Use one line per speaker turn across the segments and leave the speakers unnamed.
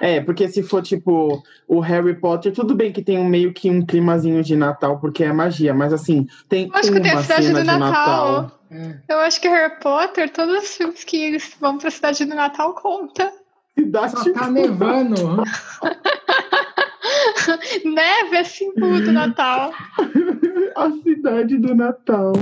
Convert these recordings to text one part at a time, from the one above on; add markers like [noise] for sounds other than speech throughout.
É, porque se for tipo o Harry Potter, tudo bem que tem um meio que um climazinho de Natal, porque é magia, mas assim, tem.
Acho
uma
que tem a cidade
cena
do
de
Natal.
Natal.
Eu acho que Harry Potter, todos os filmes que eles vão pra cidade do Natal conta.
Cidade
Só tá nevando.
Neve é símbolo
[laughs]
do Natal.
[laughs] A cidade do Natal.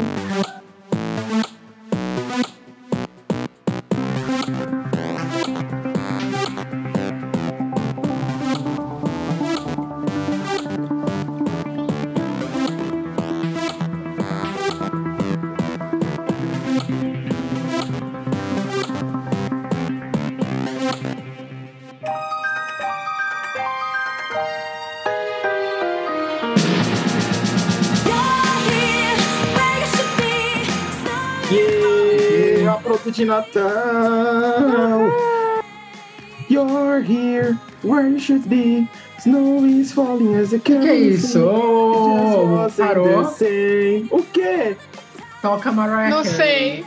Yeah, apronto de Natal. You're here, where you should be. Snow is falling as a
Que é isso? Ô, parou.
O quê?
Toca Mariah
Não
Carey.
sei.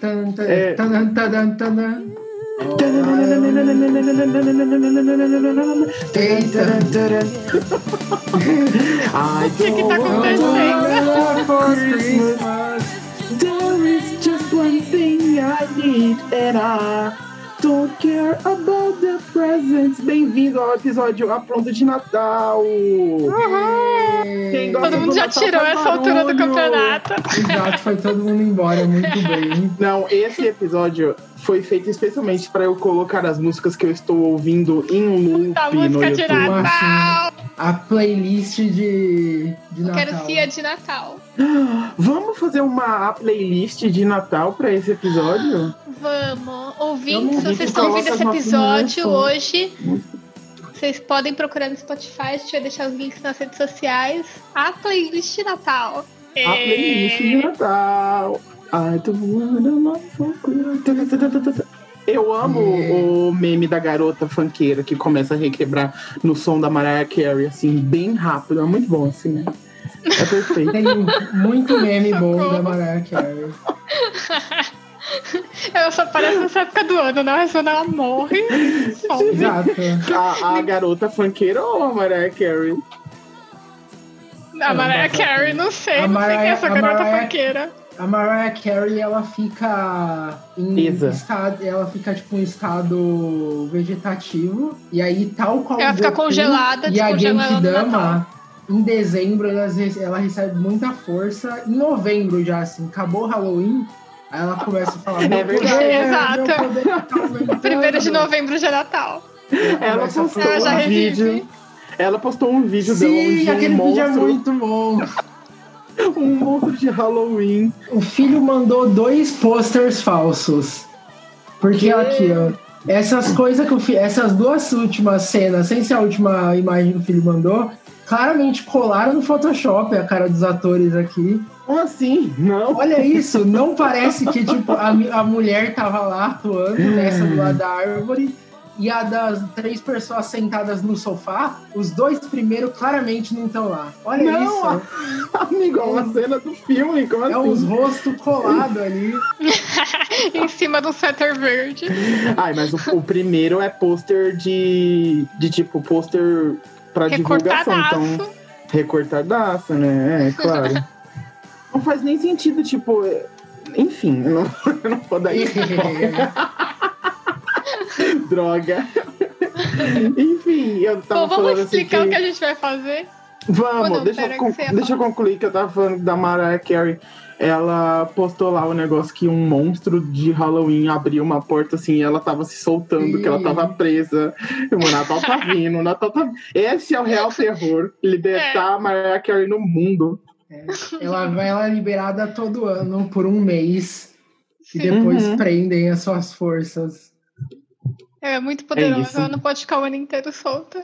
Tan, tan,
É.
tan, tan, tan, tan, tan. Eita.
I
que que tá
don't want
acontecendo?
love for Christmas.
Christmas.
There is just one thing I need and I don't care about the presents. Bem-vindo ao episódio Apronto de Natal. Quem gosta
Todo mundo
do
já
Natal
tirou
faz
essa altura do
barulho.
campeonato.
Exato, foi todo mundo embora, muito bem.
Não, esse episódio foi feito especialmente para eu colocar as músicas que eu estou ouvindo em loop
Da
no
música de
YouTube.
Natal.
[laughs] Natal.
A playlist de, de
Eu
Natal.
quero Cia de Natal.
Vamos fazer uma playlist de Natal para esse episódio?
Vamos.
Eu não vi
Ouvintes,
que
vocês estão ouvindo
coloca
esse
uma
episódio
fumaça.
hoje. Vocês podem procurar no Spotify, a gente vai deixar os links nas redes sociais. A playlist de Natal.
A
É.
playlist de Natal. I don't wanna love for Christmas. Eu amo o meme da garota funkeira que começa a requebrar no som da Mariah Carey, assim, bem rápido. É muito bom, assim, né? É perfeito.
[laughs] Tem muito meme bom
Socorro.
da Mariah Carey.
Ela É. só aparece nessa época do ano, não? Mas quando ela
[laughs]
morre, some.
Exato.
A, a garota funkeira ou a Mariah Carey?
A Mariah Carey, não sei.
A
Não sei quem é
Mariah-
essa
a
garota
Mariah-
panqueira.
A Mariah Carey, ela fica em
Isa.
estado, ela fica tipo em estado vegetativo e aí tal qual
Ela
o
fica congelada, tipo,
e a
descongela ela no
Genkidama em dezembro ela, rece- ela recebe muita força. Em novembro já assim, acabou o Halloween, aí ela começa a falar "Meu
É verdade.
poder,
Exato.
meu poder tá aumentando."
Primeiro de novembro já é Natal.
Ela
Começa a
postou
Ela já
um
revive.
vídeo. Ela postou um vídeo dela
Sim,
de um
aquele vídeo é
monstro,
muito bom.
um monstro de Halloween.
O filho mandou dois posters falsos. Porque aqui, ó. Essas coisas que o filho. Essas duas últimas cenas, sem ser a última imagem que o filho mandou, claramente colaram no Photoshop a cara dos atores aqui.
Como assim? Não.
Olha isso, não parece que tipo, a, mi- a mulher tava lá atuando nessa do lado da árvore. E a das três pessoas sentadas no sofá, os dois primeiros claramente não estão lá. Olha
Não, [laughs]
isso.
Amigo, é uma cena do filme. Como
É
assim?
os rostos colados ali.
[laughs]
em cima do suéter verde.
Ai, mas o, o primeiro é pôster de, de tipo, pôster pra divulgação. Então,
Recortadaço.
recortadaço, né? É, claro. não faz nem sentido, tipo. é- Enfim, eu não, [laughs] eu não vou
[laughs]
dar isso. droga. Enfim, eu tava
Bom, vamos
falando assim.
explicar o que
Que...
a gente vai fazer.
Vamos,
Ou não,
deixa,
pera,
eu con-
que você ia
deixa eu concluir que eu tava falando da Mariah Carey. Ela postou lá o negócio que um monstro de Halloween abriu uma porta assim e ela tava se soltando, que ela
Ih.
tava presa. E O Natal tá vindo, o Natal tá vindo. Esse é o real terror. Libertar
É.
a Mariah Carey no mundo.
Ela vai ela é liberada todo ano por um mês e
Sim,
depois
Uhum.
prendem as suas forças.
ela é muito
É
poderosa,
isso.
ela não pode ficar o ano inteiro solta.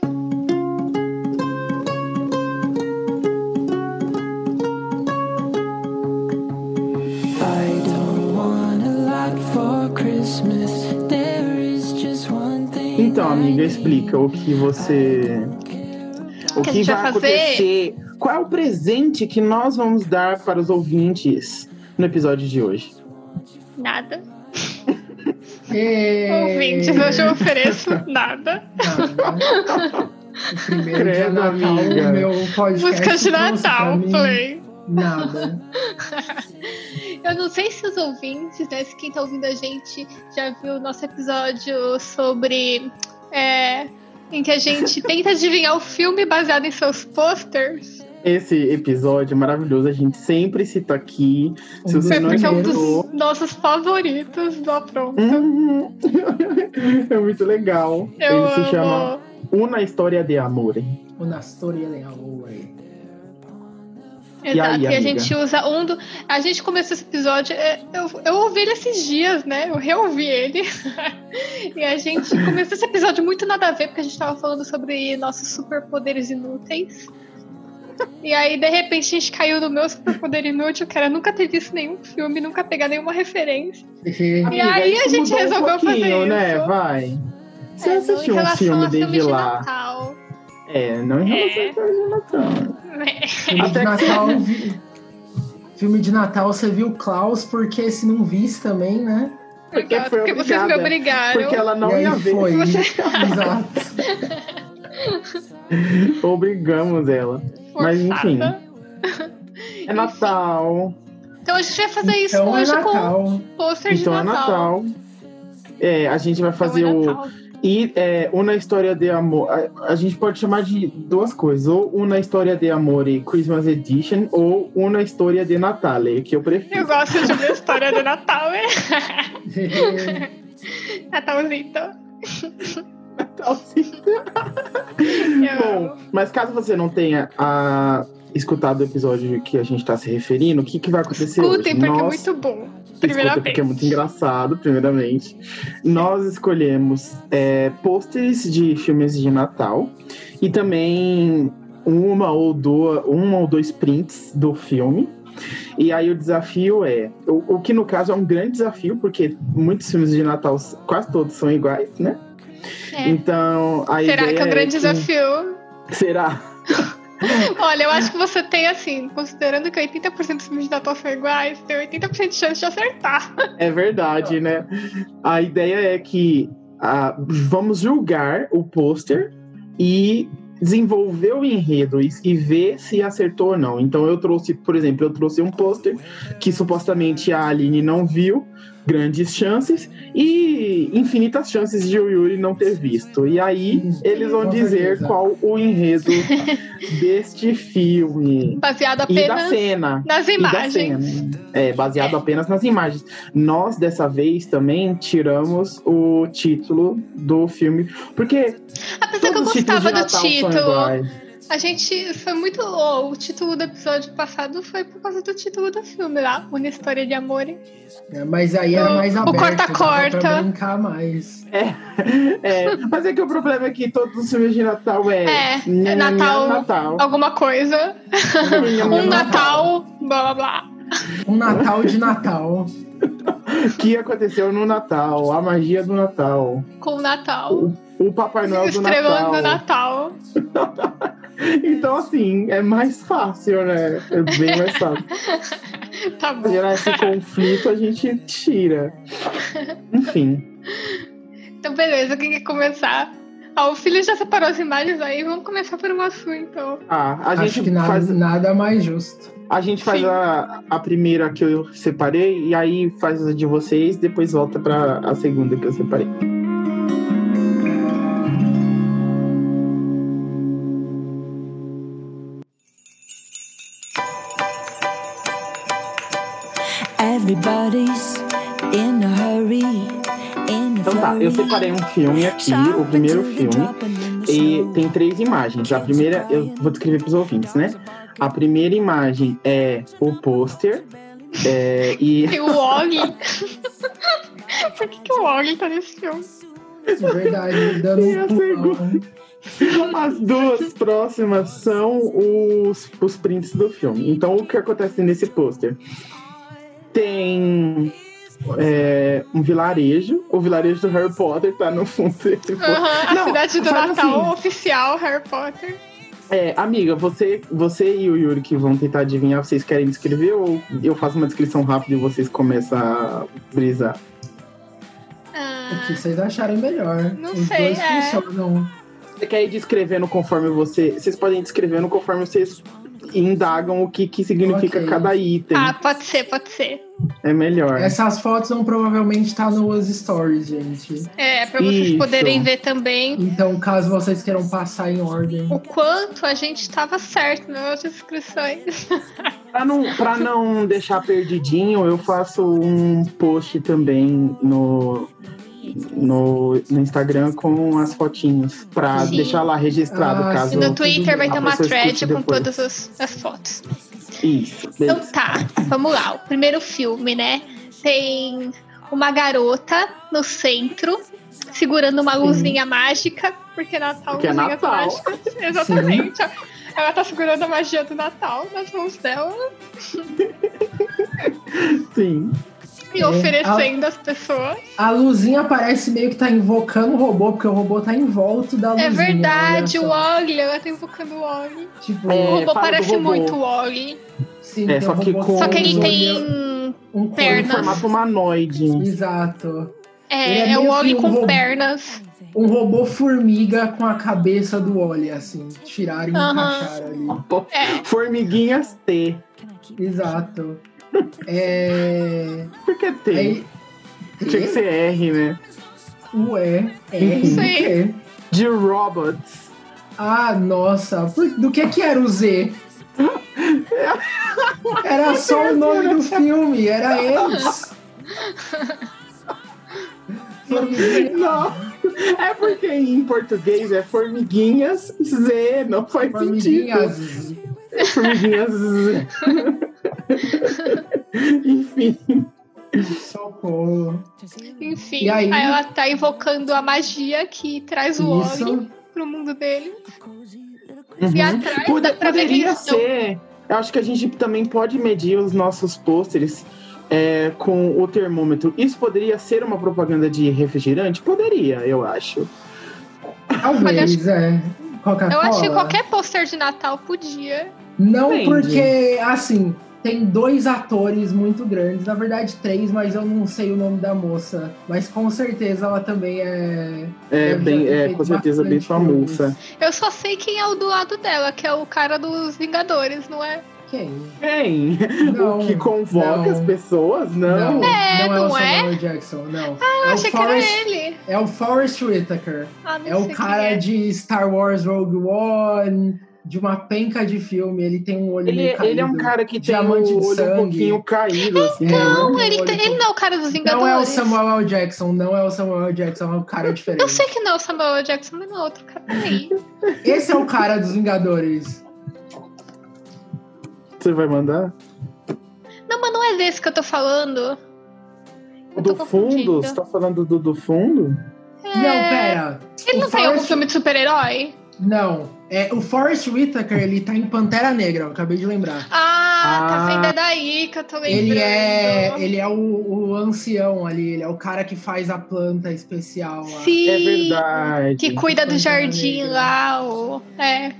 I don't want a lot for Christmas. There is just one thing.
Então, amiga, explica o que você. O
O que a
que
gente
vai
vai fazer?
acontecer? Qual é o presente que nós vamos dar para os ouvintes no episódio de hoje?
Nada.
É,
ouvintes, hoje eu ofereço nada.
Nada. O primeiro que é
Credo,
Natal,
amiga.
o meu podcast.
Música de
trouxe pra
Natal,
mim
play.
Nada.
[laughs] Eu não sei se os ouvintes, né, se quem tá ouvindo a gente já viu o nosso episódio sobre. é, em que a
[laughs]
gente tenta adivinhar o filme baseado em seus posters.
Esse episódio é maravilhoso, a gente sempre cita aqui. Se você
Foi
não
porque é um
encontrou.
dos nossos favoritos do Apronto.
Uhum. [laughs] é muito legal.
Eu
Ele se
amo.
chama Una História de Amor.
O é Nastoria de Amore.
Exato,
aí,
e, a
amiga?
gente usa um do. A gente começou esse episódio, é, eu, eu ouvi ele esses dias, né? Eu reouvi ele. [laughs] e a gente começou esse episódio muito nada a ver, porque a gente tava falando sobre nossos superpoderes inúteis. E aí, de repente, a gente caiu no meu superpoder inútil, que era nunca ter visto nenhum filme, nunca pegar nenhuma referência.
Esse-
E aí a
isso
gente
mudou um
resolveu fazer
pouquinho, né?
isso.
Vai. Você
É, não
assistiu um filme desde
de
lá?
Natal.
É, não em relação
É.
a filme de Natal.
Filme de
Até que-
Natal. vi- Filme de Natal, você viu Klaus, porque se não visse também, né?
Porque
Exato,
foi
porque vocês me
obrigada.
obrigaram.
Porque ela
e
não
aí
ia ver.
foi.
Você-
Exato.
[laughs] Obrigamos ela. Mas enfim.
forçada.
É Natal.
Então a gente vai fazer isso
Então é
hoje com
Natal.
[laughs]
[laughs]
o pôster de
Então é
Natal.
Natal. É, a gente vai
Então é
fazer o.
Natal.
E é, Una História de Amor. A, a gente pode chamar de duas coisas. Ou Una História de Amor e Christmas Edition, ou Una História de Natale, que eu prefiro.
[laughs] Eu gosto de uma história do Natal, é, hein? Natalzito. Eu
Bom,
amo.
Assim, mas caso você não tenha ah, escutado o episódio que a gente está se referindo, o que, que vai acontecer
Escutem,
hoje?
porque é
Nós-
muito bom.
Escuta,
Primeiramente.
porque é muito engraçado, primeiramente. Nós escolhemos é, pôsteres de filmes de Natal e também uma ou duas, um ou dois prints do filme. E aí o desafio é, o, o que no caso é um grande desafio, porque muitos filmes de Natal, quase todos são iguais, né?
É.
Então, a
Será
ideia
que é um grande desafio?
Será?
Olha, eu acho que você tem, assim, considerando que 80% dos filmes de Natal são iguais, tem 80% de chance de acertar.
É verdade, né? A ideia é que ah, vamos julgar o pôster e desenvolver o enredo e, e ver se acertou ou não. Então eu trouxe, por exemplo, eu trouxe um pôster que supostamente a Aline não viu, grandes chances, e infinitas chances de o Yuri não ter visto. E aí
Hum,
eles vão
com
dizer
certeza.
qual o enredo deste filme.
Baseado
E da
apenas
cena e
nas
da
imagens.
cena. É, baseado apenas nas imagens. Nós, dessa vez, também tiramos o título do filme. Porque
Apesar é que eu
todos os títulos
gostava
de
do
Natal são
título.
iguais. [laughs]
A gente foi muito. ó, o título do episódio passado foi por causa do título do filme lá, Uma História de Amor.
É, mas aí era
O-
mais
o
aberto.
corta-corta.
dava Pra brincar mais.
É, mas é que o problema é que todos os filmes de Natal é...
É, é
Nhanhanhã,
Natal.
Natal.
Alguma coisa.
Nhanhanhã,
[laughs] Um Natal, blá blá blá.
Um Natal de Natal.
que aconteceu no Natal. A magia do Natal.
Com o Natal.
O, o Papai Noel do
Estrelando o
Natal.
Natal.
Então, assim, é mais fácil, né? É bem mais fácil. Pra
Tá bom.
gerar esse conflito, a gente
[laughs]
tira. Enfim.
Então, beleza, quem quer começar? Ah, o filho já separou as imagens aí, vamos começar por uma sua então.
Ah, a
Acho
gente
que nada,
faz,
nada mais
[laughs]
justo.
a, gente faz
Sim.
a, a primeira que eu separei, e aí faz a de vocês, depois volta pra a segunda que eu separei.
Everybody's in a hurry, in a
Então tá, eu separei um filme aqui, o primeiro filme, e tem três imagens. A primeira, eu vou descrever pros ouvintes, né? A primeira imagem é o pôster, é, e
Tem
[laughs]
o Og. por que, que o Og tá nesse filme?
De É verdade, dando
E a
um pulão.
As duas próximas são os, os prints do filme. Então, o que acontece nesse pôster? Tem é, um vilarejo, o vilarejo do Harry Potter tá no fundo desse pôster.
Aham, a
Não,
cidade do
faz
Natal
assim.
oficial, Harry Potter.
É, amiga, você, você e o Yuri que vão tentar adivinhar, vocês querem descrever ou eu faço uma descrição rápida e vocês começam a brisar?
Ah,
O que vocês acharem melhor.
Não
Os
sei,
dois
é.
funcionam.
Você quer ir descrevendo conforme você. Vocês podem ir descrevendo conforme vocês indagam o que, que significa
Ok.
cada item.
Ah, pode ser, pode ser.
É melhor.
Essas fotos vão provavelmente estar nos stories, gente.
É, pra vocês
Isso.
poderem ver também
Então, caso vocês queiram passar em ordem.
o quanto a gente tava certo nas inscrições.
Pra, não, pra não deixar perdidinho, eu faço um post também no. No, no Instagram com as fotinhas pra
Sim.
deixar lá registrado
Ah,
E
caso
no Twitter vai
a
ter uma
pessoa
thread
escute
com
depois.
todas as, as fotos.
isso
Então
beleza.
tá, vamos lá. O primeiro filme, né? Tem uma garota no centro segurando uma luzinha mágica, porque Natal
Porque é
luzinha
Natal.
mágica. Exatamente. Ela tá segurando a magia do Natal nas mãos dela
sim
e
É,
oferecendo às pessoas.
A luzinha parece meio que tá invocando o robô, porque o robô tá em volta da luzinha.
É verdade,
olha
o
só.
Oli, ela tá invocando o Oli.
Tipo,
É,
o
fala do
robô parece
robô.
muito o Oli.
sim,
É,
tem
só
um
que
robô
com-
Só que ele
olho-
tem.
um corpo.
em
pernas.
formato humanoide
Exato. Ele é
É, é,
meio
o
que
Oli
um
com
robô.
pernas.
Um robô formiga com a cabeça do Oli, assim. Tiraram e
Aham.
encaixaram ali.
É.
formiguinhas T
Exato. É.
por que T?
Aí...
tinha que ser R né
Ué, é
Isso aí.
é.
de robots
Ah, nossa. por- Do que que era o Z? Era só o nome do filme, era eles. Formiguinha.
Não, é porque em português é formiguinhas Z, não faz
Formiguinhas.
sentido. Formiguinhas
[laughs]
Z. Enfim,
Socorro.
Enfim,
E aí?
aí? ela tá invocando a magia que traz o Oli
Isso.
pro mundo dele.
Uhum.
E atrás
Pode-
dá pra ver que
poderia
eles estão.
ser. Eu acho que a gente também pode medir os nossos pôsteres é, com o termômetro. Isso poderia ser uma propaganda de refrigerante? Poderia, eu acho.
Talvez, é. Coca-Cola.
Eu acho que qualquer pôster de Natal podia.
Não
Depende.
porque, assim, tem dois atores muito grandes, na verdade três, mas eu não sei o nome da moça. Mas com certeza ela também é.
É,
deve
bem,
já ter
é
feito
com certeza bem
bastante filmes.
famosa.
Eu só sei quem é o do lado dela, que é o cara dos Vingadores, não é?
Quem?
Quem? [laughs]
Não,
o que convoca
não.
as pessoas? Não.
Não,
É,
não é o
não é?
Samuel Jackson, não.
Ah,
é, o
achei
Forrest,
que era ele.
é o Forrest Whitaker.
Ah, não
É o
sei
cara
quem é.
de Star Wars Rogue One, de uma penca de filme. Ele tem um olho
Ele,
meio
ele é um
caído.
cara que tem o
Diamante de
olho um
sangue.
pouquinho caído,
[laughs]
assim. né?
Não,
É,
ele,
olha,
tem- ele não é o cara dos Vingadores.
Não é o Samuel L. Jackson, não é o Samuel L. Jackson, é um cara diferente.
Eu sei que não é o Samuel L. Jackson, mas não é outro cara aí.
Esse é o cara dos Vingadores.
Você vai mandar?
Não, mas não é desse que eu tô falando. Eu
Do
tô
fundo?
confundida.
Você tá falando do, do fundo?
Não, pera.
É. Ele
O
não tem algum
Forrest-
filme de super-herói?
Não. É, o Forrest Whitaker, ele tá em Pantera Negra, eu acabei de lembrar.
Ah, tá
Ah.
vendo é daí que eu tô lembrando.
Ele é, ele é o, o ancião ali, ele é o cara que faz a planta especial lá.
Sim,
É verdade.
Que cuida do jardim
Negra.
lá. o- É.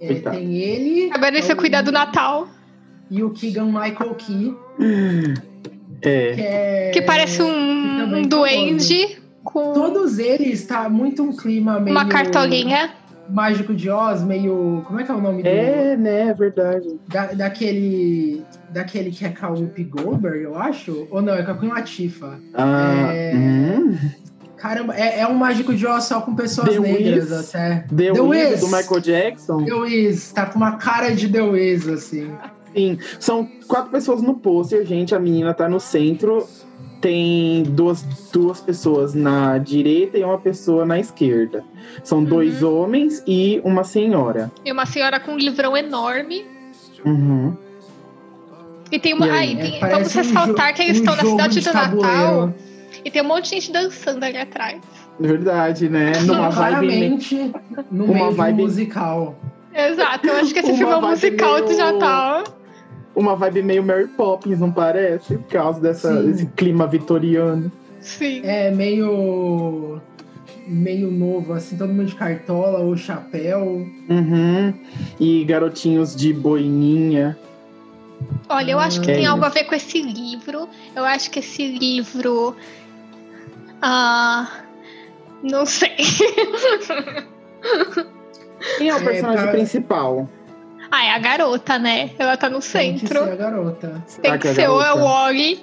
É, tem ele.
Agora ele
é
vai
o-
cuidar do Natal.
E o Keegan Michael Key,
É.
que é.
Que parece
que
um,
também
um duende com
Todos eles tá muito um clima meio.
uma cartolinha.
Mágico de Oz, meio. Como é que é o nome dele?
É, né? É verdade.
Da, daquele. Daquele que é com a Whoopi Goldberg, eu acho? Ou não, é com a Queen Latifa.
Ah,
É.
hum.
Caramba, é, é um mágico de Oz só com pessoas
The
negras
Wiz.
até.
The,
The
Wiz,
Wiz.
do Michael Jackson.
The Wiz, tá com uma cara de The Wiz, assim.
Sim, são quatro pessoas no pôster, gente. A menina tá no centro. Tem duas, duas pessoas na direita e uma pessoa na esquerda. São
Uhum.
dois homens e uma senhora.
E uma senhora com um livrão enorme.
Uhum.
E tem uma.
E aí?
aí,
É,
tem- vamos
parece um
ressaltar
jo-
que eles
um
estão na
jogo
cidade
de
do Natal.
tabuleiro.
E tem um monte de gente dançando ali atrás.
Verdade, né? Numa vibe meio-
Claramente no
uma
meio de um
vibe-
musical.
Exato, eu
[laughs]
acho que esse
Uma
filme é um
vibe
musical de
meio-
Natal.
uma vibe meio Mary Poppins, não parece? Por causa dessa,
Sim.
desse clima vitoriano.
Sim.
É meio. meio novo, assim, todo mundo de cartola ou chapéu.
Uhum. E garotinhos de boininha.
Olha, eu acho que
Ah.
tem
É
algo a ver com esse livro. Eu acho que esse livro Ah. Não sei.
Quem é o
É,
personagem
pra-
principal?
ah, é a garota, né? Ela tá no
Tem que ser
centro.
a garota.
Tem
Será
que
é a
ser ou é o
garota?
Wally.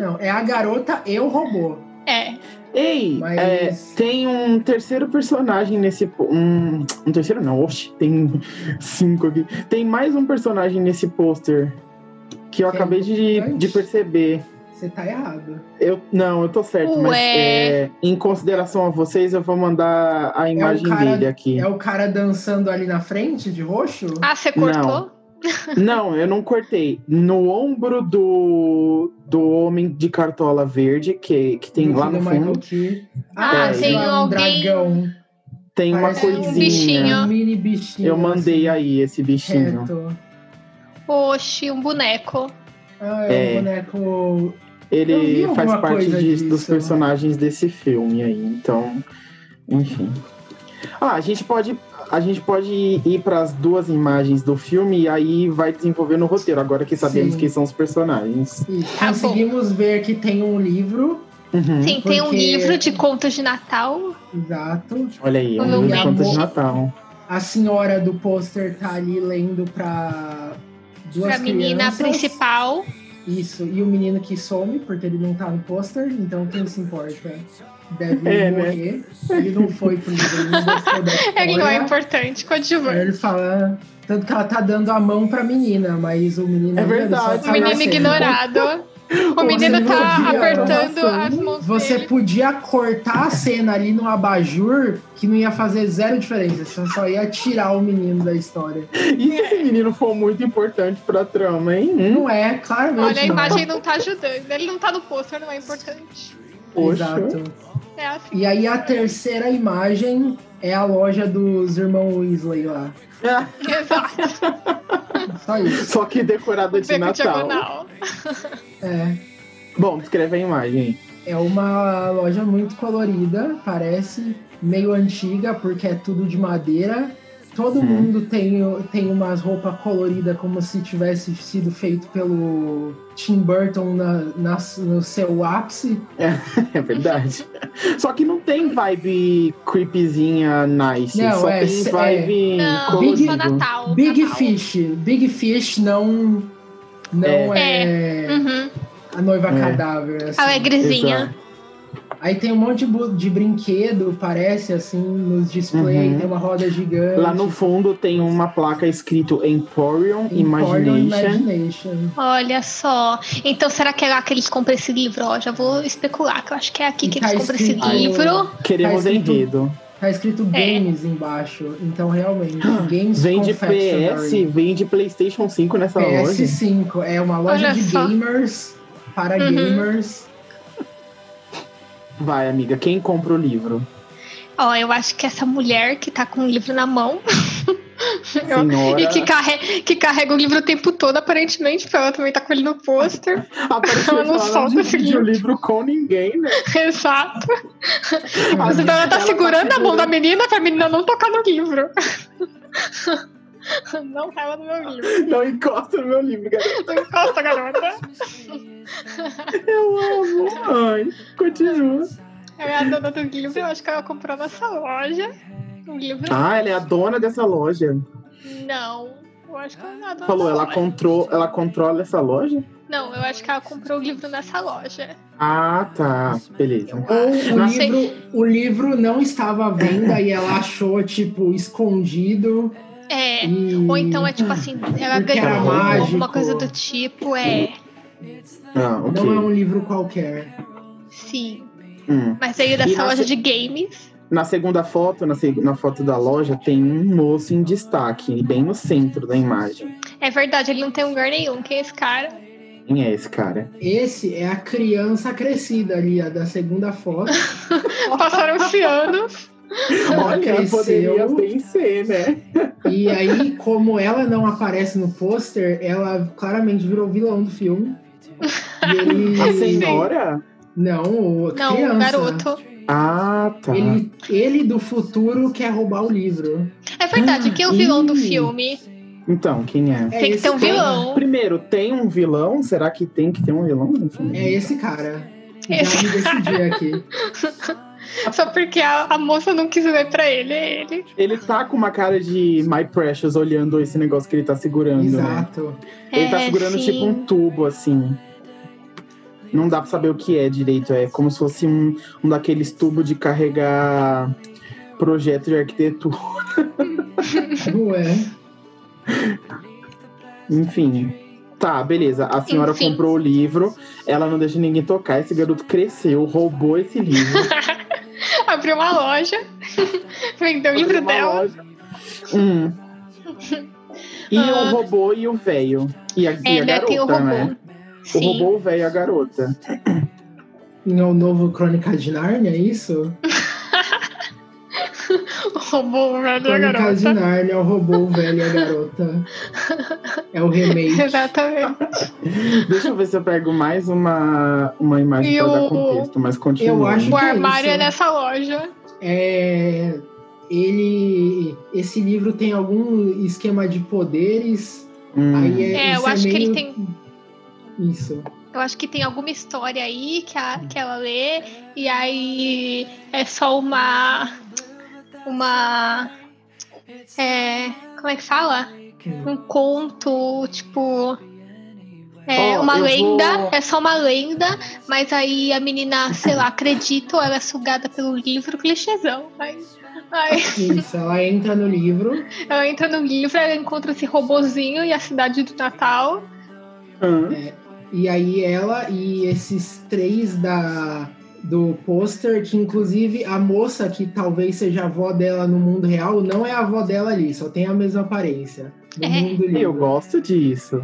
Não, é a garota e o robô.
É.
Ei,
Mas-
é, tem um terceiro personagem nesse. po- Um, um terceiro não, oxe, tem cinco aqui. Tem mais um personagem nesse pôster que eu
Que é
acabei de,
importante?
de perceber.
Você tá errado.
Eu, não, eu tô certo, mas
Ué.
é, em consideração a vocês, eu vou mandar a imagem
cara-
dele aqui.
É o cara dançando ali na frente, de roxo?
Ah, você cortou?
[laughs] Não, eu não cortei. No ombro do, do homem de cartola verde, que, que tem
Do
lá no
filho
fundo,
Michael Key.
Ah,
tem
sei lá, um
alguém-
dragão.
tem uma
Parece um
coisinha.
É bichinho.
Um mini bichinho.
Eu mandei
assim,
aí esse bichinho.
Reto.
Oxi, um boneco.
Ah, é,
É.
um boneco. Eu vi
Ele
alguma
faz parte
coisa
de- dos
disso. né?
personagens desse filme aí, então, enfim. Ah, a gente pode a gente pode ir para as duas imagens do filme e aí vai desenvolvendo o roteiro, agora que sabemos
Sim.
quem são os personagens.
E
Tá bom.
conseguimos ver que tem um livro.
Uhum.
Sim, tem um
Hum, Porque-
livro de contos de Natal.
Exato.
Olha aí,
O
um
nome
livro
é
de contas de
Amor.
Natal.
A senhora do pôster tá ali lendo pra duas
Pra menina
crianças.
principal.
Isso. E o menino que some, porque ele não tá no pôster. Então quem se importa? Deve
É, né?
morrer. Ele não foi pro livro, ele não gostou da história.
Ele não [laughs] é importante, coadjuvante.
Aí ele fala. Tanto que ela tá dando a mão pra menina, mas o menino.
É
ele
verdade,
só
O
tá
menino
nascendo.
ignorado.
[laughs]
O menino tá
podia,
apertando
nossa,
as mãos
assim, Você
dele.
podia cortar a cena ali no abajur, que não ia fazer zero diferença. Você só ia tirar o menino da história.
E esse menino foi muito importante pra trama, hein? Hum,
Não é, claramente.
Olha, a
não.
imagem não tá ajudando. Ele não tá no pôster, não é importante.
poxa.
Exato.
É assim.
E aí a terceira imagem é a loja dos irmãos Weasley lá.
Ah,
[laughs] Exato.
Só
[laughs]
isso.
Só que decorada de
Beco
Natal.
diagonal.
É.
Bom, descreve a imagem.
É uma loja muito colorida, parece meio antiga, porque é tudo de madeira. Todo
Hum.
mundo tem, tem umas roupas coloridas como se tivesse sido feito pelo Tim Burton na, na- no seu ápice.
[laughs] É verdade. Só que não tem vibe creepyzinha nice.
Não,
só
é,
tem
é.
vibe
Não, tá
colorido.
só Natal.
Big
Natal.
Fish. Big Fish não, não é,
Uhum.
a noiva
É.
cadáver.
Ah,
assim.
Alegrezinha.
Aí tem um monte de, bu- de brinquedo, parece, assim, nos displays.
Uhum.
Tem uma roda gigante.
Lá no fundo tem uma placa escrito Emporium,
Emporium
Imagination.
Imagination.
Olha só. Então, será que é lá que eles compram esse livro? Ó, já vou especular, que eu acho que é aqui
E
que
tá
eles compram esse
escrito-
livro.
Queremos
Tá escrito-
enredo.
Tá escrito
É.
games embaixo,
[gasps]
então realmente, games
Vem de
confectionery.
PS, vem de PlayStation 5 nessa loja.
PS5 é uma loja
Olha
de
só.
gamers para
Uhum.
gamers.
Vai, amiga, quem compra o livro?
Ó, eu acho que essa mulher que tá com o livro na mão. [laughs] Eu-
Senhora.
[laughs] E que, carre- que carrega o livro o tempo todo, aparentemente, porque ela também tá com ele no pôster. [laughs]
Apareceu
Ela não
ela não
solta esse
divide o livro com ninguém, né?
Exato.
Ah,
Então ela tá
ela tá
segurando a mão
segurando.
da menina pra menina não tocar no livro. [laughs] Não caiba no meu livro.
Não Então encosta no meu livro, galera.
Não encosta, garota.
Eu amo. Ai,
[laughs]
continua.
Ela é a dona do livro, eu acho que ela comprou nessa loja. O livro?
Ah, ela é a dona dessa loja.
Não. Eu acho que ela não é a dona
Falou,
da
ela,
loja.
contro ela controla essa loja?
Não, eu acho que ela comprou o livro nessa loja.
Ah, tá. Beleza.
Ah,
Ou o
Não sei.
livro, o livro não estava à venda e ela achou, tipo, escondido.
É.
E...
Ou então é tipo assim, ela
Porque
Hum. era
ganhou alguma
mágico.
coisa do tipo, é.
Ah, ok.
Não é um livro qualquer.
Sim.
Hum.
Mas aí
E
dessa
na
loja
se-
de games.
Na segunda foto, na, seg- na foto da loja, tem um moço em destaque, bem no centro da imagem.
É verdade, ele não tem lugar nenhum. Quem é esse cara?
Quem é esse cara?
Esse é a criança crescida ali, a da segunda foto.
Passaram-se anos.
[laughs] [laughs] Olha,
cresceu.
poderia bem ser, né?
E aí, como ela não aparece no pôster, ela claramente virou vilão do
[laughs]
filme. E ele...
A senhora?
Não, o
Não,
criança.
o garoto.
Ah, tá.
Ele, ele do futuro quer roubar o livro.
É verdade, quem é o vilão do
Ih.
filme?
Então, quem Hum. é?
É
tem que
esse
ter um
cara.
vilão.
Primeiro, tem um vilão? Será que tem que ter um vilão? Enfim.
É esse cara. Já me decidi aqui.
Só porque a, a moça não quis ver pra ele, é ele.
Ele tá com uma cara de My Precious olhando esse negócio que ele tá segurando. Né?
Exato.
Ele tá
É,
segurando
sim.
tipo um tubo, assim. Não dá pra saber o que é direito. É como se fosse um, um daqueles tubos de carregar projeto de arquitetura.
Não é?
Enfim. Tá, beleza. A senhora
Enfim.
comprou o livro, ela não deixa ninguém tocar. Esse garoto cresceu, roubou esse livro.
Abriu uma loja, [laughs] vendeu
Abriu
[laughs] o livro
uma
dela.
loja. Hum. E
[laughs] Ah.
o robô e o velho. E a, e
É,
a
né?
garota,
Tem o robô.
né? O
Sim.
robô, o velho e a garota.
Não é o novo Crônica de Nárnia, é isso?
O robô, velho, e a
Crônica de
é garota.
Nárnia, o robô o velho e a garota. É o
[laughs]
remake.
Exatamente.
Deixa eu ver se eu pego mais uma, uma imagem
E
pra
o-
dar contexto, mas continua.
Eu acho
O
que é
armário
isso.
é nessa loja.
É, ele, esse livro tem algum esquema de poderes.
Hum.
Aí é,
É, eu
isso
acho que ele
meio-
tem. [laughs]
Isso.
Eu acho que tem alguma história aí que, a- que ela lê, e aí é só uma. Uma. É, como é que fala? Um conto, tipo. É
Ó,
uma
eu
lenda,
vou-
é só uma lenda, mas aí a menina, sei lá, acredita ou ela é sugada pelo livro, clichêzão. Aí, aí
Isso, ela entra no livro.
ela entra no livro, ela encontra esse robozinho e a cidade do Natal.
Hum.
E aí ela e esses três da do pôster, que inclusive a moça que talvez seja a avó dela no mundo real, não é a avó dela ali, só tem a mesma aparência. No
É.
mundo É, livre.
Eu gosto disso.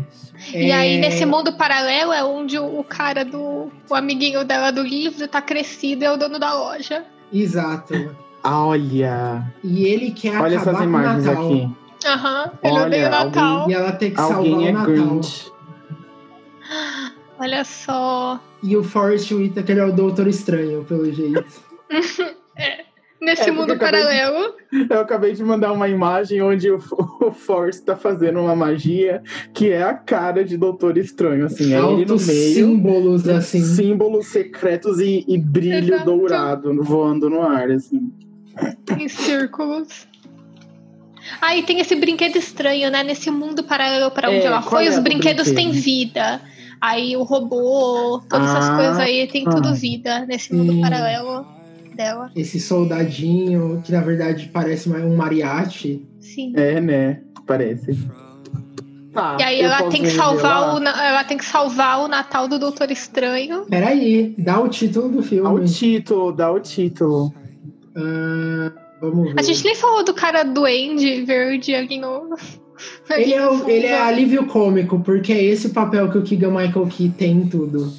E
É.
aí, nesse mundo paralelo, é onde o o cara do. O amiguinho dela do livro tá crescido e é o dono da loja.
Exato.
Olha,
E ele quer
olha
acabar
essas
com o
imagens
Natal.
aqui.
Aham, ele
Olha,
odeia o Natal.
E ela tem que salvar
Alguém é
o Natal.
Grinch.
Olha só.
E o Forrest Whitaker é o Doutor Estranho,
[laughs]
pelo jeito.
É,
Nesse
porque
mundo
eu acabei de-
paralelo.
Eu acabei de mandar uma imagem onde o, o Force tá fazendo uma magia que é a cara de Doutor Estranho, assim. É ele no
Altos
meio.
símbolos, assim.
Símbolos secretos e, e brilho
Exato.
dourado voando no ar, assim.
em círculos. Aí tem esse brinquedo estranho, né? Nesse mundo paralelo para onde
É,
ela
qual
foi,
é
os
o
brinquedos têm
brinquedo?
vida. Aí o robô, todas essas
Ah,
coisas aí, tem
ah.
tudo vida nesse mundo
Sim.
paralelo dela.
Esse soldadinho, que na verdade parece um mariachi.
Sim.
É, né? Parece. Tá,
E aí
eu
ela
posso
tem que
revelar?
salvar o, na- ela tem que salvar o Natal do Doutor Estranho.
Peraí, dá o título do
Dá
filme.
o título, dá o título.
Ah, vamos ver.
A gente nem falou do cara doente verde ali no. [laughs] ali
Ele é,
no
o-
fundo.
ele é alívio cômico, porque é esse papel que o Keegan Michael Key tem em tudo.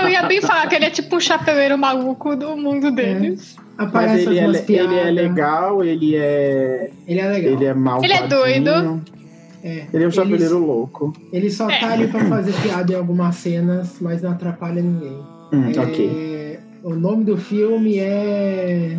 Eu ia bem falar que ele é tipo um chapeleiro maluco do
É.
mundo deles.
Mas
Aparece
ele é,
algumas
le- ele
piadas.
é legal, ele é.
Ele é legal.
Ele é mal.
Ele é doido.
É.
Ele é um chapeleiro louco.
Ele só
É.
tá ali pra fazer piada em algumas cenas, mas não atrapalha ninguém.
Hum,
É,
Ok.
O nome do filme é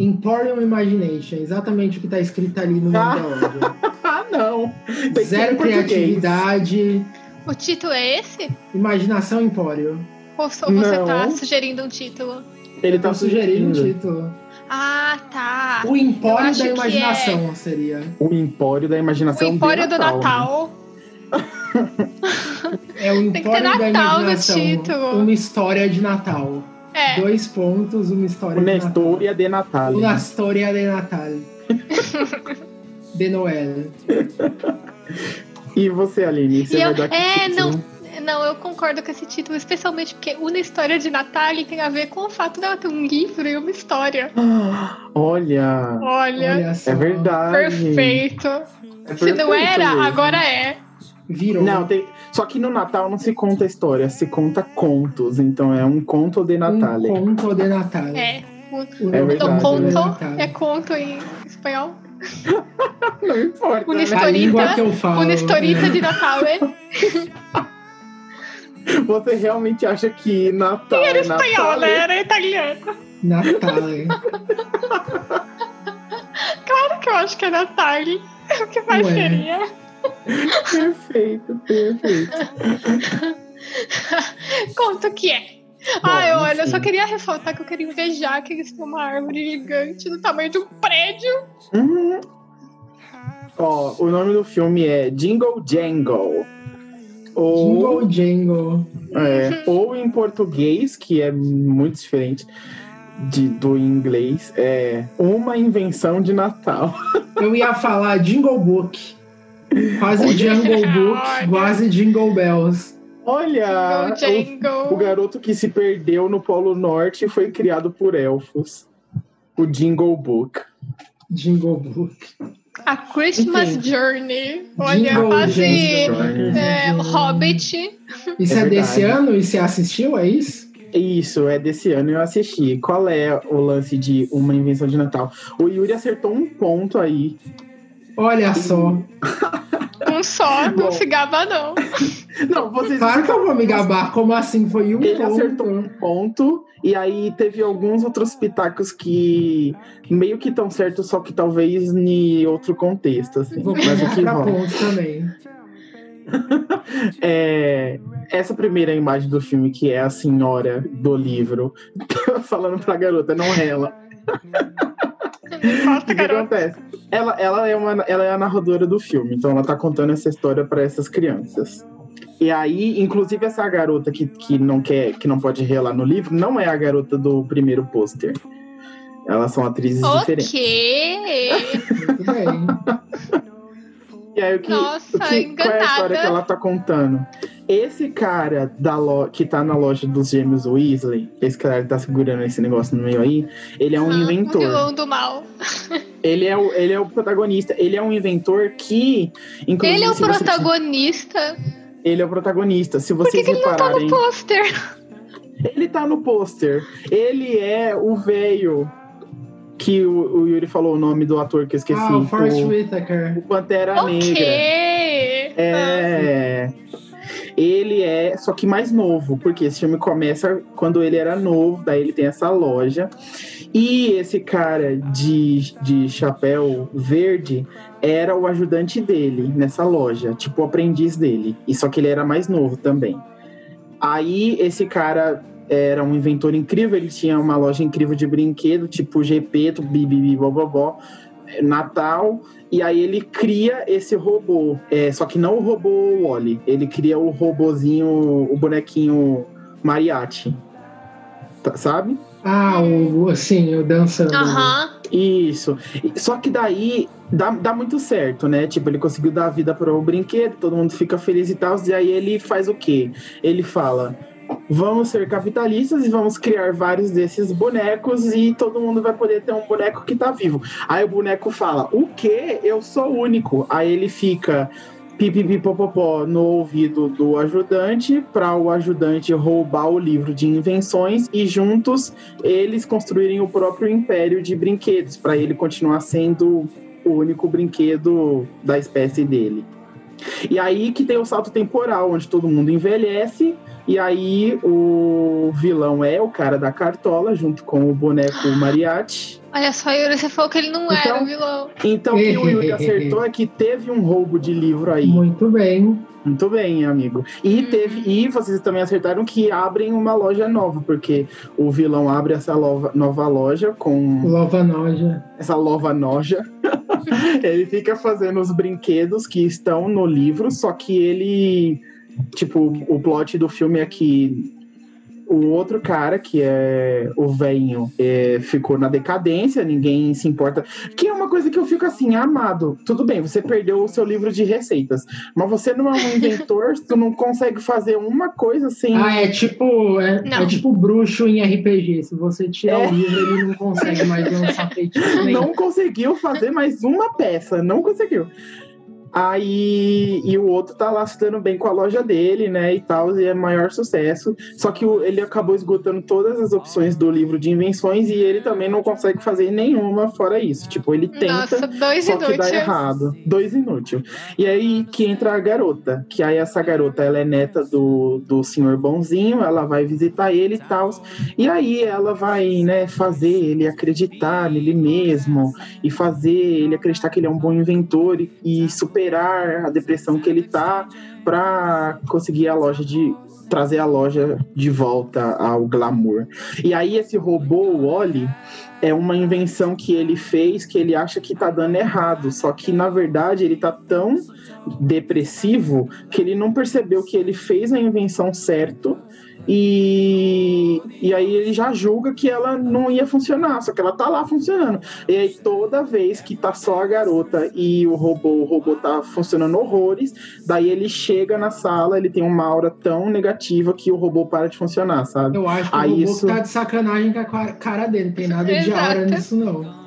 Emporium Imagination, exatamente o que tá escrito ali no nome
Ah.
da obra.
Ah, [laughs] não! Tem que ser em
Zero
português.
criatividade,
O título é esse?
imaginação Empório.
Ou só você
Não.
tá sugerindo um título?
Ele
Eu
tá
tô sugerindo um
sugerindo.
título.
Ah, tá.
O
Eu
Empório
acho
da
que
Imaginação seria.
O Empório da
O
Imaginação.
um
de
Empório do
né?
Natal.
É o
que ter
Empório da
Natal no
Imaginação.
título.
Uma história de Natal.
É.
Dois pontos, uma história
né? O
de Natal.
Nestor e a De Natale.
Uma história de Natal.
[laughs]
de Noel.
E você, Aline? Você
E
vai
eu-
dar que
é,
título?
Não, eu concordo com esse título, especialmente porque uma história de Natal tem a ver com o fato dela ter um livro e uma história.
Ah, [gasps] Olha.
Olha,
Olha só.
É verdade.
perfeito.
É
Se não
perfeito
era,
mesmo.
agora é.
Virou.
Não, tem... só que no Natal não se conta história, se conta contos. Então é um conto de Natale.
Um conto de Natal.
É.
O
É
nome
verdade,
Então,
do
né?
conto
Natal.
é conto em espanhol.
Não importa.
O
Né?
A língua
Nestorita.
que eu falo.
Uma historita
né?
de Natal, é?
[laughs] Você realmente acha que Natal é
Espanhol,
Natal?
né? Era italiano.
é Natal.
[laughs] Claro que eu acho que é Natal. O que mais
Ué.
é
seria?
Perfeito, perfeito.
Conta o que é. Ai, olha, eu só queria ressaltar que eu queria invejar que eles têm uma árvore gigante do tamanho de um prédio.
Uhum. Ó, o nome do filme é Jingle Jangle. Ou,
Jingle Jangle.
é, ou em português, que é muito diferente de, do inglês, é Uma Invenção de Natal.
Eu ia falar Jingle Book. Quase
Olha.
Jungle Book,
Olha.
quase Jingle Bells.
Olha!
Jingle, jingle.
Ah, O, o garoto que se perdeu no Polo Norte foi criado por elfos. O Jingle Book.
Jingle Book.
A Christmas
Enfim.
Journey. Olha,
Jingle Assim.
quase
Journey.
é, Hobbit.
Isso é,
É
desse
verdade.
ano? E você assistiu? É isso?
Isso, é desse ano eu assisti. Qual é o lance de uma invenção de Natal? O Yuri acertou um ponto aí.
Olha só.
Um só,
Bom.
não se gaba, não.
Não, vocês.
Claro que eu vou me gabar. Como assim? Foi um
Ele acertou
ponto.
um ponto, e aí teve alguns outros pitacos que meio que estão certos, só que talvez em outro contexto, assim.
Vou
Mas o
colocar
que
pra
rola?
ponto também.
É, essa primeira imagem do filme, que é a senhora do livro, [laughs] falando pra garota, não é ela. O
Nossa,
que
garoto.
acontece? Ela, ela, é uma, ela é a narradora do filme, então ela tá contando essa história para essas crianças. E aí, inclusive, essa garota que, que não quer, que não pode relar no livro, não é a garota do primeiro pôster. Elas são atrizes diferentes.
Ok.
Muito bem.
[laughs] E aí, o [laughs] que,
Nossa,
o que, qual é a história
enganada.
que ela tá contando? Esse cara da lo, que tá na loja dos gêmeos Weasley, esse cara que tá segurando esse negócio no meio aí, ele é um
Ah,
inventor.
O vilão do mal.
Ele é, o, ele é o protagonista. Ele é um inventor que. Inclusive,
Ele é o
se você-
protagonista.
Ele é o protagonista. Se
Por que,
vocês
que ele não tá
repararem.
no pôster?
ele tá no pôster. Ele é o velho. Que o, o Yuri falou o nome do ator que eu esqueci.
Ah, o Forrest
assim, o,
Whitaker.
o Pantera Negra.
Ok.
É. Ele é, só que mais novo, porque esse filme começa quando ele era novo, daí ele tem essa loja. E esse cara de, de chapéu verde era o ajudante dele nessa loja, tipo o aprendiz dele. E só que ele era mais novo também. Aí esse cara era um inventor incrível, ele tinha uma loja incrível de brinquedo, tipo GP, bibibi, bobobó, Natal. E aí ele cria esse robô. É, só que não o robô Wally. Ele cria o robozinho, o bonequinho mariachi. tá- Sabe?
Ah, o, o- sim, o dançando.
Aham.
Isso. Só que daí dá, dá muito certo, né? Tipo, ele conseguiu dar vida para o brinquedo, todo mundo fica feliz e tal. E aí ele faz o quê? Ele fala: vamos ser capitalistas e vamos criar vários desses bonecos e todo mundo vai poder ter um boneco que tá vivo. Aí o boneco fala: o quê? Eu sou o único. Aí ele fica. Pipipipopopó no ouvido do ajudante, para o ajudante roubar o livro de invenções e juntos eles construírem o próprio império de brinquedos, para ele continuar sendo o único brinquedo da espécie dele. E aí que tem o salto temporal, onde todo mundo envelhece, e aí o vilão é o cara da cartola, junto com o boneco mariachi.
Olha só, Yuri, você falou que ele não era
Então-
o vilão.
Então, o que o Yuri acertou é que teve um roubo de livro aí.
Muito bem.
Muito bem, amigo. E
Uhum.
teve e vocês também acertaram que abrem uma loja nova, porque o vilão abre essa lova- nova loja com
Lova Noja.
essa lova noja. ele fica fazendo os brinquedos que estão no livro, só que ele. Tipo, o plot do filme é que o outro cara, que é o veinho, é, ficou na decadência, ninguém se importa. Que é uma coisa que eu fico assim, amado. Tudo bem, você perdeu o seu livro de receitas, mas você não é um inventor, tu não consegue fazer uma coisa sem.
Ah, é tipo. É,
Não.
é tipo bruxo em RPG. Se você tirar
É.
o livro, ele não consegue mais um
[laughs]
lançar feitiço nenhum.
não conseguiu fazer mais uma peça, não conseguiu. Aí, e o outro tá lá se dando bem com a loja dele, né, e tal, e é maior sucesso. Só que o- ele acabou esgotando todas as opções do livro de invenções e ele também não consegue fazer nenhuma fora isso. Tipo, ele tenta,
Nossa, dois
só que dá
inúteis.
errado. Dois inútil. E aí que entra a garota, que aí essa garota, ela é neta do, do senhor bonzinho, ela vai visitar ele e tal. E aí ela vai, né, fazer ele acreditar nele mesmo e fazer ele acreditar que ele é um bom inventor e, e superar a depressão que ele tá pra conseguir a loja de trazer a loja de volta ao glamour. E aí esse robô, o Oli, é uma invenção que ele fez que ele acha que tá dando errado, só que na verdade ele tá tão depressivo que ele não percebeu que ele fez a invenção certo e, e aí ele já julga que ela não ia funcionar, só que ela tá lá funcionando. E aí toda vez que tá só a garota e o robô, o robô tá funcionando horrores, daí ele chega na sala, ele tem uma aura tão negativa que o robô para de funcionar, sabe?
Eu acho que
Ah,
o robô
isso-
tá de sacanagem com a qua- cara dele. Tem nada de
Exato.
aura nisso, não.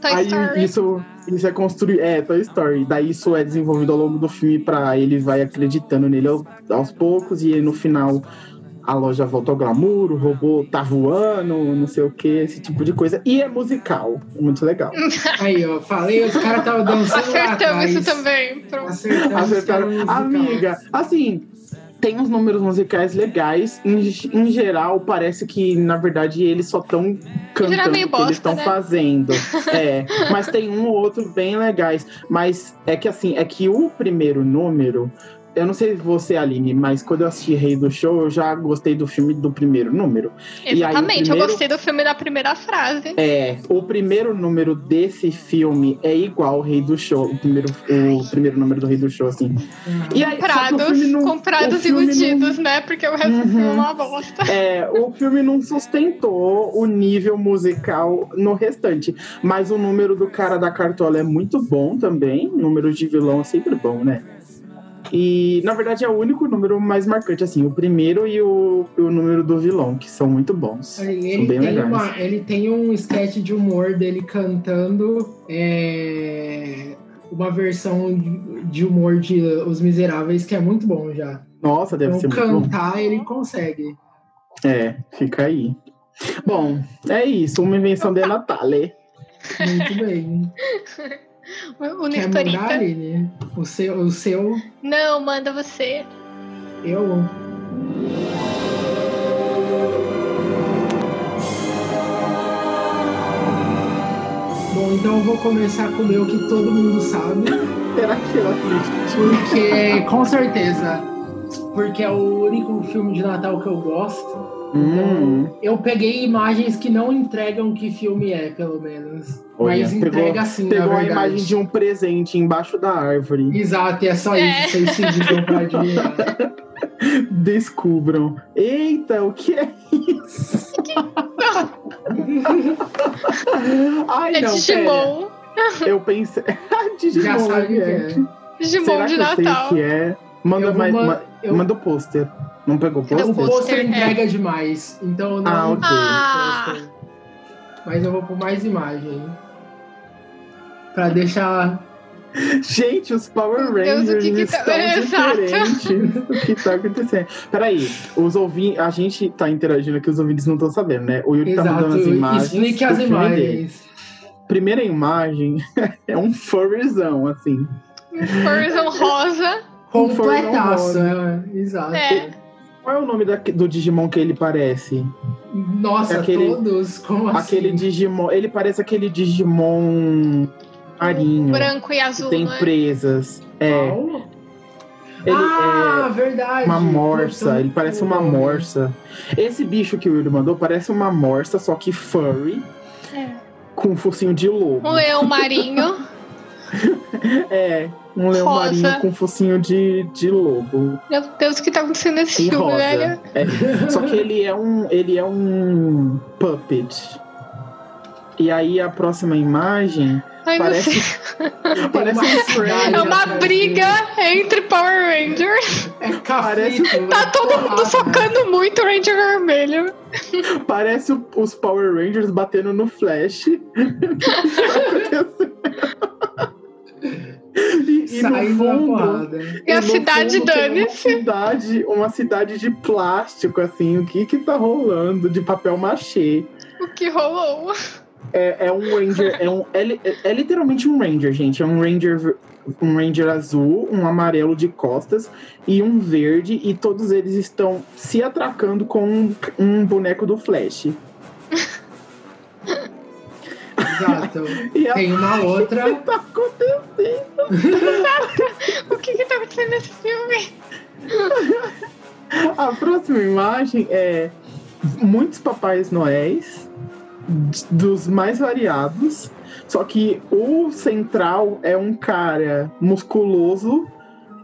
Toy
aí
Story.
isso isso é construído, é Toy Story. Daí isso é desenvolvido ao longo do filme pra ele vai acreditando nele ao- aos poucos e no final a loja volta ao glamour, o robô tá voando, não sei o que, esse tipo de coisa. E é musical, muito legal.
Aí, ó, falei, os caras estavam dançando lá
Acertamos
atrás.
isso também. Pronto.
Acertamos.
Acertaram.
Então,
os caras no musical.
Amiga, assim, tem uns números musicais legais. Em, em geral, parece que, na verdade, eles só estão cantando o que
é meio
eles
bosta,
estão
né? [laughs]
fazendo. É, mas tem um ou outro bem legais. Mas é que, assim, é que o primeiro número. Eu não sei você, Aline, mas quando eu assisti Rei do Show, eu já gostei do filme do primeiro número. aí, o
Exatamente. Eu
primeiro-
gostei do filme da primeira frase.
É, o primeiro número desse filme é igual ao Rei do Show. O primeiro, o primeiro número do Rei do Show, assim. E aí, só que o
Comprados,
filme não- o
comprados e
filme não-
iludidos, né? Porque o resto do filme é uma bosta.
É, o filme não sustentou o nível musical no restante. Mas o número do cara da cartola é muito bom também. Número de vilão é sempre bom, né? E, na verdade, é o único número mais marcante, assim, o primeiro e o, e o número do vilão, que são muito bons.
Aí,
São
Ele
bem
tem,
legais.
uma, ele tem um sketch de humor dele cantando é, uma versão de- de humor de Os Miseráveis que é muito bom já.
Nossa, deve
Então,
ser muito bom.
cantar ele consegue.
É, fica aí. Bom, é isso, uma invenção de Natale.
Muito
[laughs]
bem.
O
Quer mandar,
Nestorita.
Aline? O seu, o seu,
Não, manda você.
eu. Bom, então eu vou começar com o meu que todo mundo sabe.
Será que ela acredita?
Porque, com certeza, porque é o único filme de Natal que eu gosto.
Hum,
Eu peguei imagens que não entregam que filme é, pelo menos.
Olha,
Mas
pegou-
entrega sim, na
Hum, pegou a
verdade.
imagem de um presente embaixo da árvore.
Exato, e é só
É.
isso. Vocês se digam pra adivinhar.
Descubram. Eita, o que é isso? Ai, não,
É
Então, pera.
Digimon.
Eu pensei. [laughs] é Digimon,
Já sabe o que
né?
é.
Digimon
Será
de
que eu sei
Natal.
o que é? Manda,
Eu vou
mais,
man-
ma-
eu-
manda o pôster. Não pegou o
Cadê o
O
pôster?
pôster?
pôster entrega demais. Então eu não.
Ah, ok.
Ah.
pôster. Mas eu vou por mais imagem. Pra deixar
Gente, os Power
Meu Deus,
Rangers
o que que tá-
estão
[laughs] Exato.
diferentes. o que tá acontecendo? Peraí, os ouvintes. A gente tá interagindo aqui, os ouvintes não estão sabendo, né? O Yuri tá mandando as
Exato,
imagens.
explique
do
as
filme dele.
imagens.
Primeira imagem [laughs] é um furryzão, assim.
Um Furzão rosa.
Completaço, é, exato.
É.
Qual é o nome da- do Digimon que ele parece?
Nossa,
É Aquele- é
todos, como assim?
Aquele Digimon. Ele parece aquele Digimon marinho.
Branco e
que
azul,
tem
não é?
presas. É.
Qual?
Ele
ah, verdade. Então,
é uma morsa. Ele parece uma morsa. Esse bicho que o Will mandou parece uma morsa, só que furry.
É.
Com um focinho de lobo.
Um leão marinho.
É, um leão
Rosa.
marinho com um focinho de, de lobo.
Meu Deus, [laughs] o que tá acontecendo nesse
E
filme,
rosa.
velho?
É, Só que ele é um. Ele é um puppet. E aí a próxima imagem
Ai, não sei.
parece. parece
uma assim.
um
cidade.
É
Furry.
uma briga entre Power Rangers.
É
Parece-
cafrito,
Tá todo
Ah.
mundo socando muito o Ranger Vermelho.
Parece o- os Power Rangers batendo no Flash. [laughs] e, e no
Saindo na
fundo.
porrada.
E a
no
cidade
fundo tem uma
dane-se.
cidade, uma cidade de plástico, assim. O que que tá rolando? De papel machê.
O que rolou?
É, é um Ranger. É, um, é, li- é literalmente um Ranger, gente. É um Ranger. ver- Um Ranger azul, um amarelo de costas e um verde, e todos eles estão se atracando com um, um boneco do Flash.
Exato.
[laughs] E É a
Tem uma outra.
tá acontecendo?
O que que tá acontecendo nesse filme?
A próxima imagem é muitos papais noéis, d- dos mais variados. Só que o central é um cara musculoso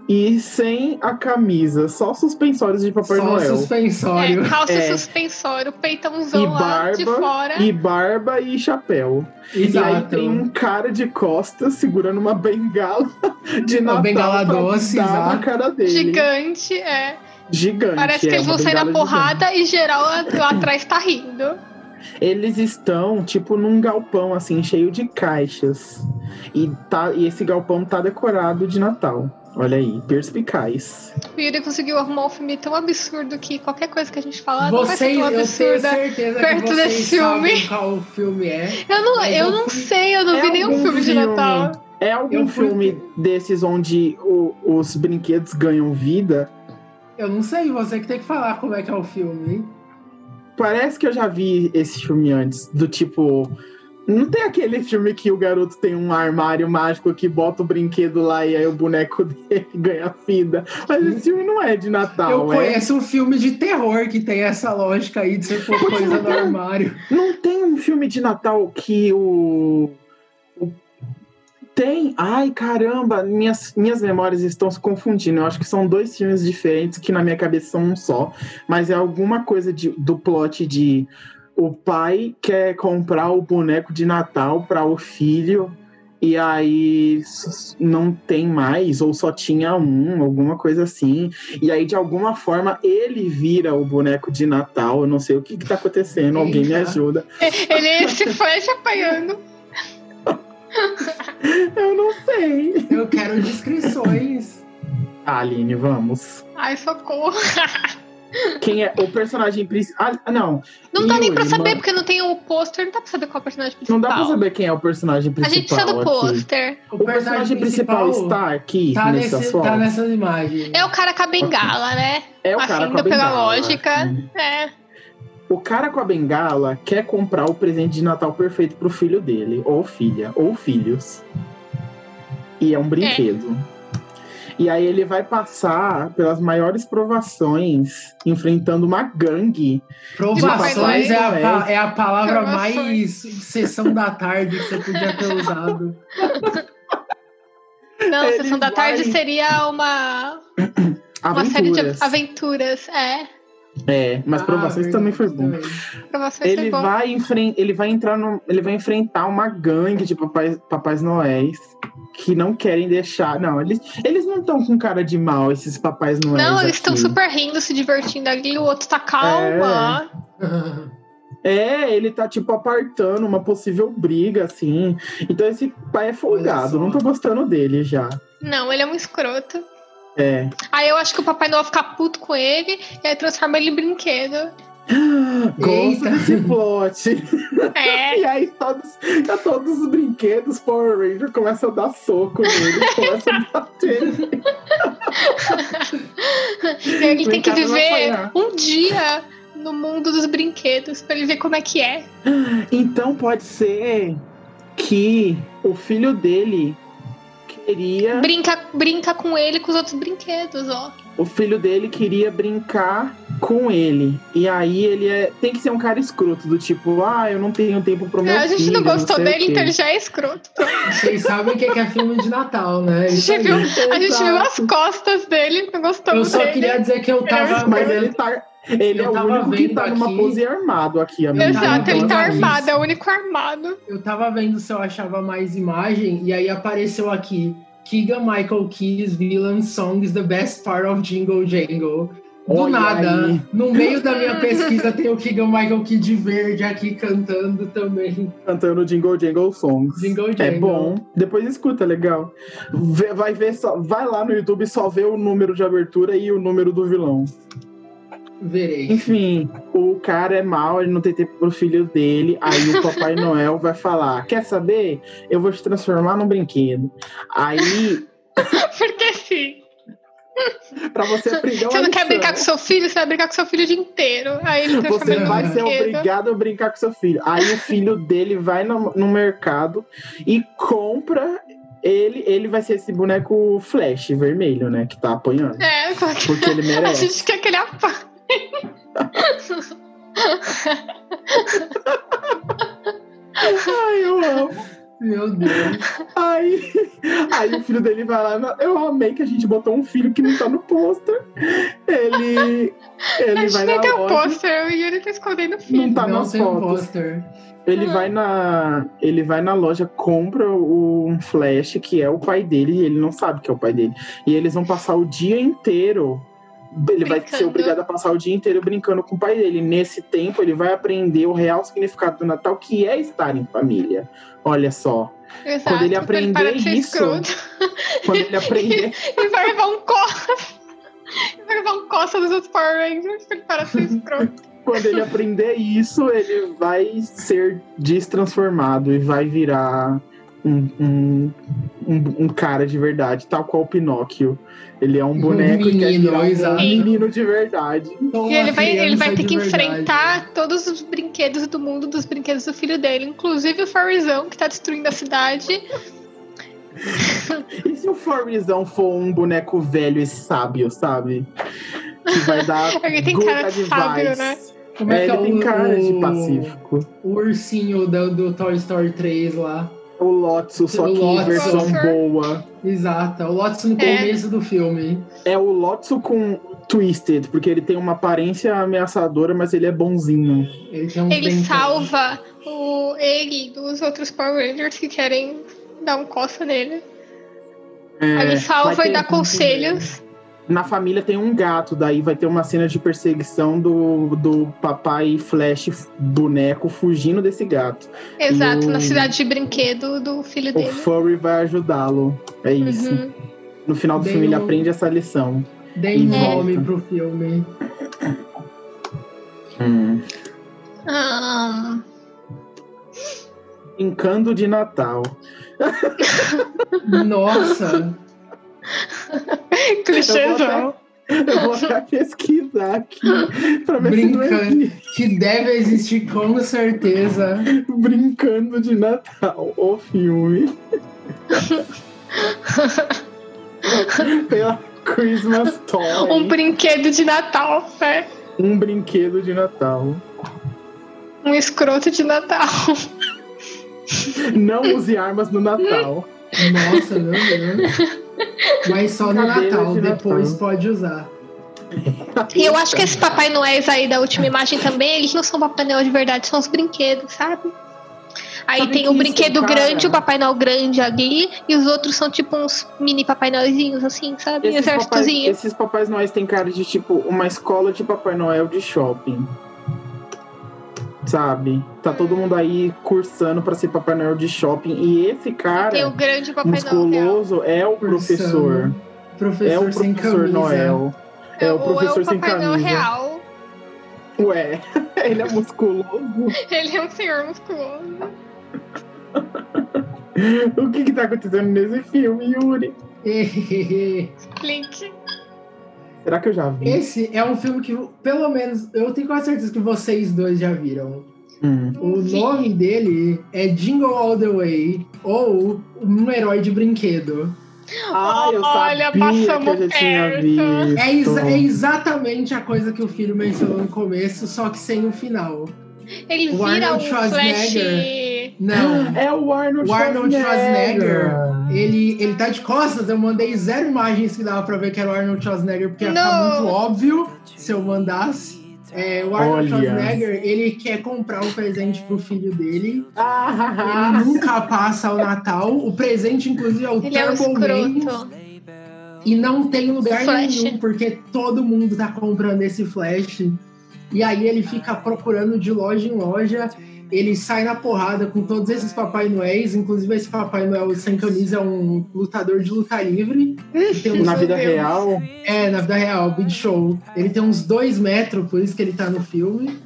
e sem a camisa, só suspensórios de Papai
Só um
Noel.
suspensório.
É, calça
É.
suspensório,
E
peitãozão lá
barba,
de fora.
e barba e chapéu. E aí
Exato.
tem um cara de costas segurando uma bengala de
Uma
Natal
bengala
pra
doce,
dar na
exato.
cara dele.
Gigante, é.
Gigante,
Parece que
é,
eles
uma
vão sair na
bengala gigante.
porrada e geral lá, lá atrás tá rindo.
Eles estão, tipo, num galpão, assim, cheio de caixas. E, tá, e esse galpão tá decorado de Natal. Olha aí, perspicaz.
O Yuri conseguiu arrumar um filme tão absurdo que qualquer coisa que a gente falar não vai ser
Vocês,
tão
eu tenho
absurda.
certeza
perto
que vocês
desse
sabem
filme.
qual o filme é.
Eu não,
Mas
eu
eu
não
fui-
sei, eu não
é
vi nenhum
algum
filme de
filme.
Natal.
É algum
Eu fui-
filme desses onde o- os brinquedos ganham vida?
Eu não sei, você que tem que falar como é que é o filme.
Parece que eu já vi esse filme antes, do tipo. Não tem aquele filme que o garoto tem um armário mágico que bota o brinquedo lá e aí o boneco [laughs] dele ganha vida. Mas esse filme não é de Natal,
eu
é.
conheço um filme de terror que tem essa lógica aí de ser por coisa no armário.
Não tem um filme de Natal que o. o- Tem. Ai, caramba, minhas, minhas memórias estão se confundindo. Eu acho que são dois filmes diferentes que na minha cabeça são um só. Mas é alguma coisa de- do plot de o pai quer comprar o boneco de Natal para o filho. E aí s- não tem mais, ou só tinha um, alguma coisa assim. E aí, de alguma forma, ele vira o boneco de Natal. Eu não sei o que, que tá acontecendo, alguém me
Eita.
ajuda.
Ele [laughs] se fecha apanhando.
Eu não sei.
Eu quero descrições.
Aline, vamos.
Ai, socorro.
Quem é o personagem principal? Ah, não.
Não dá nem pra
Yuri,
saber,
mano.
porque não tem o pôster, não dá pra saber qual é o personagem principal.
Não dá pra saber quem é o personagem
A
principal. assim.
gente precisa do
aqui.
pôster.
O personagem principal, está aqui
tá,
nessa
nesse,
foto.
tá nessas imagens.
É o cara com a bengala, né?
É o
Assim,
cara com a
ainda pela
bengala. assim.
lógica. É.
O cara com a bengala quer comprar o presente de Natal perfeito pro filho dele, ou filha, ou filhos. E é um brinquedo. E aí ele vai passar pelas maiores provações, enfrentando uma gangue.
Provações
De
é a,
Papai
pa-
Noel.
é a palavra
Provações.
mais sessão da tarde que você podia ter usado.
Não,
Ele
Sessão da Tarde
vai-
seria uma, uma série de
Aventuras.
aventuras. É.
É, mas
Ah,
provações
verdade,
também foi bom.
Provações
ele
foi bom.
vai, enfren- ele vai entrar no- ele vai enfrentar uma gangue de papais, papais noéis que não querem deixar. Não, eles, eles não estão com cara de mal, esses papais noéis.
Não, eles estão
aqui.
super rindo, se divertindo ali, o outro tá calmo.
assim. É.
ó.
[laughs]
É, ele tá tipo apartando uma possível briga, assim. Então esse pai é folgado,
só.
não tô gostando dele já.
Não, ele é um escroto.
É.
[gasps] Aí eu acho que o Papai Noel fica puto com ele e aí transforma ele em brinquedo.
Gosto
Eita.
desse
[laughs]
plot.
É.
E aí todos, tá todos os brinquedos, Power Ranger começa a dar soco nele, começa a bater.
E aí ele tem que
Brincar não vai
viver
falhar.
um dia no mundo dos brinquedos pra ele ver como é que é.
Então pode ser que o filho dele queria,
Brinca, brinca com ele e com os outros brinquedos, ó.
o filho dele queria brincar com ele. E aí ele é, tem que ser um cara escroto do tipo, ah, eu não tenho tempo pro meu
É, a gente
filho,
não gostou
assim? sei o
dele,
quê."
então ele já é escroto.
Vocês sabem o que é que é filme de Natal, né?
A
Isso
gente
aí.
viu, a gente viu
Exato.
as costas dele, não
Eu
gostamos
só
dele.
queria dizer
É.
que eu tava.
Mas ele tá, ele
Eu
é o
tava
único que
vendo
tá numa
aqui-
pose armado aqui, amigo.
Exato,
Eu
ele tá
tava
armado,
vendo
é o único armado. [laughs]
Eu tava vendo se eu achava mais imagem, e aí apareceu aqui: Keegan Michael Key's Villain Songs The Best Part of Jingle Jangle. Do
Olha
nada,
aí.
no meio da minha pesquisa tem o Keegan Michael Key de verde aqui cantando também.
tá cantando Jingle Jangle Songs.
Jingle
É
Jangle.
bom. Depois escuta, é legal. Vê- vai ver só, vai lá no YouTube e só vê o número de abertura e o número do vilão.
Verei.
Enfim,
Uhum.
o cara é mau, ele não tem tempo pro filho dele. Aí o
[laughs]
Papai Noel vai falar: Quer saber? Eu vou te transformar num brinquedo. Aí,
Porque assim, sim.
pra você aprender uma
Você não quer
lição,
brincar com seu filho, você vai brincar com seu filho o dia inteiro. Aí ele transforma
Você
ele
vai
num
ser
brinquedo.
obrigado a brincar com seu filho. Aí o filho dele vai no, no mercado e compra Ele, ele vai ser esse boneco flash vermelho, né? Que tá apanhando.
É, porque
Porque
[laughs]
ele
a
merece.
gente quer que ele apanhe.
Ai, eu amo.
Meu Deus.
Aí, aí o filho dele vai lá. "Não, Eu amei que a gente botou um filho que não tá no pôster. Ele,
A
ele
gente
vai
nem
na
tem o
loja,
pôster e ele tá escondendo o filho.
não tá
não
nas
tem um
fotos.
pôster.
Ele vai na, ele vai na loja, compra o- um flash que é o pai dele e ele não sabe que é o pai dele. E eles vão passar o dia inteiro. Ele vai ser
Brincando.
obrigado a passar o dia inteiro brincando com o pai dele. Nesse tempo, ele vai aprender o real significado do Natal, que é estar em família. Olha só.
Exato.
Quando ele
pra
aprender
parar de ser
isso-
escroto. [laughs]
Quando ele aprender.
Ele vai levar um coça. Ele vai levar um coça dos outros Power Rangers pra ele parar de ser escroto.
Quando ele aprender isso, ele vai ser destransformado e vai virar um, um, um- um cara de verdade, tal qual o Pinóquio. Ele é um boneco que é
menino,
virar um
exato.
menino de verdade.
Então,
e ele
uma
vai, ele vai
criança
ter
de
que
verdade.
enfrentar todos os brinquedos do mundo, dos brinquedos do filho dele, inclusive o Fairyzão, que tá destruindo a cidade.
E se o Formizão for um boneco velho e sábio, sabe? Que vai
[laughs]
dar.
Ele tem
good
cara de sábio,
advice.
né?
Como é,
É,
que é
ele tem
o-
cara de
o-
pacífico.
O ursinho do, do Toy Story 3 lá.
O Lotso, só
O
que
Lotso.
versão boa.
Exato. O Lotus no
É.
começo do filme.
É o Lotso com Twisted, porque ele tem uma aparência ameaçadora, mas ele é bonzinho.
Ele tem uns
Ele
dentes-
salva o ele dos outros Power Rangers que querem dar um coça nele.
É,
Aí ele salva
vai
e
ter-
dá conselhos.
Na família tem um gato, daí vai ter uma cena de perseguição do, do papai Flash f- boneco fugindo desse gato.
Exato,
No-
na cidade de brinquedo do filho
O
dele.
Furry vai ajudá-lo. É isso.
Uhum.
No final do
Bem,
filme ele
eu-
aprende essa lição.
Dei
Em
nome
volta.
pro filme.
Ah,
Brincando de Natal.
Nossa!
clichêzão.
Eu vou até pesquisar aqui pra ver se não
Brincando.
existe.
que deve existir com certeza.
[laughs] Brincando de Natal, o
[laughs]
filme. Pela Christmas Toy.
[laughs] Um brinquedo de Natal, né?
um brinquedo de Natal.
Um escroto de Natal.
Não use armas no
[laughs] Um
Natal.
Nossa, meu Deus. Mas só no
Cabelo
Natal,
de Natal.
depois pode usar.
E eu acho que esses Papai Noéis aí da última imagem também, eles não são Papai Noel de verdade, são os brinquedos, sabe? Aí
Sabe
tem
que
o
isso,
brinquedo
cara?
grande, o Papai Noel grande ali, e os outros são tipo uns mini Papai Noelzinhos, assim, sabe?
Esses papais,
Exércitozinho.
esses papais noéis têm cara de tipo uma escola de Papai Noel de shopping. Sabe? Tá todo mundo aí cursando pra ser Papai Noel de shopping. E esse
Tem o
cara
grande Papai Noel.
musculoso é o professor.
Professor,
É o
sem
professor
camisa.
Noel.
É,
É o
ou é o
professor sem
Papai Noel
camisa.
real. [laughs]
Ué, [laughs] ele é musculoso.
Ele é um senhor musculoso.
o que que tá acontecendo nesse filme, Yuri?
Clique.
Será que eu já vi?
[laughs] Esse é um filme que, pelo menos, eu tenho quase certeza que vocês dois já viram.
Hum.
O
Vi.
nome dele é Jingle All the Way ou Um Herói de Brinquedo.
Ah, eu
Olha,
sabia
passamos
que eu já tinha
perto.
visto.
É, exa- é exatamente a coisa que o filho mencionou no começo, só que sem o final.
Ele
O
vira um
Arnold
flash.
Schwarzenegger.
Ah,
Não.
É o Arnold
O Arnold
Schwarzenegger.
Ele, ele tá de costas, eu mandei zero imagens que dava pra ver que era o Arnold Schwarzenegger, porque ia ficar
Não.
muito óbvio se eu mandasse. É, o Arnold
Olha.
Schwarzenegger, ele quer comprar um presente pro filho dele. Ele
Ah, [laughs]
nunca passa o Natal. O presente, inclusive, é o
Ele é um
Turbo Man.
escroto.
E não tem lugar
Flash.
nenhum, porque todo mundo tá comprando esse flash. E aí ele fica procurando de loja em loja. Ele sai na porrada com todos esses Papai Noéis, inclusive esse Papai Noel sem camisa é um lutador de luta livre. Ele Tem uns-
na vida
Deus.
real,
é, na vida real, Big Show. Ele tem uns dois metros, por isso que ele tá no filme.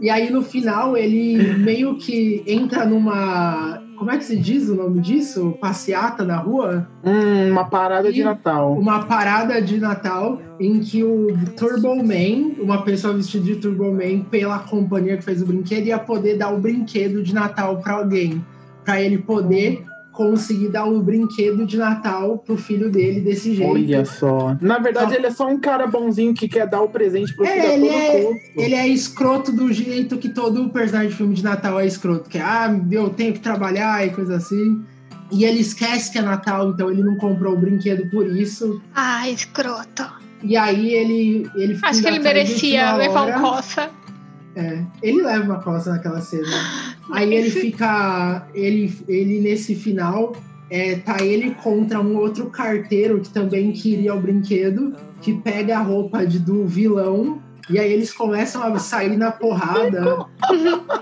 E aí no final ele meio que entra numa. Como é que se diz o nome disso? Passeata na rua?
hum, uma parada de Natal.
uma parada de Natal em que o Turbo Man, uma pessoa vestida de Turbo Man pela companhia que fez o brinquedo, ia poder dar o brinquedo de Natal pra alguém, Pra ele poder conseguir dar o brinquedo de Natal pro filho dele desse jeito.
Olha só. Na verdade, ele é só um cara bonzinho que quer dar o presente pro
É,
filho a
ele
todo
é-
custo.
Ele é escroto do jeito que todo personagem de filme de Natal é escroto, que é, ah, eu tenho que trabalhar e coisa assim. E ele esquece que é Natal, então ele não comprou o brinquedo por isso.
Ah, escroto.
E aí ele. ele fica
Acho que ele
engatado de última
merecia levar
hora.
um coça.
É, ele leva uma coça naquela cena. Aí ele fica. Ele, ele nesse final, é, tá ele contra um outro carteiro que também queria o brinquedo, que pega a roupa de, do vilão. E aí eles começam a sair na porrada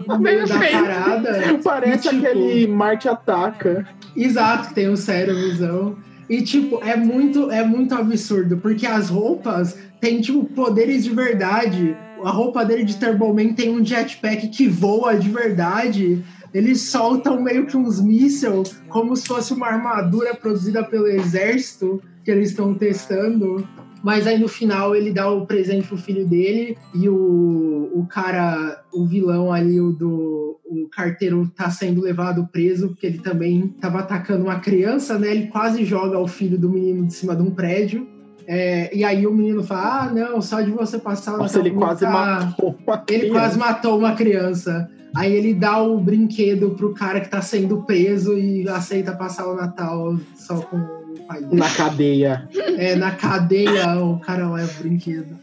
no meio da
Perfeito.
parada.
[laughs] Parece
é um E, tipo,
aquele Marte Ataca.
Exato, que tem um cérebrozão. E, tipo, é muito, é muito absurdo, porque as roupas têm, tipo, poderes de verdade. A roupa dele de Turboman tem um jetpack que voa de verdade. Eles soltam meio que uns mísseis, como se fosse uma armadura produzida pelo exército que eles estão testando. Mas aí no final ele dá o presente pro filho dele e o, o cara, o vilão ali, o do o carteiro tá sendo levado preso, porque ele também tava atacando uma criança, né? Ele quase joga o filho do menino de cima de um prédio. É, e aí o menino fala: Ah, não, só de você passar o
Nossa,
Natal
ele
comigo
quase
tá-
matou uma
ele
criança.
quase matou uma criança. Aí ele dá o brinquedo pro cara que tá sendo preso e aceita passar o Natal só com o pai dele.
Na cadeia.
É, na cadeia o cara leva o brinquedo.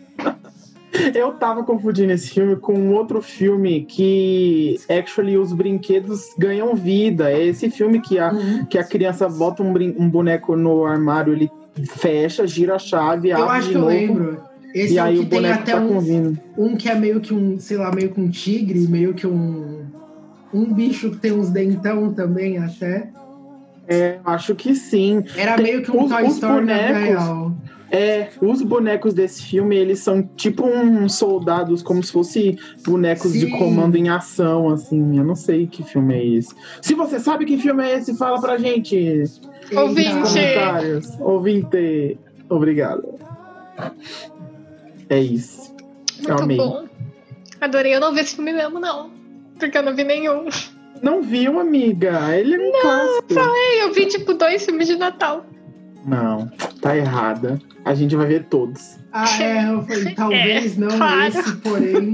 Eu tava confundindo esse filme com um outro filme que, actually, os brinquedos ganham vida. É esse filme que a, que a criança bota um, brin- um boneco no armário, ele fecha, gira a chave,
Eu
abre
acho
de
que eu
novo,
lembro. Esse
E
é
aí
o
o
que tem
boneco
até
tá com
um,
vindo.
um que é meio que um, sei lá, meio que um tigre, meio que um. Um bicho que tem uns dentão também, até.
É, acho que sim.
Era
Tem
meio que um
os-
Toy
os
Story na vida
bonecos.
real.
É, os bonecos desse filme, eles são tipo uns soldados, como se fossem bonecos de
Sim.
comando em ação, assim. Eu não sei que filme é esse. Se você sabe que filme é esse, fala pra gente.
Ouvinte.
Eita.
Comentários. Ouvinte. Obrigado. É isso. Eu
Muito
amei.
bom. Adorei. Eu não vi esse filme mesmo, não. Porque eu não vi nenhum.
Não viu, amiga? Ele é um clássico.
Ei, Eu vi, tipo, dois filmes de Natal.
Não, tá errada. A gente vai ver todos.
Ah, é, eu
[laughs]
falei, talvez não
claro.
esse,
[laughs]
porém.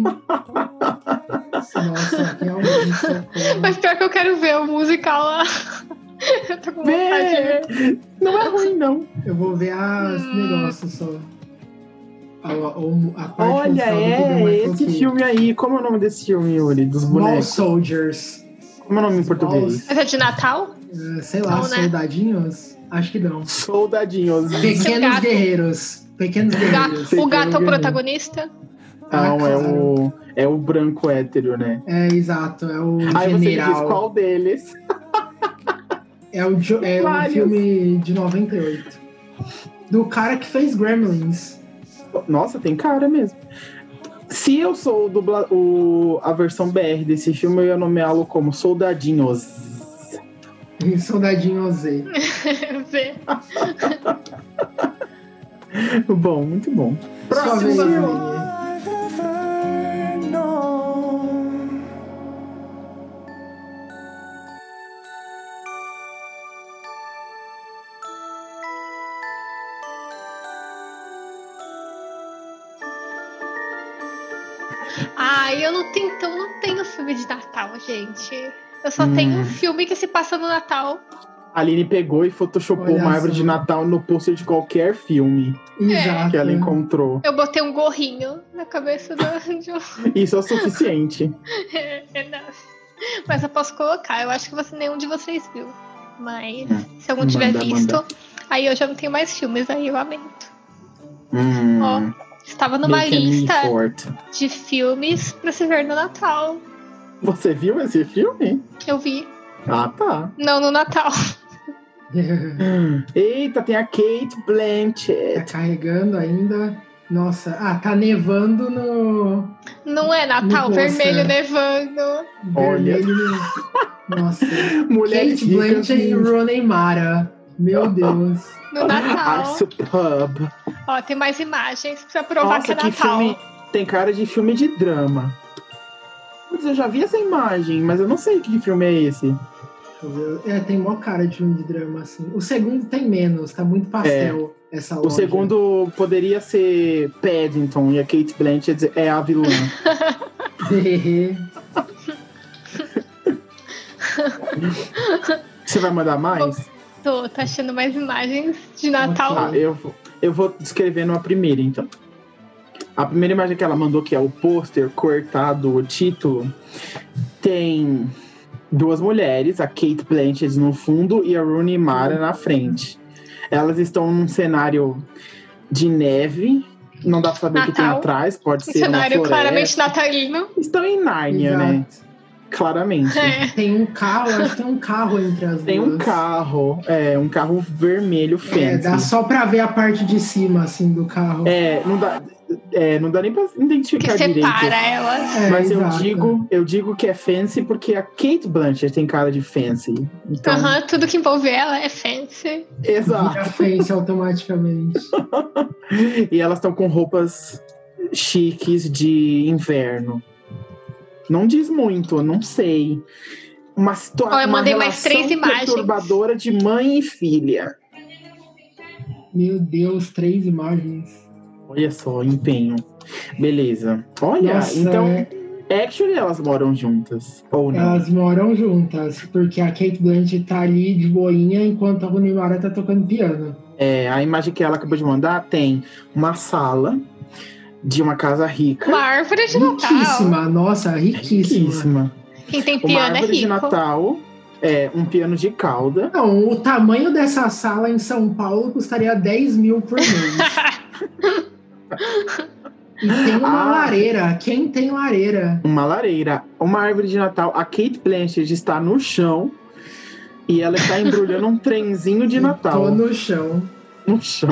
Nossa, realmente. socorro.
Mas pior que eu quero ver o musical lá. [laughs] Eu tô com vontade de ver.
Vê! Não é ruim, não.
Eu vou ver as
Hum.
negócios só. A, a, a parte
Olha,
musical do The
é
Michael
esse
Key.
filme aí. Como é o nome desse filme, Yuri? Dos
Small
bonecos.
Soldiers.
Como é o nome em português?
Small-
Mas é de Natal?
eh, sei lá,
Não, né?
soldadinhos? Acho que não.
Soldadinhos.
Pequenos
gato.
guerreiros. Pequenos
O
guerreiros.
gato, o gato é o
Pequeno
protagonista?
[laughs]
[laughs]
Não, é o, é o branco hétero, né?
É, exato. É o
Aí Ah, você me diz
general.
qual deles.
É o jo- é um
Vários.
filme de 98. Do cara que fez Gremlins.
Nossa, tem cara mesmo. Se eu sou o dubla, o, a versão BR desse filme, eu ia nomeá-lo como Soldadinhos.
[laughs] Soldadinho Z.
Vê.
Bom, muito bom.
Sua
Próximo
vez,
filme.
Aline.
I've ever known.
Ai, eu não tenho, então não tenho filme de Natal, gente. Eu só
Hum.
tenho um filme que se passa no Natal.
A Aline pegou e photoshopou
Olha
uma árvore
só.
de Natal no pôster de qualquer filme
Exato.
que ela encontrou.
Eu botei um gorrinho na cabeça do, de um
Isso é o suficiente.
É, [laughs] é nada. Mas eu posso colocar. Eu acho que você, nenhum de vocês viu. Mas se algum
Hum. Manda,
tiver visto,
manda.
aí eu já não tenho mais filmes, aí eu lamento.
Hum,
Ó, Estava numa
Make Me
lista
Forte.
de filmes pra se ver no Natal.
Você viu esse filme?
Eu vi.
Ah, tá.
Não no Natal. [laughs]
Eita, tem a Kate
[laughs] tá
Blanchett.
carregando ainda. Nossa, ah, tá nevando no
Não é Natal
Nossa.
vermelho nevando.
Olha.
vermelho. Nossa.
[laughs] Mulher
Kate Blanchett e Rooney Mara. Meu Deus.
No Natal.
Superb.
Ó, tem mais imagens pra provar
Nossa,
que é
que
Natal.
filme. Tem cara de filme de drama. Putz, eu já vi essa imagem, mas eu não sei que filme é esse.
Talvez- É, tem mó cara de filme de drama, assim. O segundo tem menos, tá muito pastel essa
É.
loja.
O
[laughs]
segundo poderia ser Paddington e a Kate Blanchett é a vilã. Você vai mandar mais?
Tô, tô achando mais imagens de Natal.
Ah, eu, vou- eu vou descrevendo a primeira, então. A primeira imagem que ela mandou, que é o pôster cortado, o título, tem duas mulheres, a Kate Blanchett no fundo e a Rooney Mara na frente. Elas estão num cenário de neve, não dá pra saber o que tem
Natal.
atrás, pode
Um
ser uma
cenário
floresta.
claramente natalino.
Estão em Nárnia, né?
Exato.
Claramente.
É.
Tem um carro, acho que tem um carro entre as
Tem
duas.
um carro, é, um carro vermelho
É, dá
fancy.
só pra ver a parte de cima, assim, do carro.
É, não dá, é, não dá nem pra
Que
identificar direito.
separa elas.
É,
Mas eu
exato.
digo, eu digo que é fancy porque a Kate Blanchett tem cara de fancy. Então,
Aham, tudo que envolve ela é fancy.
exato.
Vira face automaticamente.
E elas estão com roupas chiques de inverno. Não diz muito, eu não sei. Uma situação
Ó, eu mandei mais três imagens.
perturbadora de mãe e filha.
Meu Deus, três imagens.
Olha só, empenho. Beleza. Olha,
Nossa,
então
é,
Actually, elas moram juntas. Ou não?
elas moram juntas, porque a Kate Blanchett tá ali de boinha enquanto a Rooney Mara tá tocando piano.
É, a imagem que ela acabou de mandar tem uma sala de uma casa rica.
Uma árvore de Natal.
Riquíssima, nossa, riquíssima.
riquíssima.
Quem tem
Uma
piano é
árvore de
rico.
Natal. É, um piano de cauda.
Não, o tamanho dessa sala em São Paulo custaria 10 mil por mês. e tem uma
Ah.
lareira. Quem tem lareira?
Uma lareira. Uma árvore de Natal. A Kate Blanchett está no chão. E ela está embrulhando um trenzinho de Natal.
Tô no chão. [laughs]
No chão.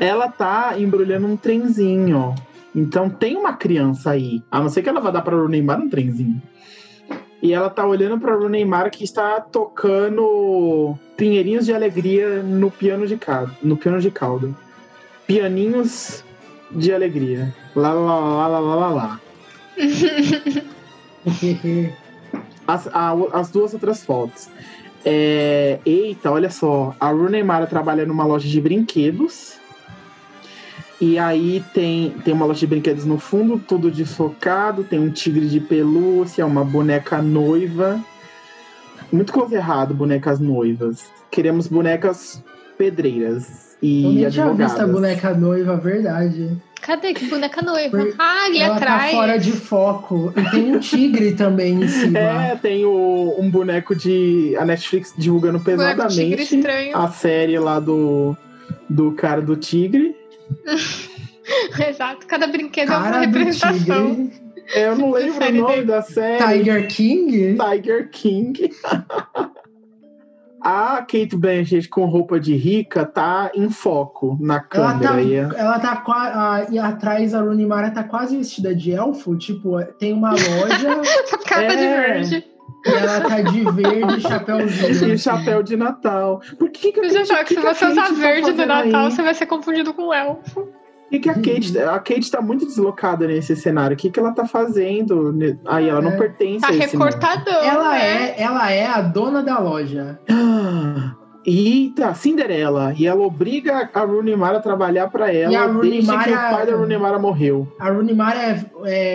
ela tá embrulhando um trenzinho. Então tem uma criança aí. A não ser que ela vá dar pra Neymar um trenzinho. E ela tá olhando pra Neymar que está tocando Pinheirinhos de Alegria no piano de casa, no piano de calda. Pianinhos de alegria. Lá lá lá lá lá lá. lá. As, a- as duas outras fotos. É, eita, olha só. A Rooney Mara trabalha numa loja de brinquedos. E aí tem, tem uma loja de brinquedos no fundo, tudo desfocado. Tem um tigre de pelúcia, uma boneca noiva. Muito coisa errada, bonecas noivas. Queremos bonecas pedreiras
Eu
e
nem tinha visto a
advogadas.
boneca noiva, verdade.
[laughs] Cadê que boneca noiva?
Por-
Ah, ali
Ela tá
atrás.
fora de foco. E tem um tigre também em cima.
É, tem o- um boneco de. A Netflix divulgando
Boneco de tigre
pesadamente.
estranho.
a série lá do, do cara do tigre.
[laughs] Exato. Cada brinquedo é uma
Cara do
representação.
tigre.
Eu não lembro o
Série
nome
dele.
da série.
Tiger King?
Tiger King. [laughs] A Kate Blanchett com roupa de rica tá em foco
Ah,
na
Ela
câmera.
tá,
e é-
ela tá qua- ah, e atrás a Rooney Mara tá quase vestida de elfo. Tipo, tem uma loja
[laughs] Essa capa
É.
de verde.
E ela tá de verde, chapéuzinho.
E
[laughs]
chapéu de Natal. Por que que, a
Eu já
Kate-
falo que se
que que a
você usar
Kate tá
verde no
fazendo
Natal,
aí?
você vai ser confundido com um elfo.
Por que, que a Kate... A Kate tá muito deslocada nesse cenário. O que que ela tá fazendo? ne- Aí ela não
É.
pertence
Tá
a esse mundo.
recortadão.
Ela
né?
é, ela é a dona da loja.
Ah, [gasps] Eita, Cinderela. E ela obriga a Rooney Mara a trabalhar pra ela
E a é- Rooney
desde que o
Mara-
pai da Rooney Mara morreu.
A Rooney Mara é,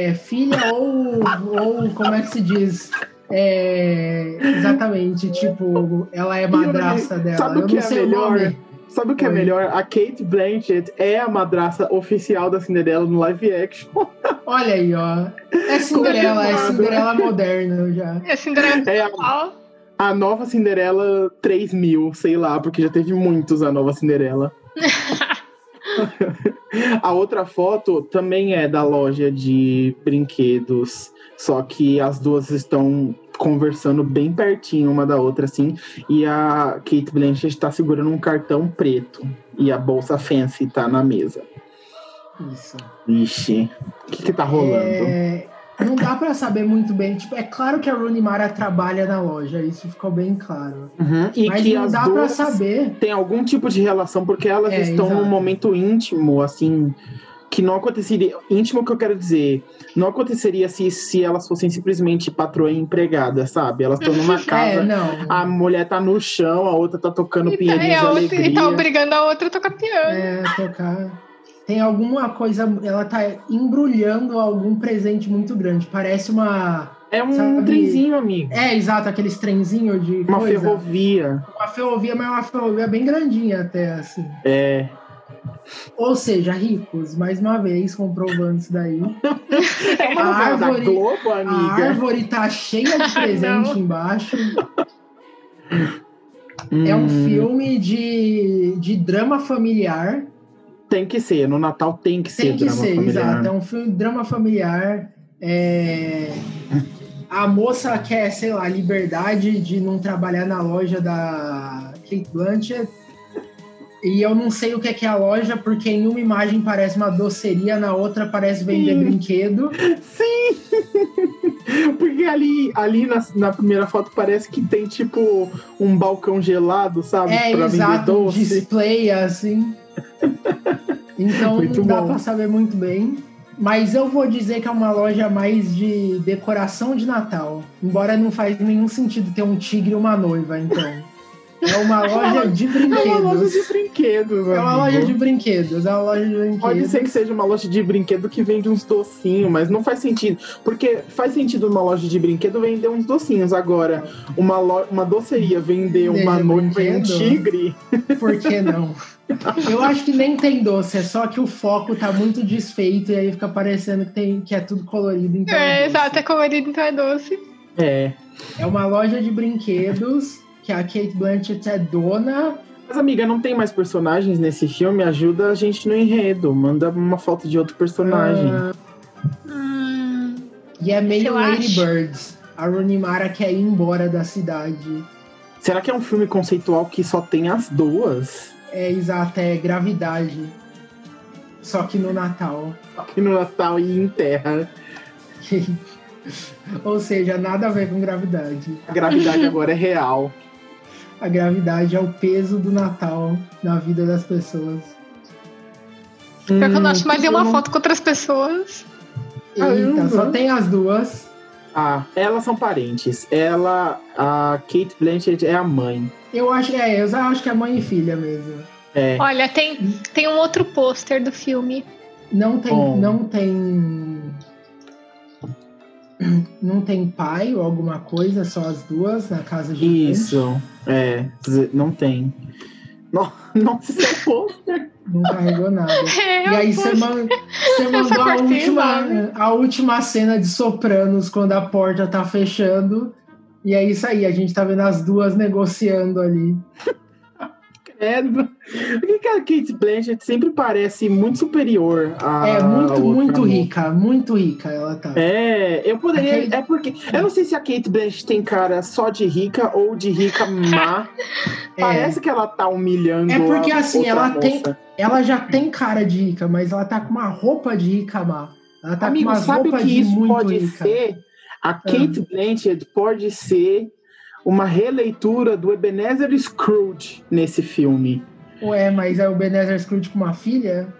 é filha ou, ou como é que se diz? É, exatamente, tipo, ela é madrasta dela.
sabe o
Eu
que
não
é
sei o
melhor?
nome.
Sabe o que é
Oi.
melhor? A Kate Blanchett é a madraça oficial da Cinderela no live action.
Olha aí, ó. É Cinderela, é
Confirmado.
Cinderela moderna já.
É
[laughs]
Cinderela
É a,
Natal.
a nova Cinderela 3000, sei lá, porque já teve muitos a nova
[laughs]
Cinderela. a outra foto também é da loja de brinquedos, só que as duas estão conversando bem pertinho uma da outra, assim, e a Kate Blanchett está segurando um cartão preto e a bolsa fancy tá na mesa.
Isso.
Ixi, o que, que tá rolando?
É, não dá pra saber muito bem. Tipo, é claro que a Rooney Mara trabalha na loja, isso ficou bem claro.
Uhum, E
Mas
que
não
as
dá pra
duas
saber.
tem algum tipo de relação, porque elas
É,
estão num
exato.
momento íntimo, assim, que não aconteceria. Íntimo que eu quero dizer, não aconteceria se, se elas fossem simplesmente patroa e empregada, sabe? Elas estão
[laughs]
numa casa,
É, não.
a mulher tá no chão, a outra tá tocando
E tá,
pinheirinho
e
de
a outra,
alegria.
e tá obrigando a outra a tocar piano.
É, tocar. Tem alguma coisa, ela tá embrulhando algum presente muito grande. Parece uma.
é um
sabe?
trenzinho, amigo.
É, exato, aqueles trenzinhos de.
Uma
coisa.
ferrovia.
Uma ferrovia, mas é uma ferrovia bem grandinha até, assim.
É.
Ou seja, ricos, mais uma vez, comprovando isso daí.
[laughs]
É uma
A
novela da
árvore-
Globo,
A
amiga.
árvore tá cheia de presente
Não.
embaixo. É um
Hum,
filme de, de drama familiar.
Tem que ser. No Natal tem que ser
Tem que
drama
ser,
familiar.
exato. É um filme de drama familiar. É, A moça quer, sei lá, liberdade de não trabalhar na loja da Kate Blanchett. E eu não sei o que é, que é a loja, porque em uma imagem parece uma doceria, na outra parece vender brinquedo.
[laughs] Porque ali, ali na, na primeira foto parece que tem tipo um balcão gelado, sabe?
É,
pra vender
exato, um
doce.
display assim.
[laughs]
Então
É Muito
não dá
bom.
pra saber muito bem. Mas eu vou dizer que é uma loja mais de decoração de Natal. Embora não faz nenhum sentido ter um tigre e uma
[laughs]
noiva, então. É uma loja de
É uma loja
brinquedos.
de brinquedos.
É uma
amigo.
loja de brinquedos. É uma loja de brinquedos.
Pode ser que seja uma loja de brinquedo que vende uns docinhos, mas não faz sentido. Porque faz sentido uma loja de brinquedo vender uns docinhos. Agora, uma, lo... uma doceria vender
Vender
uma noiva e um
brinquedo?
tigre.
Por
[laughs]
que não? Eu acho que nem tem doce, é só que o foco tá muito desfeito e aí fica parecendo que, tem, que é tudo colorido. Então
É,
é doce.
exato, é colorido, então é doce.
É.
É uma loja de brinquedos que a Kate Blanchett é dona.
Mas, amiga, não tem mais personagens nesse filme? Ajuda a gente no enredo. Manda uma foto de outro personagem.
Ah.
Hum,
E é meio
Eu
Lady
acho.
Birds. A Rooney Mara quer ir embora da cidade.
Será que é um filme conceitual que só tem as duas?
É exato, é gravidade. Só que no Natal.
Aqui no Natal e em terra.
Ou seja, nada a ver com gravidade.
A
[laughs]
gravidade agora é real.
A gravidade é o peso do Natal na vida das pessoas.
pior que eu
Hum,
não acho mais nenhuma
eu não-
foto com outras pessoas.
Eita,
Caramba.
só tem as duas.
Ah, elas são parentes. Ela, a Kate Blanchett é a mãe.
Eu acho, é, eu já acho que é mãe e filha mesmo.
É.
Olha, tem, tem um outro pôster do filme.
Não tem,
Bom.
não tem, não tem pai ou alguma coisa, só as duas na casa de
Isso. É. z- Não tem. No- [laughs] Nossa, isso é pouco.
Não carregou nada.
[laughs] É,
E aí
um
você
pôster.
man- você mandou a
cortei,
última,
mano.
a última cena de Sopranos quando a porta tá fechando. E é isso aí, a gente tá vendo as duas negociando ali.
credo. Por que que a Kate Blanchett sempre parece muito superior a.
é muito, muito
rica.
rica, muito rica ela tá.
Ah, É, eu poderia.
A Kate-
É porque. Eu não sei se a Kate Blanchett tem cara só de rica ou de rica má. Parece que ela tá humilhando.
É porque,
a
assim,
outra
ela tem-
moça.
Ela já tem cara de rica, mas ela tá com uma roupa de rica má. Ela tá
Amigo,
com uma
sabe o
roupa
que
de
isso
muito
pode
rica. Ah.
ser? A Kate Blanchett pode ser uma releitura do Ebenezer Scrooge nesse filme.
Ué, mas é o Benezer Scrooge com uma filha?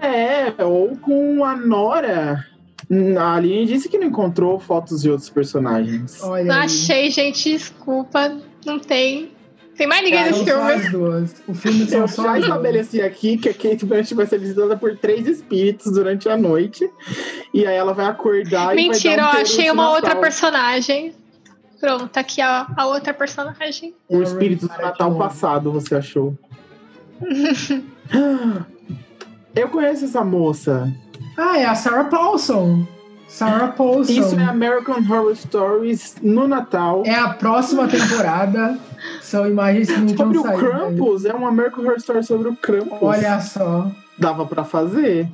É, ou com a Nora. Hum, A Aline disse que não encontrou fotos de outros personagens.
Olha.
Não
aí.
achei, gente, desculpa. Não tem. Tem mais ninguém
Cara,
nesse
São só
filme.
as duas. O filme são
Eu
só
já
as duas.
estabeleci aqui que a Kate Blanchett vai ser visitada por três espíritos durante a noite. E aí ela vai acordar e vai
Mentira,
dar um
ó,
terute
achei uma
na
outra
sala.
personagem. Pronto, tá aqui a, a outra personagem.
O espírito do
Cara, de
Natal
novo.
passado, você achou.
[laughs]
Eu conheço essa moça.
Ah, é a Sarah Paulson. Sarah Paulson.
Isso é American Horror Stories no Natal.
é... a próxima temporada. São imagens que não
sobre
tinham
o
saído. ainda.
Krampus. É um American Horror Story sobre o Krampus.
Olha só.
Dava pra fazer.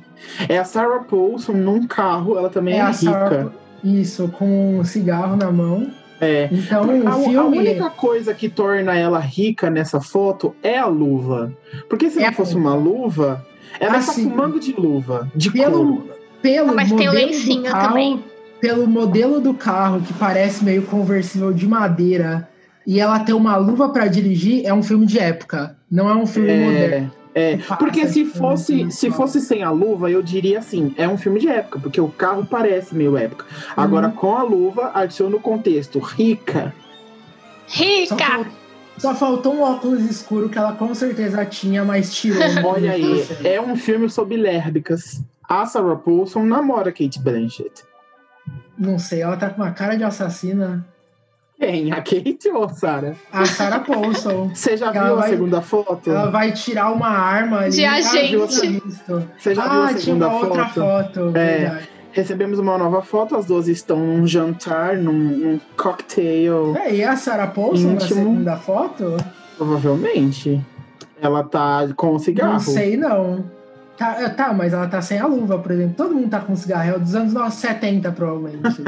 É a Sarah Paulson num carro. Ela também é,
é a Sarah...
rica.
Isso, com um cigarro na mão.
É.
Então,
A,
o
a
filme...
única coisa que torna ela rica nessa foto é a luva. Porque se
É
não
a
fosse
luva.
uma luva, ela
Ah,
tá
sim. é
fumando de luva, de couro.
pelo, pelo
Ah, mas tem o
modelo
lencinho
do carro,
também.
pelo modelo do carro que parece meio conversível de madeira e ela ter uma luva pra dirigir é um filme de época, não é um filme moderno.
É, É,
Passa,
porque se
assim,
fosse,
né?
se fosse sem a luva, eu diria assim, é um filme de época, porque o carro parece meio época. Agora,
Uhum.
com a luva, adiciona o contexto. Rica.
Só,
Rica!
fal- só faltou um óculos escuro que ela com certeza tinha, mas tirou.
[laughs] Olha aí, é um filme sobre lérbicas. A Sarah Paulson namora Kate Blanchett.
Não sei, ela tá com uma cara de assassina.
Quem? A Kate ou a Sarah?
A
[laughs]
Sarah Paulson.
Você já
Ela
viu a
vai-
segunda foto?
Ela vai tirar uma arma ali.
De
Ah,
agente.
eu tinha visto.
Você já viu
Ah,
a
tinha
segunda
uma outra
foto?
foto.
É.
verdade.
Recebemos uma nova foto, as duas estão num jantar, num, num cocktail,
É, e a Sarah Paulson na
Íntimo.
segunda foto?
provavelmente. Ela tá com um cigarro.
Não sei, não. Tá, é, tá, mas ela tá sem a luva, por exemplo. Todo mundo tá com cigarro. É o dos anos
[laughs]
70, provavelmente.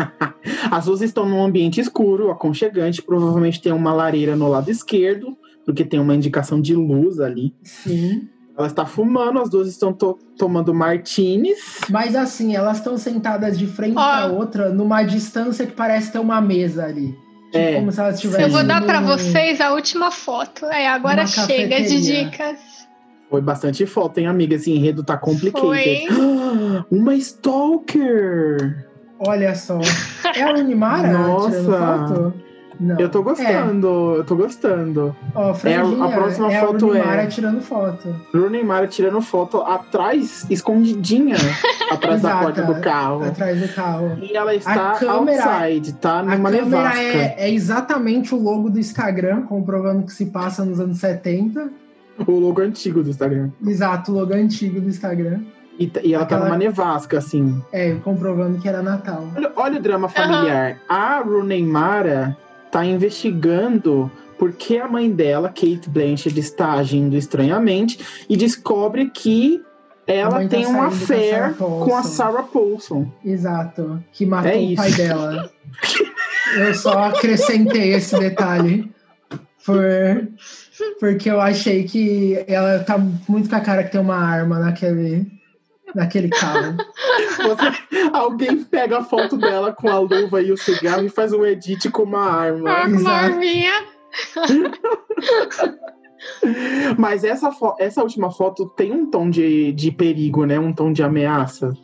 As duas estão num ambiente escuro, aconchegante, provavelmente tem uma lareira no lado esquerdo, porque tem uma indicação de luz ali.
Sim.
Ela está fumando, as duas estão to- tomando martinis.
Mas assim, elas estão sentadas de frente pra
Ó.
outra numa distância que parece ter uma mesa ali. Tipo,
É.
como se elas tivessem.
Eu vou dar pra
num-
vocês a última foto. É, agora
um Uma
chega de
cafeteria.
dicas.
Foi bastante foto, hein, amiga? Esse enredo tá complicado.
Foi.
[gasps] Uma stalker!
Olha só. É a Unimara
Nossa.
tirando foto? Não. É,
Eu tô gostando, eu tô gostando.
Ó, franjinha,
a próxima
é
foto
a
é-
Unimara tirando foto.
Bruno e Mara tirando foto atrás,
[laughs]
escondidinha, atrás da
Exata.
porta do carro.
Atrás do carro.
E ela está
câmera-
outside, tá
A
numa
câmera
nevasca.
é, é exatamente o logo do Instagram, comprovando que se passa nos anos 70.
O logo antigo do Instagram.
Exato, o logo antigo do Instagram.
E, t- e ela tá
Aquela-
numa nevasca, assim.
É, comprovando que era Natal.
Olha, olha o drama familiar. A Rooney Mara tá investigando por que a mãe dela, Kate Blanchett, está agindo estranhamente e descobre que
A
ela
mãe tá
tem um
saindo com a Sarah
affair com a
Paulson.
Sarah Paulson.
Exato, que matou
É
o pai
isso.
dela. Eu só acrescentei esse detalhe. Por, porque eu achei que ela tá muito com a cara que tem uma arma naquele, naquele carro.
Você- [laughs] alguém pega a foto dela com a luva e o cigarro e faz um edit com uma arma.
Ah, com uma
Exato.
arminha.
Mas essa, fo- essa última foto tem um tom de, de perigo, né? Um tom de ameaça.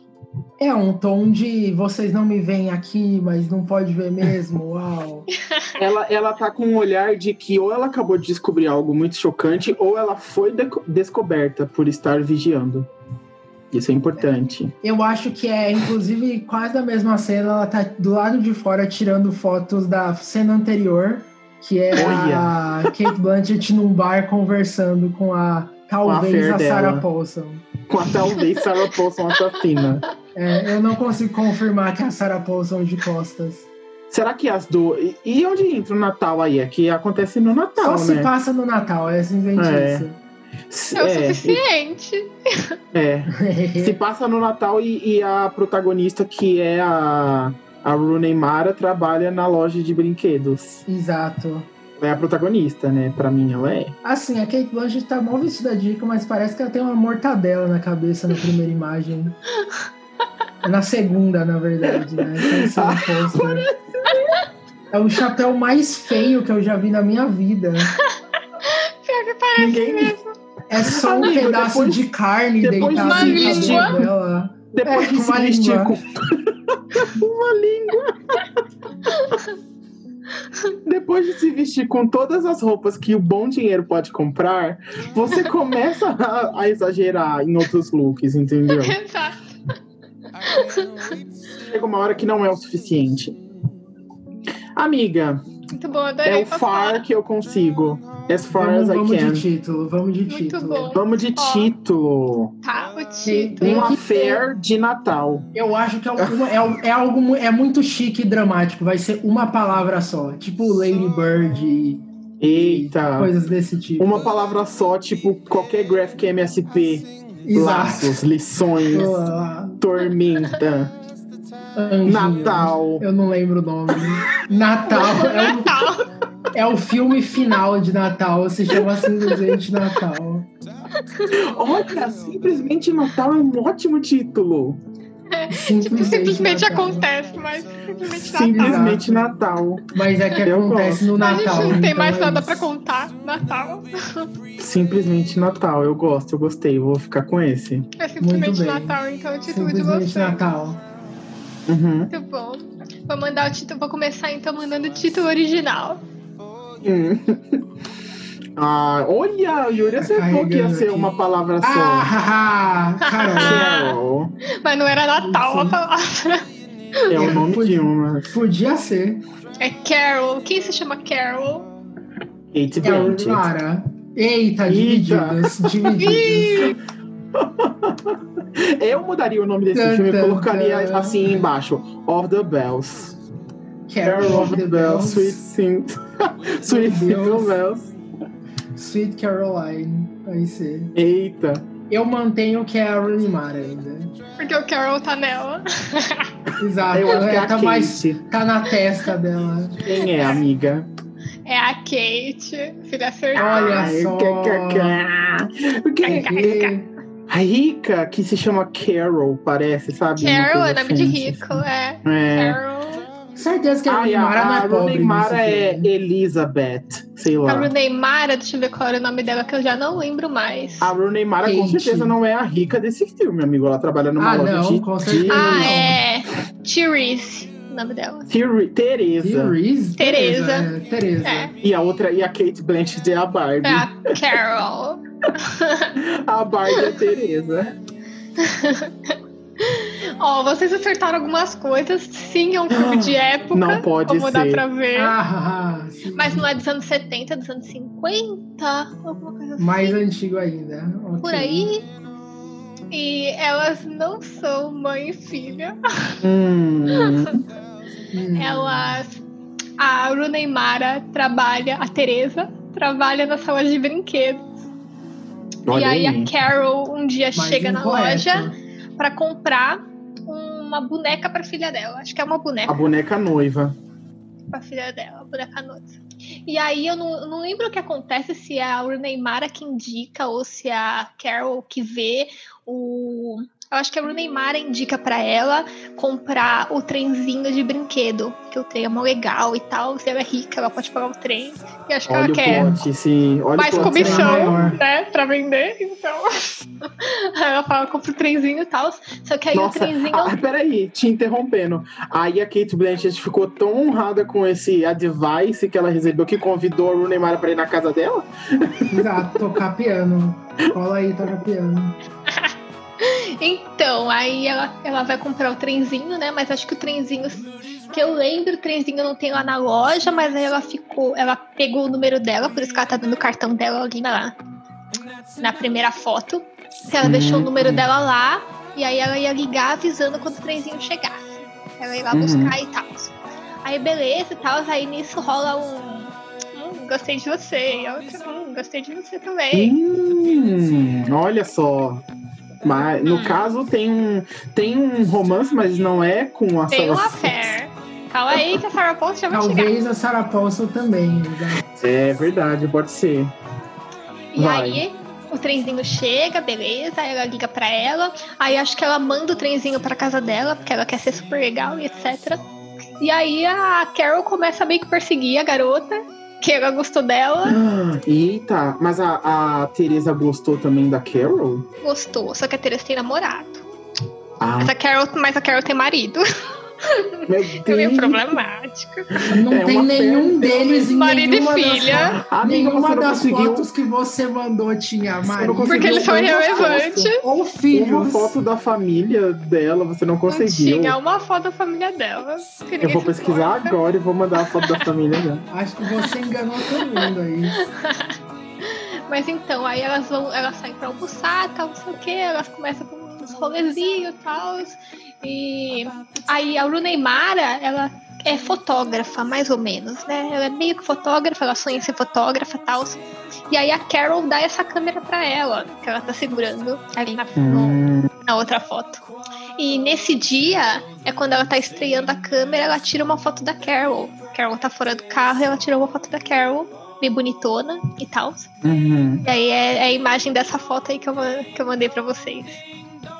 É um tom de vocês não me veem aqui, mas não pode ver mesmo.
[laughs]
Uau.
Ela, ela tá com um olhar de que ou ela acabou de descobrir algo muito chocante, ou ela foi deco- descoberta por estar vigiando. Isso é importante. [laughs]
Eu acho que é, inclusive, quase a mesma cena. Ela tá do lado de fora tirando fotos da cena anterior, que é a Kate Blanchett num bar conversando com a talvez
affair
a Sarah
dela.
Paulson.
Com a talvez Sarah Paulson assassina.
É, eu não consigo confirmar que é a Sarah Paulson de costas.
Será que as duas. E, e onde entra o Natal aí? É que acontece no Natal,
Só se
né?
passa no Natal, é simplesmente
É.
É o
é,
suficiente.
é.
[laughs]
Se
isso.
passa no Natal e, e a protagonista, que é a, a Rooney Mara, trabalha na loja de brinquedos.
Exato.
Ela é a protagonista, né? Pra mim, ela é.
Assim, a Kate Blanchett tá mal vestida de dica, mas parece que ela tem uma mortadela na cabeça na primeira imagem. Na segunda, na verdade, né?
[laughs]
Pensando no pôster. É o chapéu mais feio que eu já vi na minha vida.
Pior que parece
Ninguém-
mesmo.
É só um
Amigo,
pedaço
depois-
de carne
depois
deitado
de
na
se
cabeça dela.
Depois
É,
que
com
se
uma
vestir
língua.
com. [laughs] uma língua. Depois de se vestir com todas as roupas que o bom dinheiro pode comprar, você começa a, a exagerar em outros looks, entendeu?
[laughs] Exato.
Chega uma hora que não é o suficiente. Amiga,
Muito bom, adorei
é o
passar.
far que eu consigo. As far as
Vamos,
I
vamos de
can.
título, vamos de
Muito
título.
bom.
Vamos de
Ó.
título.
Tá, o título. [laughs]
Tem
Um
que
affair de Natal.
Eu acho que é, um- é um- é algo mu- é muito chique e dramático. Vai ser uma palavra só, tipo Lady Bird e
Eita.
coisas desse tipo.
Uma palavra só, tipo qualquer graphic MSP.
Exato.
Laços, lições.
Ah,
Tormenta,
Anjinho.
Natal.
Eu não lembro o nome. Natal é o,
Natal.
é o filme final de Natal. Se chama assim simplesmente Natal.
Olha, simplesmente Natal é um ótimo título.
Tipo,
Simplesmente,
simplesmente
Natal.
acontece, mas simplesmente Natal.
Simplesmente Natal.
Mas é que
Eu
acontece no
A gente
Natal.
não tem
então
mais
é
nada
isso.
pra contar. Natal é
Simplesmente Natal. Eu gosto, eu gostei. Vou ficar com esse.
é simplesmente
bem.
Natal, então o título de
Simplesmente
você.
Natal.
Uhum.
Muito bom. Vou mandar o título, vou começar então mandando o título original.
Hum. Ah, olha, o Yuri acertou
Carregando
que ia ser
aqui.
uma palavra só.
Ah, Carol,
Carol.
Mas não era Natal a
Sim.
palavra.
É o nome de uma.
podia ser.
É Carol. Quem se chama Carol?
Kate
Carol
Blanchett.
Lara. Eita,
Eita.
divididas, divididas.
Ih,
Eu mudaria o nome desse
Tan,
filme e
tan,
colocaria
tan.
assim embaixo: Of the Bells.
É
Carol of the Bells, Sweet Saint. Sweet é Little
Deus.
Bells.
Sweet Caroline. Aí sim.
Eita.
Eu mantenho que é a Runimara ainda.
Porque o Carol tá nela. [laughs]
Exato.
Eu acho que é a
tá,
Kate.
mais, tá na testa dela.
Quem é, amiga?
É a Kate. Filha acertou.
Olha
Ai,
só.
que- que- que- que-
E-
A rica, que se chama Carol, parece, sabe? Uma
Carol
coisa
é nome de
fancy,
rico,
assim.
é.
É.
Carol.
Certeza que a
Ai, a,
Runimara não
a
é pobre.
Neymar
nisso
é
aqui.
Elizabeth, sei
É.
lá.
A Bruneimara, deixa eu ver qual era o nome dela, que eu já não lembro mais.
A Rooney Mara com
Kate.
certeza não é a rica desse filme, amigo. Ela trabalha numa
Ah,
loja
não,
de
com
de-
certeza.
Ah, é. Therese, o nome dela.
Ther- Teresa.
Therese?
Teresa.
é, Teresa.
É.
E a outra, e a Kate Blanchett é a Barbie.
É a Carol. [laughs]
A Barbie é a Teresa.
Ó, vocês acertaram algumas coisas. Sim, é um filme de época.
Ah, Não pode
como dá
ser.
pra ver.
Ah, ah, ah, sim.
É. Mas não é dos anos 70, dos anos 50, alguma coisa assim.
Mais antigo ainda. ok.
Por aí. E elas não são mãe e filha.
Hum,
Hum.
Elas. A Runeimara trabalha, a Teresa trabalha na sala de brinquedos. e
olha
aí
aí.
a Carol um dia
Mais
chega na
incorreto.
loja pra comprar uma boneca pra filha dela. Acho que é uma boneca.
A boneca noiva.
com a filha dela, a boneca noiva. E aí eu não, eu não lembro o que acontece, se é a Neymara que indica ou se é a Carol que vê o. Eu acho que a Neymara indica pra ela comprar o trenzinho de brinquedo, que o trem é mó legal e tal. Se ela é rica, ela pode pagar o trem. E acho que
Olha
ela
o
quer
plot, sim. Olha
mais
o plot. assim,
comissão.
sim.
comissão,
é maior.
né, pra vender. Então. [laughs] aí ela fala, compra o trenzinho e tal. Só que aí
Nossa,
o trenzinho. é um
Ah, peraí, te interrompendo. Aí a Kate Blanchett ficou tão honrada com esse advice que ela recebeu que convidou a Rooney Mara pra ir na casa dela?
Exato, tocar piano. Cola aí, toca piano.
Então, aí ela, ela vai comprar o trenzinho, né? Mas acho que o trenzinho, que eu lembro, o trenzinho não tem lá na loja, mas aí ela ficou, ela pegou o número dela, por isso que ela tá dando o cartão dela ali na, na primeira foto. Então ela deixou o número dela lá, e aí ela ia ligar avisando quando o trenzinho chegasse. Ela ia lá
Uhum.
buscar e tal. Aí beleza e tal, aí nisso rola um. Hum, gostei de você. E a outra, hum, gostei de você também.
Hum, olha só. Mas, no caso, tem um, tem um romance, mas não é com a
Tem uma
Sarah-
affair. Calma aí que a Sarah Paulson já vai chegar.
Talvez a Sarah Paulson também. exato.
É verdade, pode ser.
E
Vai.
aí o trenzinho chega, beleza, aí ela liga pra ela, aí acho que ela manda o trenzinho pra casa dela, porque ela quer ser super legal e etc. E aí a Carol começa a meio que perseguir a garota, que ela gostou dela,
Ah, Eita, mas a, a Teresa gostou também da Carol?
gostou, só que a Teresa tem namorado.
Ah,
[laughs] Mas a Carol, mas a Carol tem marido, [laughs]
meu
que é meio
Deus.
problemático.
Não
É
tem
uma
nenhum
pena.
deles em
Marido e
nenhuma das-
filha.
Amiga,
nenhuma
você não
das
conseguiu
fotos que você mandou tinha
não
marido.
conseguiu
Porque eles são
um
uma
irrelevantes.
foto.
Ou
uma
filhos.
foto da família dela, você não
Não
conseguiu.
tinha uma foto da família dela. que
Eu
ninguém
vou
se
pesquisar
importa.
agora e vou mandar a foto da família dela.
[laughs] Acho que você enganou todo mundo aí.
Mas então, aí elas vão, elas saem pra almoçar, tal, não sei o que, elas começam com uns rolezinhos e tal. E aí a Luneimara, ela é fotógrafa, mais ou menos, né? Ela é meio que fotógrafa, ela sonha em ser fotógrafa e tal. E aí a Carol dá essa câmera pra ela, que ela tá segurando ali na, no-
Hum,
na outra foto. E nesse dia é quando ela tá estreando a câmera, ela tira uma foto da Carol. Carol tá fora do carro e ela tirou uma foto da Carol, bem bonitona e tal.
hum,
uhum.
E aí é, é a imagem dessa foto aí que eu, ma- que eu mandei pra vocês.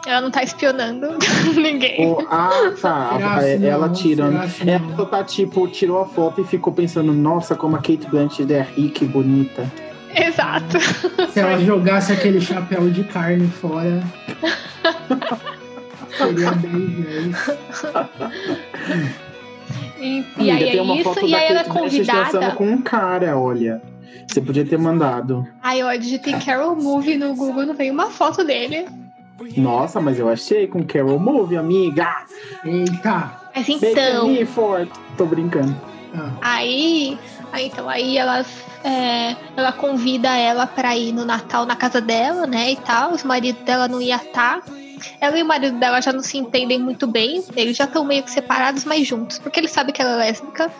Ela não tá espionando [laughs] ninguém.
Ô, ah, tá.
Será
É,
assim,
ela
não?
tirando.
Será assim,
Ela
não?
só tá tipo, tirou a foto e ficou pensando, nossa, como a Kate Blanchett é rica e bonita.
Exato.
Se ela jogasse aquele chapéu de carne fora. seria bem velho.
E, e
Amiga,
aí
tem
é
uma
isso.
foto
E
da
aí ela é
Kate Blanchett dançando
convidada.
com um cara, olha. Você podia ter mandado.
Aí eu digitei Carol Movie no Google, não veio uma foto dele.
Nossa, mas eu achei com Carol Move, amiga.
Eita!
Mas
Make
então.
me for. Tô brincando.
Ah,
Aí, aí então aí elas, é, ela convida ela pra ir no Natal na casa dela, né, e tal. Os maridos dela não ia estar. Ela e o marido dela já não se entendem muito bem. Eles já estão meio que separados, mas juntos, porque ele sabe que ela é lésbica.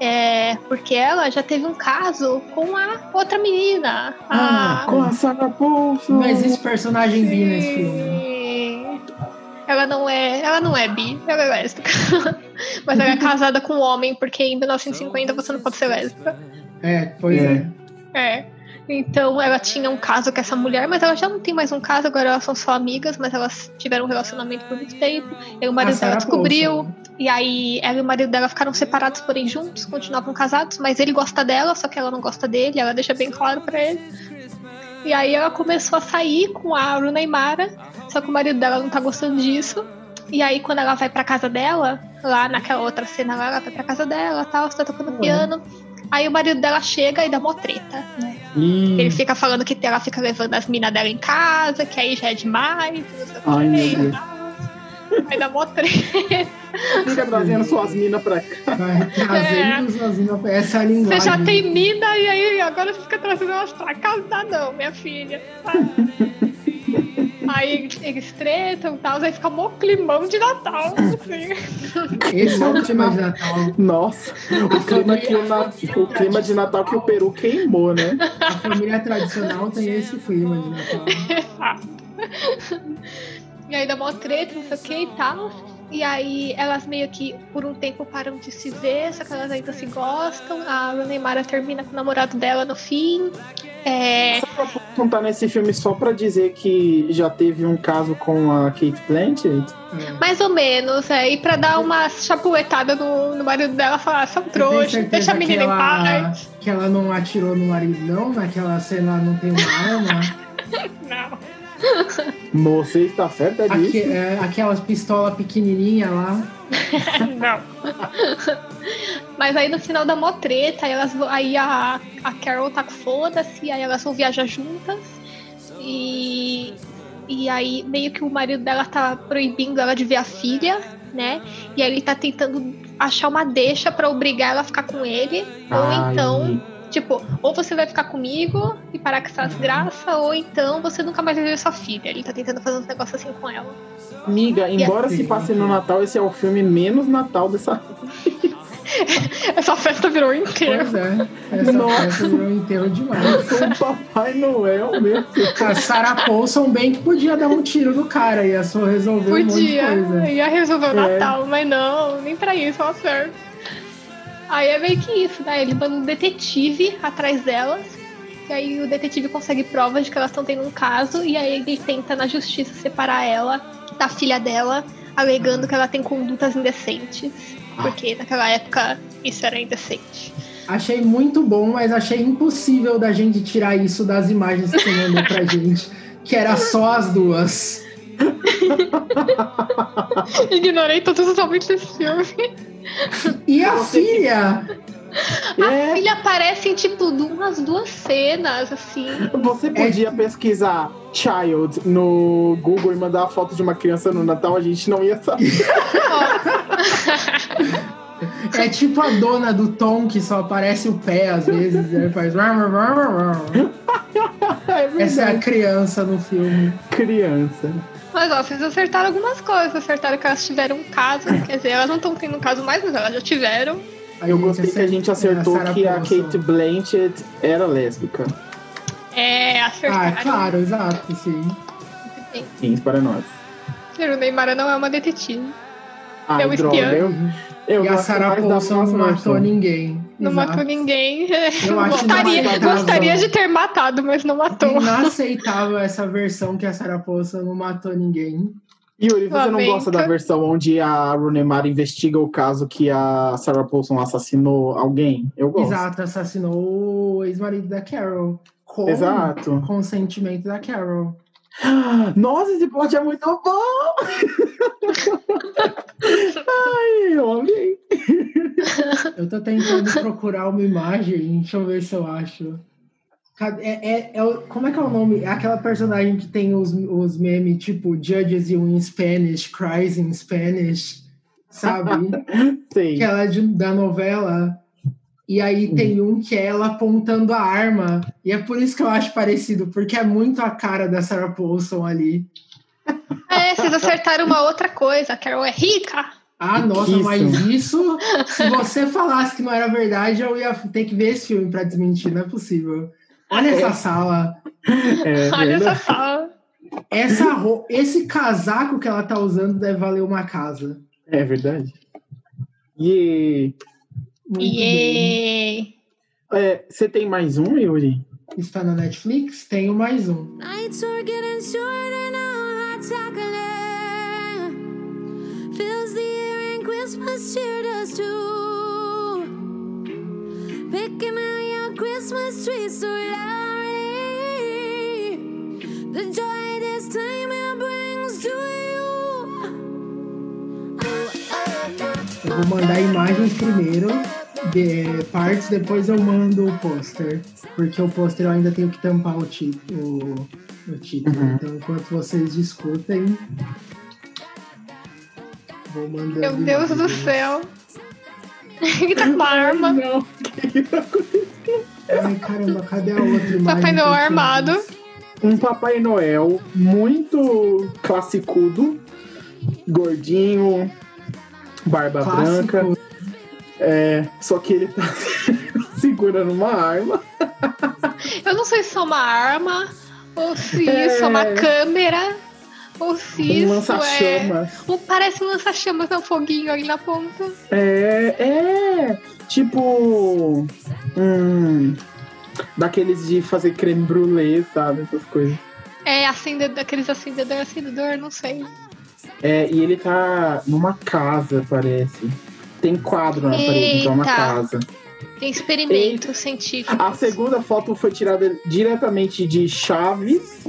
É, porque ela já teve um caso com a outra menina.
Ah,
a-
com a Sarah Paulson.
não existe personagem bi nesse filme.
Sim. Ela não é, ela não é bi, ela é lésbica. [laughs] Mas ela é casada com um homem, porque em 1950 você não pode ser lésbica.
É, pois é.
É. Então ela tinha um caso com essa mulher, mas ela já não tem mais um caso, agora elas são só amigas, mas elas tiveram um relacionamento por muito tempo. E o marido
A Sarah
dela descobriu.
Paulson.
E aí ela e o marido dela ficaram separados, porém juntos, continuavam casados, mas ele gosta dela, só que ela não gosta dele, ela deixa bem claro pra ele. E aí ela começou a sair com a Runa Imara, só que o marido dela não tá gostando disso. E aí quando ela vai pra casa dela, lá naquela outra cena lá, ela vai pra casa dela, tal, tá tocando piano. Aí o marido dela chega e dá mó treta. Ele
Ih,
fica falando que ela fica levando as minas dela em casa, que aí já é demais. não sei o
Ai, meu
quê.
Deus.
Aí dá mó treta.
Fica trazendo suas minas pra cá.
Vai trazendo sozinho pra- essa linguagem.
É. Você já tem mina e aí agora você fica trazendo elas pra casa, Não dá não, minha
[laughs]
filha. aí eles tretam e tal, aí fica mó climão de Natal. assim.
Esse é o clima de Natal.
Nossa, o clima, que o, na- o clima de Natal que o Peru queimou, né?
A família tradicional tem esse clima de Natal.
E aí dá mó treta, não sei o que e tal. E aí elas meio que por um tempo param de se ver, só que elas ainda se gostam. A Neymara termina com o namorado dela no fim. É,
Não tá nesse filme só pra dizer que já teve um caso com a Kate Blanchett?
É.
mais ou menos. É, e pra dar uma chapuletada no, no marido dela, falar, são trouxa,
certeza
deixa a menina
que
em
[laughs] ela-
paz.
Que ela não atirou no marido, não? Naquela cena não tem uma arma.
[laughs] Não.
Você está certa disso?
Aque- é, aquelas pistolas pequenininhas lá.
Não. Mas aí no final da mó treta, aí elas, vão- aí a, a Carol tá com foda-se, aí elas vão viajar juntas. E, e aí meio que o marido dela tá proibindo ela de ver a filha, né? E aí ele tá tentando achar uma deixa pra obrigar ela a ficar com ele. Ou
Ai,
então, tipo, ou você vai ficar comigo e parar com essa desgraça, ou então você nunca mais vai ver sua filha. Ele tá tentando fazer uns negócios assim com ela. [laughs]
Amiga, embora
Sim.
se passe no Natal, esse é o filme menos Natal dessa. [laughs]
Essa festa virou inteira.
Pois é. Essa
Nossa.
peça virou inteiro demais.
Sou o Papai Noel, meu Deus.
A Sarah Paulson bem que podia dar um tiro no cara, ia só resolver um monte de
Podia,
coisa.
ia resolver o
É.
Natal, mas não, nem pra isso, ela serve. Aí é meio que isso, né? Ele manda um detetive atrás delas, e aí o detetive consegue provas de que elas estão tendo um caso, e aí ele tenta na justiça separar ela da filha dela, alegando que ela tem condutas indecentes, porque naquela época isso era indecente.
Achei muito bom, mas achei impossível da gente tirar isso das imagens que você mandou pra gente. Que era só as duas.
Ignorei todos os homens desse filme.
E a filha?
A
É,
filha aparece em tipo umas duas cenas, assim.
você podia pesquisar Child no Google e mandar a foto de uma criança no Natal, a gente não ia saber.
É tipo a dona do Tom que só aparece o pé às vezes. Ele faz. "Rau, rau, rau, rau".
É verdade.
Essa [laughs] é a criança no filme.
criança.
Mas ó, vocês acertaram algumas coisas. Acertaram que elas tiveram um caso. Quer dizer, elas não estão tendo um caso mais, mas elas já tiveram.
é A
Eu
gente
gostei que a gente acertou
Sarah
que a
Paulson.
Kate Blanchett era lésbica.
É,
Ah,
acertaram.
claro, exato, sim.
Sim, para nós.
O Neymar não é uma detetive.
Ai,
É um
droga,
espião.
eu, eu
e a
gosto
Sarah
mais da
Paulson não
Paulson.
matou ninguém.
Não
Exato.
matou ninguém.
Eu acho que não
gostaria,
vai dar
gostaria
razão.
de ter matado, mas não matou.
Inaceitável essa versão que a Sarah Paulson não matou ninguém.
Yuri, você não
Lamento.
gosta da versão onde a Runemar investiga o caso que a Sarah Paulson assassinou alguém? Eu gosto.
Exato, assassinou o ex-marido da Carol. Com
Exato.
o consentimento da Carol.
Nossa, esse plot é muito bom! Ai, eu amei.
Eu tô tentando [laughs] procurar uma imagem, deixa eu ver se eu acho. Cadê- É, é- é o- como é que é o nome? É aquela personagem que tem os, os memes tipo Judges You in Spanish, Cries in Spanish, sabe?
Sei.
que ela é de- da novela. E aí tem um que é ela apontando a arma. E é por isso que eu acho parecido, porque é muito a cara da Sarah Paulson ali.
É, vocês acertaram uma outra coisa. A Carol é rica.
Ah, nossa,
Riquíssimo.
mas isso, se você falasse que não era verdade, eu ia ter que ver esse filme pra desmentir, não é possível. Olha essa sala.
É,
Olha essa
verdade.
sala.
Essa ro- esse casaco que ela tá usando deve valer uma casa.
É verdade. E
Muito bem.
Yay.
é, você tem mais um, Yuri?
Está tá na Netflix? Tenho mais um.
Nights are getting shorter now, hot chocolate fills the air and Christmas cheer does too. Picking out your Christmas tree so loudly, the joy this time it brings to you. Oh,
Eu vou mandar imagens primeiro, de partes, depois eu mando o pôster. Porque o pôster eu ainda tenho que tampar o título. O, o título.
Uhum.
Então, enquanto vocês discutem. Vou mandando.
Meu Deus do
imagens.
céu. [laughs] Ele tá com uma arma.
Não.
Ai, caramba, cadê a outra imagem?
Papai Noel
que eu tinha
Tá armado.
visto?
Um Papai Noel muito classicudo, gordinho, barba
Clássico.
branca. É, só que ele tá [laughs] segurando uma arma.
Eu não sei se é uma arma, ou se isso é uma
É.
câmera, ou se
um
isso é.
lança-chamas.
Um- Parece um lança-chamas, é um foguinho ali na ponta.
É, é. Tipo. Hum, daqueles de fazer creme brulee, sabe? Essas coisas.
É, acendedor, aqueles acendedor, acendedor, não sei.
É, e ele tá numa casa, parece. Tem quadro na parede, então é uma
Eita.
casa.
Tem experimento científico.
A segunda foto foi tirada diretamente de Chaves.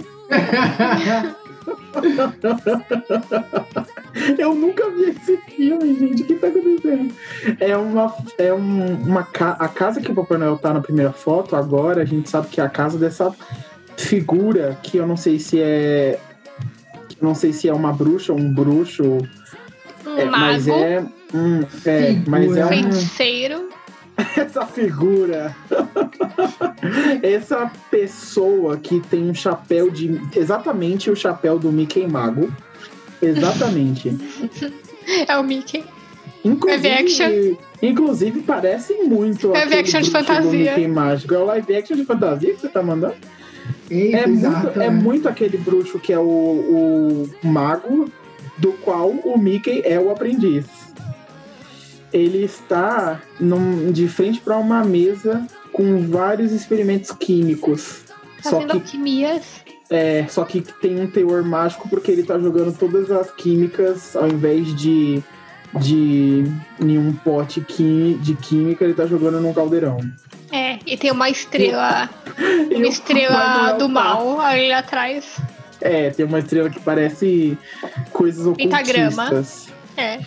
Eu nunca vi esse filme, gente. O que tá acontecendo? É uma. É um- uma ca- a casa que o Papai Noel tá na primeira foto agora, a gente sabe que é a casa dessa figura que eu não sei se é. que eu Não sei se é uma bruxa ou um bruxo.
Um
é, mas
mago,
é. hum, é, mas é
Figura.
um,
feiticeiro.
[laughs] essa figura, essa pessoa que tem um chapéu de. Exatamente o chapéu do Mickey Mago. Exatamente.
É o Mickey.
Inclusive,
Live action.
inclusive parece muito.
Live
aquele
action de
bruxo Do
fantasia.
Mickey Mágico. É o live action de fantasia que você tá mandando?
[laughs] Eita,
É
exato,
muito, é
[laughs] né?
muito aquele bruxo que é o, o mago, do qual o Mickey é o aprendiz. Ele está num- de frente para uma mesa com vários experimentos químicos. Só
Fazendo
que,
alquimias.
é, só que tem um teor mágico porque ele tá jogando todas as químicas ao invés de, de nenhum pote qui- de química, ele tá jogando num caldeirão.
É, e tem uma estrela.
E
Uma
o Papai
estrela
Noel
do
tá-
mal ali atrás.
É, tem uma estrela que parece coisas
Pentagrama.
ocultistas.
É.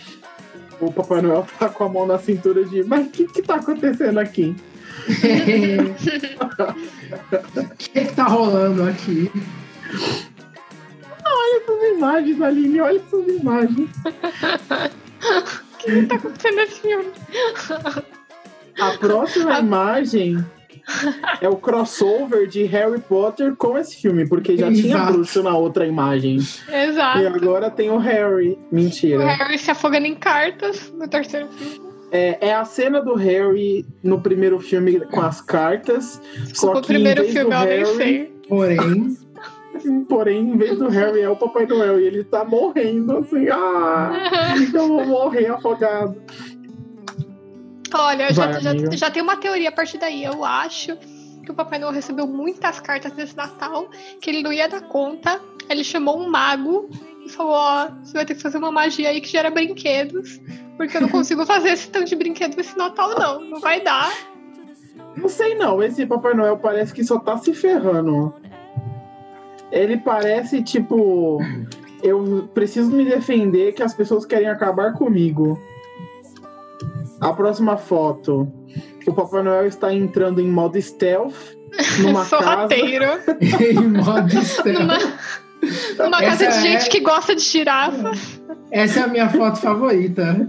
O Papai Noel tá com a mão na cintura de, mas o que que tá acontecendo aqui?
O que, que tá rolando aqui?
Essas imagens, Aline, olha essas imagens.
O que tá acontecendo nesse filme?
A próxima imagem é o crossover de Harry Potter com esse filme, porque já tinha
Exato.
bruxo na outra imagem. E né?
Exato.
agora tem o Harry.
O
Mentira.
Harry se afogando em cartas no terceiro filme.
É, é a cena do Harry no primeiro filme com as cartas.
Desculpa,
só
o
que
primeiro
em vez
filme
do
eu
Harry,
nem sei.
Porém, [laughs]
Porém, em vez do Harry, é o Papai Noel. E ele tá morrendo, assim.
[laughs]
Ah, eu vou morrer afogado.
Olha, eu já,
Vai,
já,
amiga.
já tem uma teoria a partir daí. Eu acho que o Papai Noel recebeu muitas cartas nesse Natal que ele não ia dar conta. Ele chamou um mago e falou: Ó, você vai ter que fazer uma magia aí que gera brinquedos, porque eu não consigo [laughs] fazer esse tanto de brinquedo esse Natal, não. Não vai dar.
Não sei não, esse Papai Noel parece que só tá se ferrando. Ele parece tipo. Eu preciso me defender que as pessoas querem acabar comigo. A próxima foto. O Papai Noel está entrando em modo stealth
[laughs]
numa casa.
Sorrateiro.
em modo externo.
Numa, numa casa
Essa
de
é-
gente que gosta de girafa.
Essa é a minha foto favorita.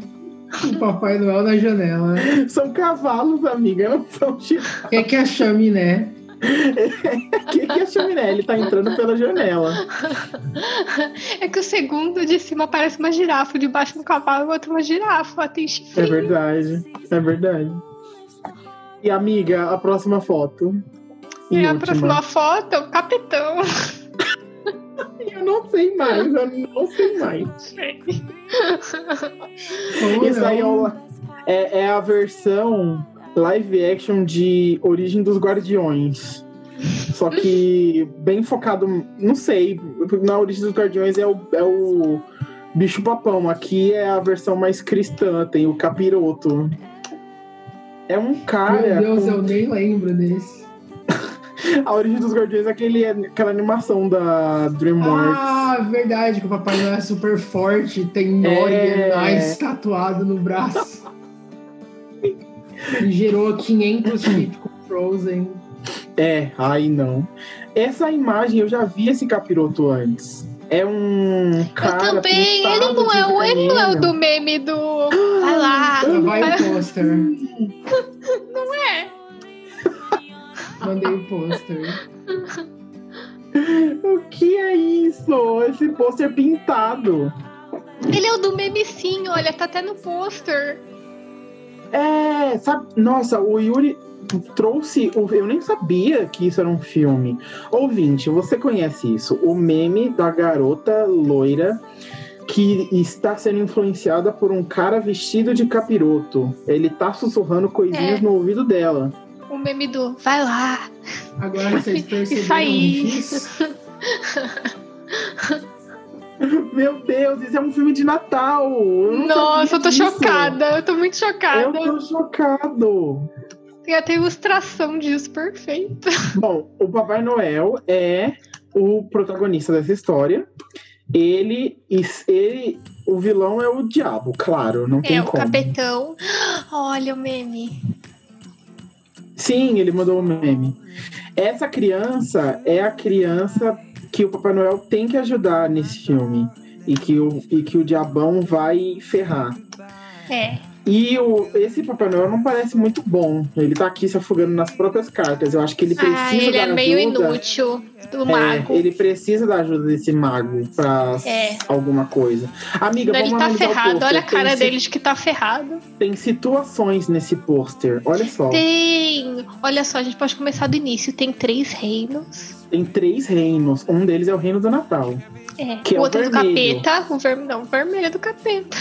O Papai Noel na janela.
[laughs] São cavalos, amiga, não são chifres.
O que é que é a chaminé?
O que que é a chaminé? Ele tá entrando pela janela.
É que o segundo de cima parece uma girafa, o de baixo um cavalo, o outro uma girafa. Tem
É
chifre.
verdade, é verdade. E amiga, a próxima foto.
E né? a
última.
próxima foto, o capitão.
Eu não sei mais, eu não sei mais.
Ou
Isso
não?
aí é, o- é- é a versão live action de Origem dos Guardiões. Só que bem focado, não sei, na Origem dos Guardiões é o, é o bicho papão. Aqui é a versão mais cristã, tem o capiroto. É um cara.
Meu Deus,
com-
eu nem lembro desse.
A Origem dos Guardiões é aquele, aquela animação da DreamWorks.
Ah, verdade, que o Papai Noel é super forte, tem Nori
É.
é... mais tatuado no braço. E gerou 500 feet com Frozen.
É, ai não. Essa imagem eu já vi esse capiroto antes. É um cara.
eu também, ele não é o ele não é o do meme do. Vai
[gasps]
lá.
Lá vai
vai-
o pôster. Não
é.
Mandei o pôster.
do. O que é isso? Esse pôster pintado.
Ele é o do meme sim, olha, tá até no pôster.
É, sabe? Nossa, o Yuri trouxe. o- Eu nem sabia que isso era um filme. Ouvinte, você conhece isso? O meme da garota loira que está sendo influenciada por um cara vestido de capiroto. Ele tá sussurrando coisinhas
É.
no ouvido dela.
O meme do vai lá.
Agora que vocês
Isso
perceberam
aí.
isso.
Meu Deus, isso é um filme de Natal! Eu não
Nossa,
sabia
eu tô
disso.
chocada, eu tô muito
Eu
chocada.
tô chocado!
Tem até ilustração disso, perfeito.
Bom, o Papai Noel é o protagonista dessa história. Ele, ele o vilão é o diabo, claro, não tem
É, o
como.
capetão. [gasps] Olha o meme.
Sim, ele mandou o meme. Essa criança é a criança que o Papai Noel tem que ajudar nesse filme e que o, e que o diabão vai ferrar.
É.
E o, esse Papai Noel não parece muito bom. Ele tá aqui se afogando nas próprias cartas. Eu acho que ele precisa
Ah, ele
da
é meio
um ajuda.
inútil do
É,
mago.
ele precisa da ajuda desse mago pra
É.
alguma coisa. Amiga,
Não, ele
vamos
tá
analisar o
ferrado,
pôster.
olha a cara
tem, si-
dele de que tá ferrado.
Tem situações nesse pôster. Olha só. Tem,
Tem. Olha só, a gente pode começar do início. Tem três reinos.
três reinos. Um deles é o reino do Natal.
É.
Que é
o
o
outro é do
vermelho.
capeta. O ver... Não, o vermelho é do capeta.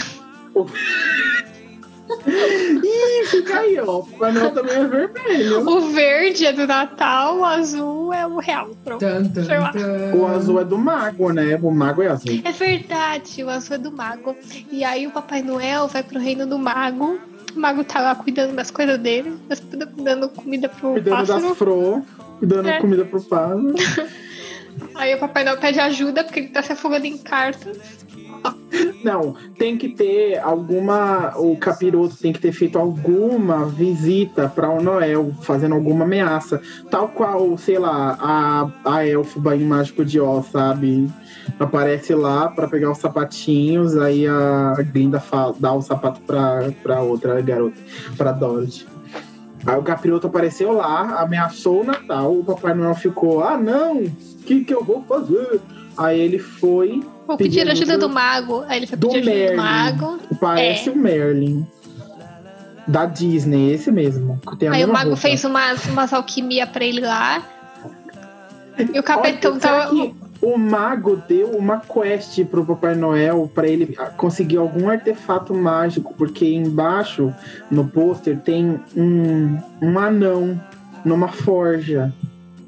Ih, fica tá aí, ó. O Papai Noel também é vermelho.
O verde é do Natal, o azul é o real. Pronto.
Tan, tan,
Sei lá.
tan.
O azul é do mago, né? O mago é azul.
É verdade, o azul é do mago. E aí o Papai Noel vai pro reino do mago. O mago tá lá cuidando das coisas dele, das- dando comida pro
Cuidando
pássaro.
das fro, dando
É.
comida pro pássaro.
Aí o Papai Noel pede ajuda porque ele tá se afogando em cartas.
Não, tem que ter alguma. O capiroto tem que ter feito alguma visita para o Noel, fazendo alguma ameaça. Tal qual, sei lá, a, a elfa em Mágico de Oz, sabe? Aparece lá para pegar os sapatinhos, aí a Glinda fa- dá o sapato pra, pra outra garota, pra Dorothy. Aí o capiroto apareceu lá, ameaçou o Natal, o Papai Noel ficou, ah não, o que, que eu vou fazer? Aí ele foi
Vou pedir
Pedir
ajuda
ajuda
do mago. Aí ele foi
do
pedir ajuda
Merlin.
do mago.
Parece
É.
o Merlin. Da Disney, esse mesmo. Tem É a
Aí o
mesma
mago
roupa.
fez umas, umas alquimia pra ele lá. E o
Olha,
capitão
será
tava.
que o mago deu uma quest pro Papai Noel pra ele conseguir algum artefato mágico, porque embaixo no pôster tem um, um anão numa forja.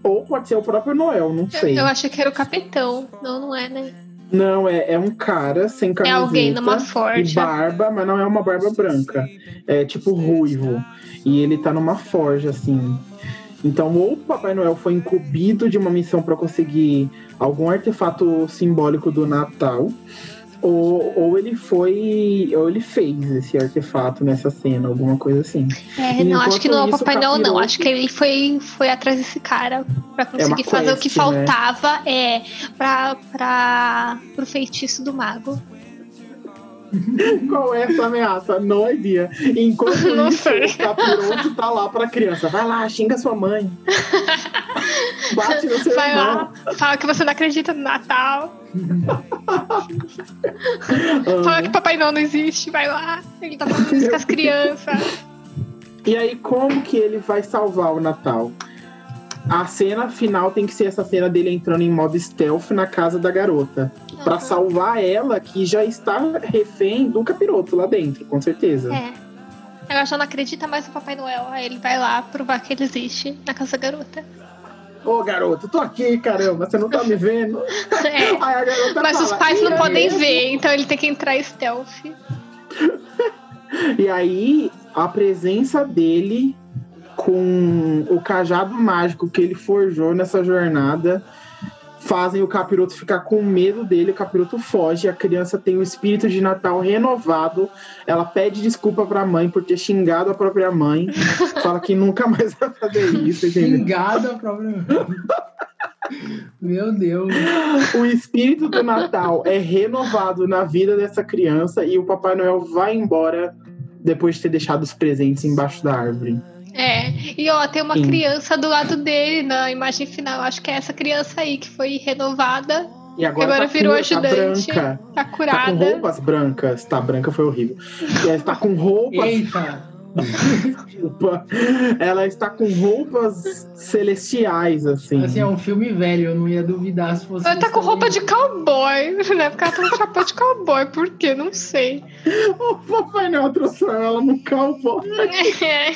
Ou pode ser o próprio Noel, não
Eu,
sei.
eu achei que era o capitão. Não, não é, né?
Não, é, é um cara sem
É
camiseta.
alguém numa
e
forja.
barba, mas não é uma barba branca. É tipo ruivo. E ele tá numa forja, assim. Então, ou o Papai Noel foi incumbido de uma missão pra conseguir algum artefato simbólico do Natal, ou, ou ele foi. Ou ele fez esse artefato nessa cena, alguma coisa assim.
É,
E
não, acho
enquanto
que não é o
isso, tá
Papai Noel, não.
capiroto-
Acho que ele foi, foi atrás desse cara pra conseguir
É uma
fazer o que
quest, né?
faltava é, pra, pra, pro feitiço do mago.
Qual é essa ameaça? Não é dia. Enquanto
[laughs] Não
isso,
sei.
o capiroto tá lá pra criança. Vai lá, xinga sua
[laughs]
mãe. Bate no seu
Vai
irmão.
lá, fala que você não acredita no Natal,
Amo.
fala que Papai Noel não existe, vai lá. Ele tá fazendo isso
[laughs]
com as crianças.
E aí, como que ele vai salvar o Natal? A cena final tem que ser essa cena dele entrando em modo stealth na casa da garota. Pra salvar ela, que já está refém do capiroto lá dentro, com certeza.
É. Ela já não acredita mais no Papai Noel, aí ele vai lá provar que ele existe na casa da garota. [laughs]
Ô, garoto, tô aqui, caramba, você não tá me vendo?
É.
Aí a garota
Mas os
fala,
pais
"Ih,
não
é
podem
mesmo?"
ver, então ele tem que entrar stealth.
E aí, a presença dele com o cajado mágico que ele forjou nessa jornada fazem o capiroto ficar com medo dele, o capiroto foge, a criança tem o espírito de Natal renovado, ela pede desculpa pra mãe por ter xingado a própria mãe, fala que nunca mais vai fazer isso, entendeu?
Xingada, problema. [laughs] Meu Deus.
O espírito do Natal é renovado na vida dessa criança e o Papai Noel vai embora depois de ter deixado os presentes embaixo da árvore.
É, e ó, tem uma
Sim.
criança do lado dele na imagem final. Acho que é essa criança aí que foi renovada,
E agora,
Agora
tá
virou
pura, tá
ajudante.
branca.
tá
Tá com
curada.
roupas brancas. Tá, branca foi horrível. E ela está com roupas.
Eita.
desculpa. Ela está com roupas celestiais, assim.
Assim, é um filme velho, eu não ia duvidar se fosse.
Ela tá
isso
com roupa
também.
de cowboy, [laughs] né? Porque ela tá com chapéu de cowboy, por quê? Não sei.
[laughs]
[laughs]
O Papai Noel trouxe ela no calvo.
É.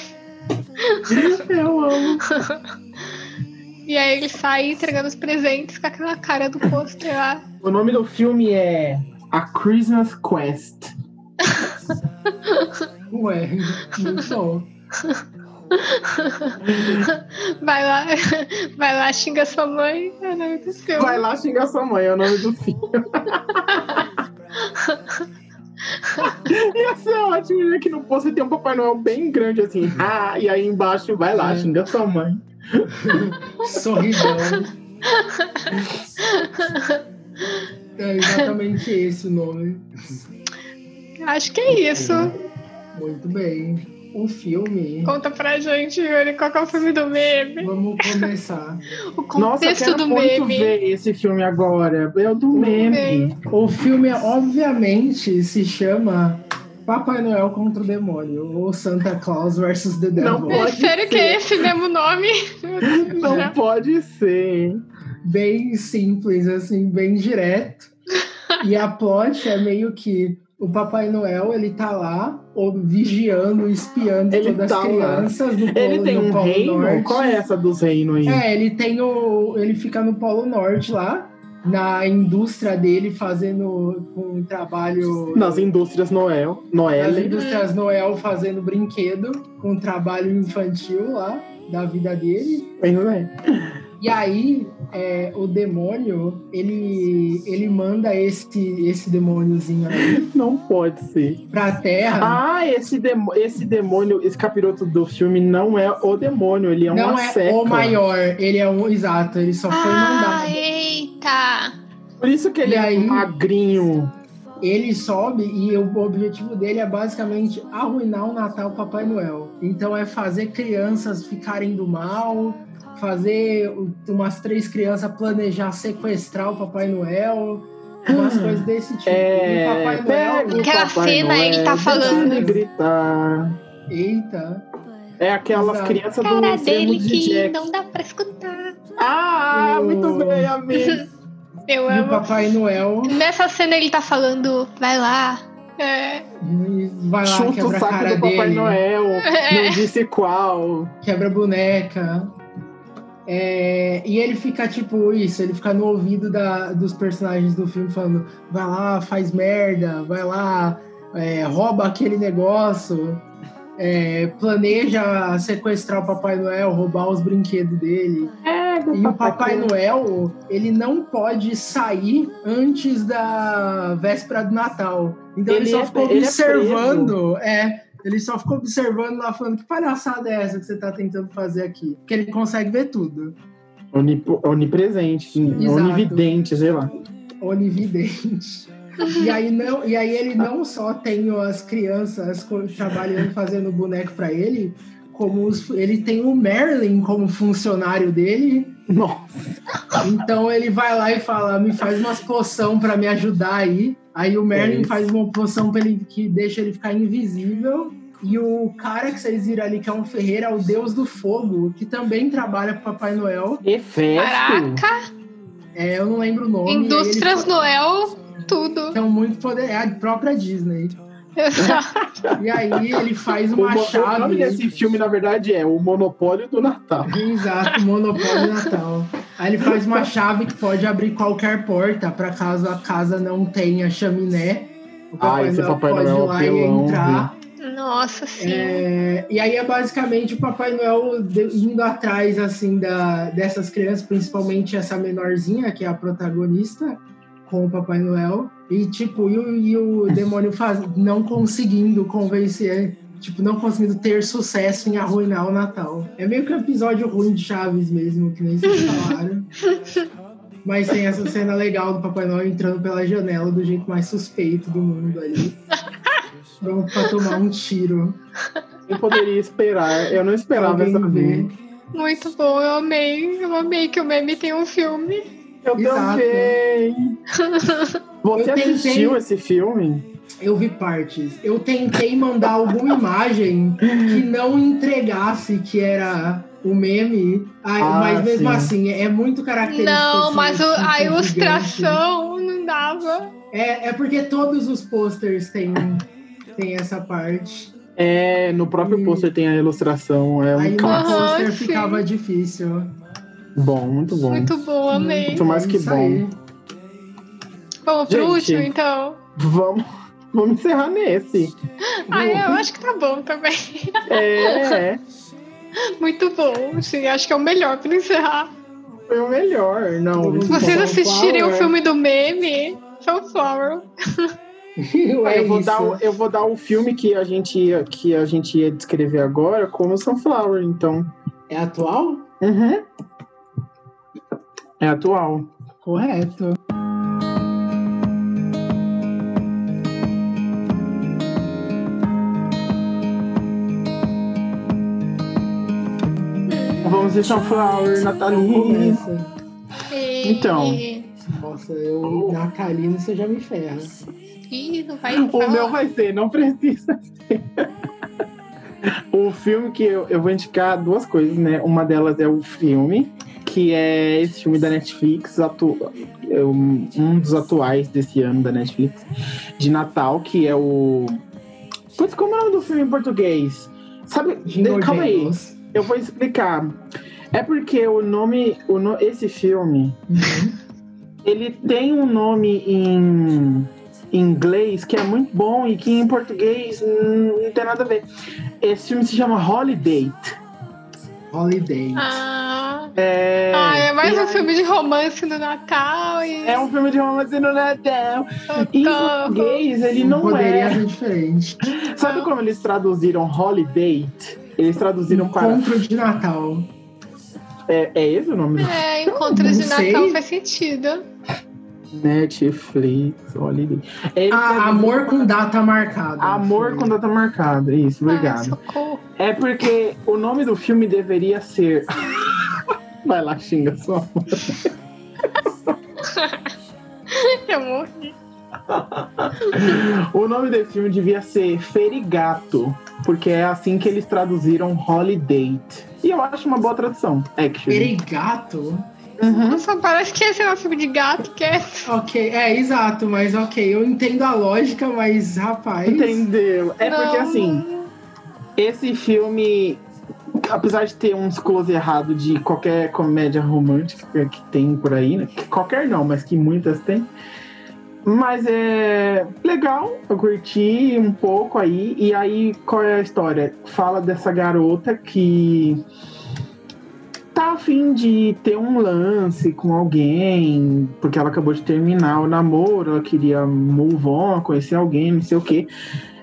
Eu amo.
E aí ele sai entregando os presentes com aquela cara do pôster lá.
O nome do filme é A Christmas Quest.
Ué, muito bom.
Vai lá, [laughs] vai lá, xinga sua mãe. É o nome do filme.
Vai lá xingar sua mãe, é o nome do filme. Ia ser ótimo, né? Que no pôster tem um Papai Noel bem grande assim. Ah, e aí embaixo, vai lá,
É.
xinga sua mãe.
Sorridão. É exatamente esse o nome.
Acho que é isso.
Muito bem. O filme.
Conta pra gente, Yuri, qual que é o filme do meme?
Vamos começar.
O contexto
Nossa, eu quero
do
muito
meme.
ver esse filme agora. É o do meme.
O filme, obviamente, se chama Papai Noel contra o Demônio ou Santa Claus versus the Devil.
Não
É
pode
sério
ser. Então,
que é esse mesmo nome?
Não pode ser. hein?
bem simples, assim, bem
[laughs]
direto. E a plot é meio que o Papai Noel, ele tá lá, ou vigiando, espiando
Ele
todas
tá
as
lá.
crianças do Polo,
Ele tem
no
um
Polo
reino?
Norte.
Qual é essa dos reinos aí?
É, ele tem o. Ele fica no Polo Norte lá, na indústria dele, fazendo com um trabalho.
Nas indústrias Noel.
As
Noel.
indústrias Noel fazendo brinquedo com um trabalho infantil lá da vida dele.
é.
E aí, é, o demônio, ele, ele manda esse, esse demôniozinho aí
Não pode ser.
pra terra.
Ah, esse, demo- esse demônio, esse capiroto do filme não é o demônio, ele é
não
uma
é
seca.
o maior, ele é um. Exato, ele
Ah,
só foi mandado.
é. eita!
Por isso que ele
E aí?
é magrinho.
Ele sobe e o objetivo dele é basicamente arruinar o Natal Papai Noel. Então é fazer crianças ficarem do mal, fazer o- umas três crianças planejar sequestrar o Papai Noel, umas coisas desse tipo. E
Ah,
o
É,
Papai Noel.
pega o
Aquela
Papai
cena,
Noel,
ele tá
deixa
falando.
ele gritar.
Eita!
É aquelas
Exato.
crianças do
Cara
Samuel
dele
de
que
Jack.
não dá pra escutar.
Ah,
Eu-
muito bem, amigo.
Eu
E o
amo.
Papai Noel
Nessa cena ele tá falando, vai lá. É,
vai lá,
Chuta o
quebra a
saco
cara
do Papai
dele,
Noel.
É.
Não disse qual.
quebra a boneca. É, e ele fica tipo isso, ele fica no ouvido da, dos personagens do filme falando: vai lá, faz merda, vai lá, é, rouba aquele negócio, é, planeja sequestrar o Papai Noel, roubar os brinquedos dele.
É, do
E o Papai Noel, ele não pode sair antes da véspera do Natal. Então ele,
Ele
só
é-
ficou
ele é
observando. é, ele só ficou observando lá, falando que palhaçada é essa que você tá tentando fazer aqui? Porque ele consegue ver tudo.
Onip- Onipresente,
Exato.
onividente, sei lá.
Onividente. E aí, não, e aí ele não só tem as crianças co- trabalhando, fazendo boneco pra ele, como os- ele tem o Merlin como funcionário dele.
Nossa,
Então ele vai lá e fala: me faz umas poção pra me ajudar aí. Aí o Merlin
É isso.
faz uma poção pra ele, que deixa ele ficar invisível. E o cara que vocês viram ali, que é um Ferreira, é o Deus do Fogo, que também trabalha pro Papai Noel.
Hefesto.
Caraca,
É, eu não lembro o nome.
Indústrias
Noel.
Noel, tudo.
Então, muito poder. É a própria Disney.
[laughs]
E aí ele faz
O, mo-
uma
o nome
chave.
desse filme, na verdade, é O Monopólio do Natal.
Exato, monopólio natal. Aí ele faz uma chave que pode abrir qualquer porta para caso a casa não tenha chaminé. O
Ah, esse Papai Noel apelão,
Nossa, sim.
É, e aí é basicamente o Papai Noel de- indo atrás assim da, dessas crianças, principalmente essa menorzinha que é a protagonista com o Papai Noel. E tipo, e o, e o demônio faz, não conseguindo convencer, tipo, não conseguindo ter sucesso em arruinar o Natal. É meio que um episódio ruim de Chaves mesmo, que nem vocês falaram. Mas tem essa cena legal do Papai Noel entrando pela janela do jeito mais suspeito do mundo ali. Pronto pra tomar um tiro.
Eu poderia esperar, eu não esperava
Alguém
essa
vê.
vez.
Muito bom, eu amei. Eu amei que o meme tem um filme.
Eu
Exato.
também. Você
Eu tentei-
assistiu esse filme?
Eu vi partes. Eu tentei mandar alguma imagem que não entregasse que era o meme, Ai,
Ah,
mas mesmo
sim.
assim, é muito característico.
Não,
esse
mas o-
tipo
a
né?
gigante.
ilustração não dava.
É, é porque todos os posters têm, têm essa parte.
É, no próprio
Hum.
pôster tem a ilustração. É
Aí
um
no
clássico.
Aham,
pôster
sim.
ficava difícil.
Bom, muito bom.
Muito bom, amei.
Muito mais
É
que
isso
bom.
aí.
Vamos pro
Gente.
último, então.
Vamos, vamos encerrar
[laughs]
nesse.
Ah, é, eu acho que tá bom também. [laughs]
É, é,
Muito bom, sim. Acho que é o melhor pra encerrar.
foi o melhor. Não,
Vocês
Se vocês
Sunflower.
assistirem o filme do meme, Sunflower.
[laughs] É
eu, vou
isso.
dar o, eu vou dar o filme que a gente ia, que a gente ia descrever agora como Sunflower, então.
É atual?
Uhum. É atual.
Correto.
Vamos ser Sunflower, Natalina.
Começa.
E-
Então.
Nossa, eu natalino você já me ferra.
Ih, não vai
O
falar.
meu vai ser, não precisa ser. o filme que eu, eu vou indicar duas coisas, né? Uma delas é o filme, que é esse filme da Netflix, atu... é um um dos atuais desse ano da Netflix, de Natal, que é o. Putz, como é o nome do filme em português? Sabe,
Jingle
calma aí,
Jangles.
eu vou explicar. É porque o nome, o no- esse filme, Uhum. ele tem um nome em, em inglês que é muito bom e que em português hum, não tem nada a ver. Esse filme se chama Holiday.
Holiday.
Ah,
É,
ah, é mais
e
um filme de romance no Natal e.
É um filme de romance no Natal. Em
Socorro.
português, ele não,
poderia
é. [laughs]
ser diferente.
Sabe como eles traduziram Holiday? Eles traduziram para.
Um Encontro de Natal.
É, é esse o nome?
É, encontros
Não
de
sei.
Natal faz sentido.
Netflix, Holiday. Eles
Ah, amor com data marcada.
Amor com data marcada. Isso,
Ah,
obrigado.
socorro.
É porque o nome do filme deveria ser. [laughs] Vai lá, xinga só.
Eu morri.
O nome desse filme devia ser Ferigato, porque é assim que eles traduziram Holiday. E eu acho uma boa tradução, actually.
é Perigato?
Uhum.
Nossa, parece que esse é um filme de gato, que é.
Ok, é, exato, mas ok. Eu entendo a lógica, mas rapaz.
Entendeu? É porque
Não.
assim, esse filme apesar de ter uns close errado de qualquer comédia romântica que tem por aí, né? Que qualquer não, mas que muitas tem. Mas é legal, eu curti um pouco aí. E aí, qual é a história? Fala dessa garota que tá afim de ter um lance com alguém, porque ela acabou de terminar o namoro, ela queria move on, conhecer alguém, não sei o quê.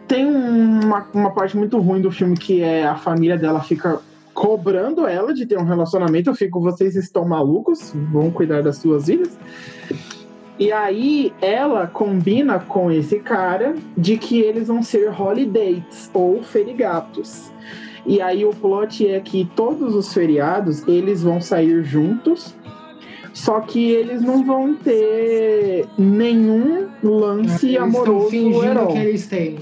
Tem uma, uma parte muito ruim do filme que é a família dela fica cobrando ela de ter um relacionamento. Eu fico, vocês estão malucos? Vão cuidar das suas vidas? E aí ela combina com esse cara de que eles vão ser holidays ou ferigatos. E aí o plot é que todos os feriados eles vão sair juntos, só que eles não vão ter nenhum lance
né, Eles tão
amoroso
fingindo
herói.
que eles têm.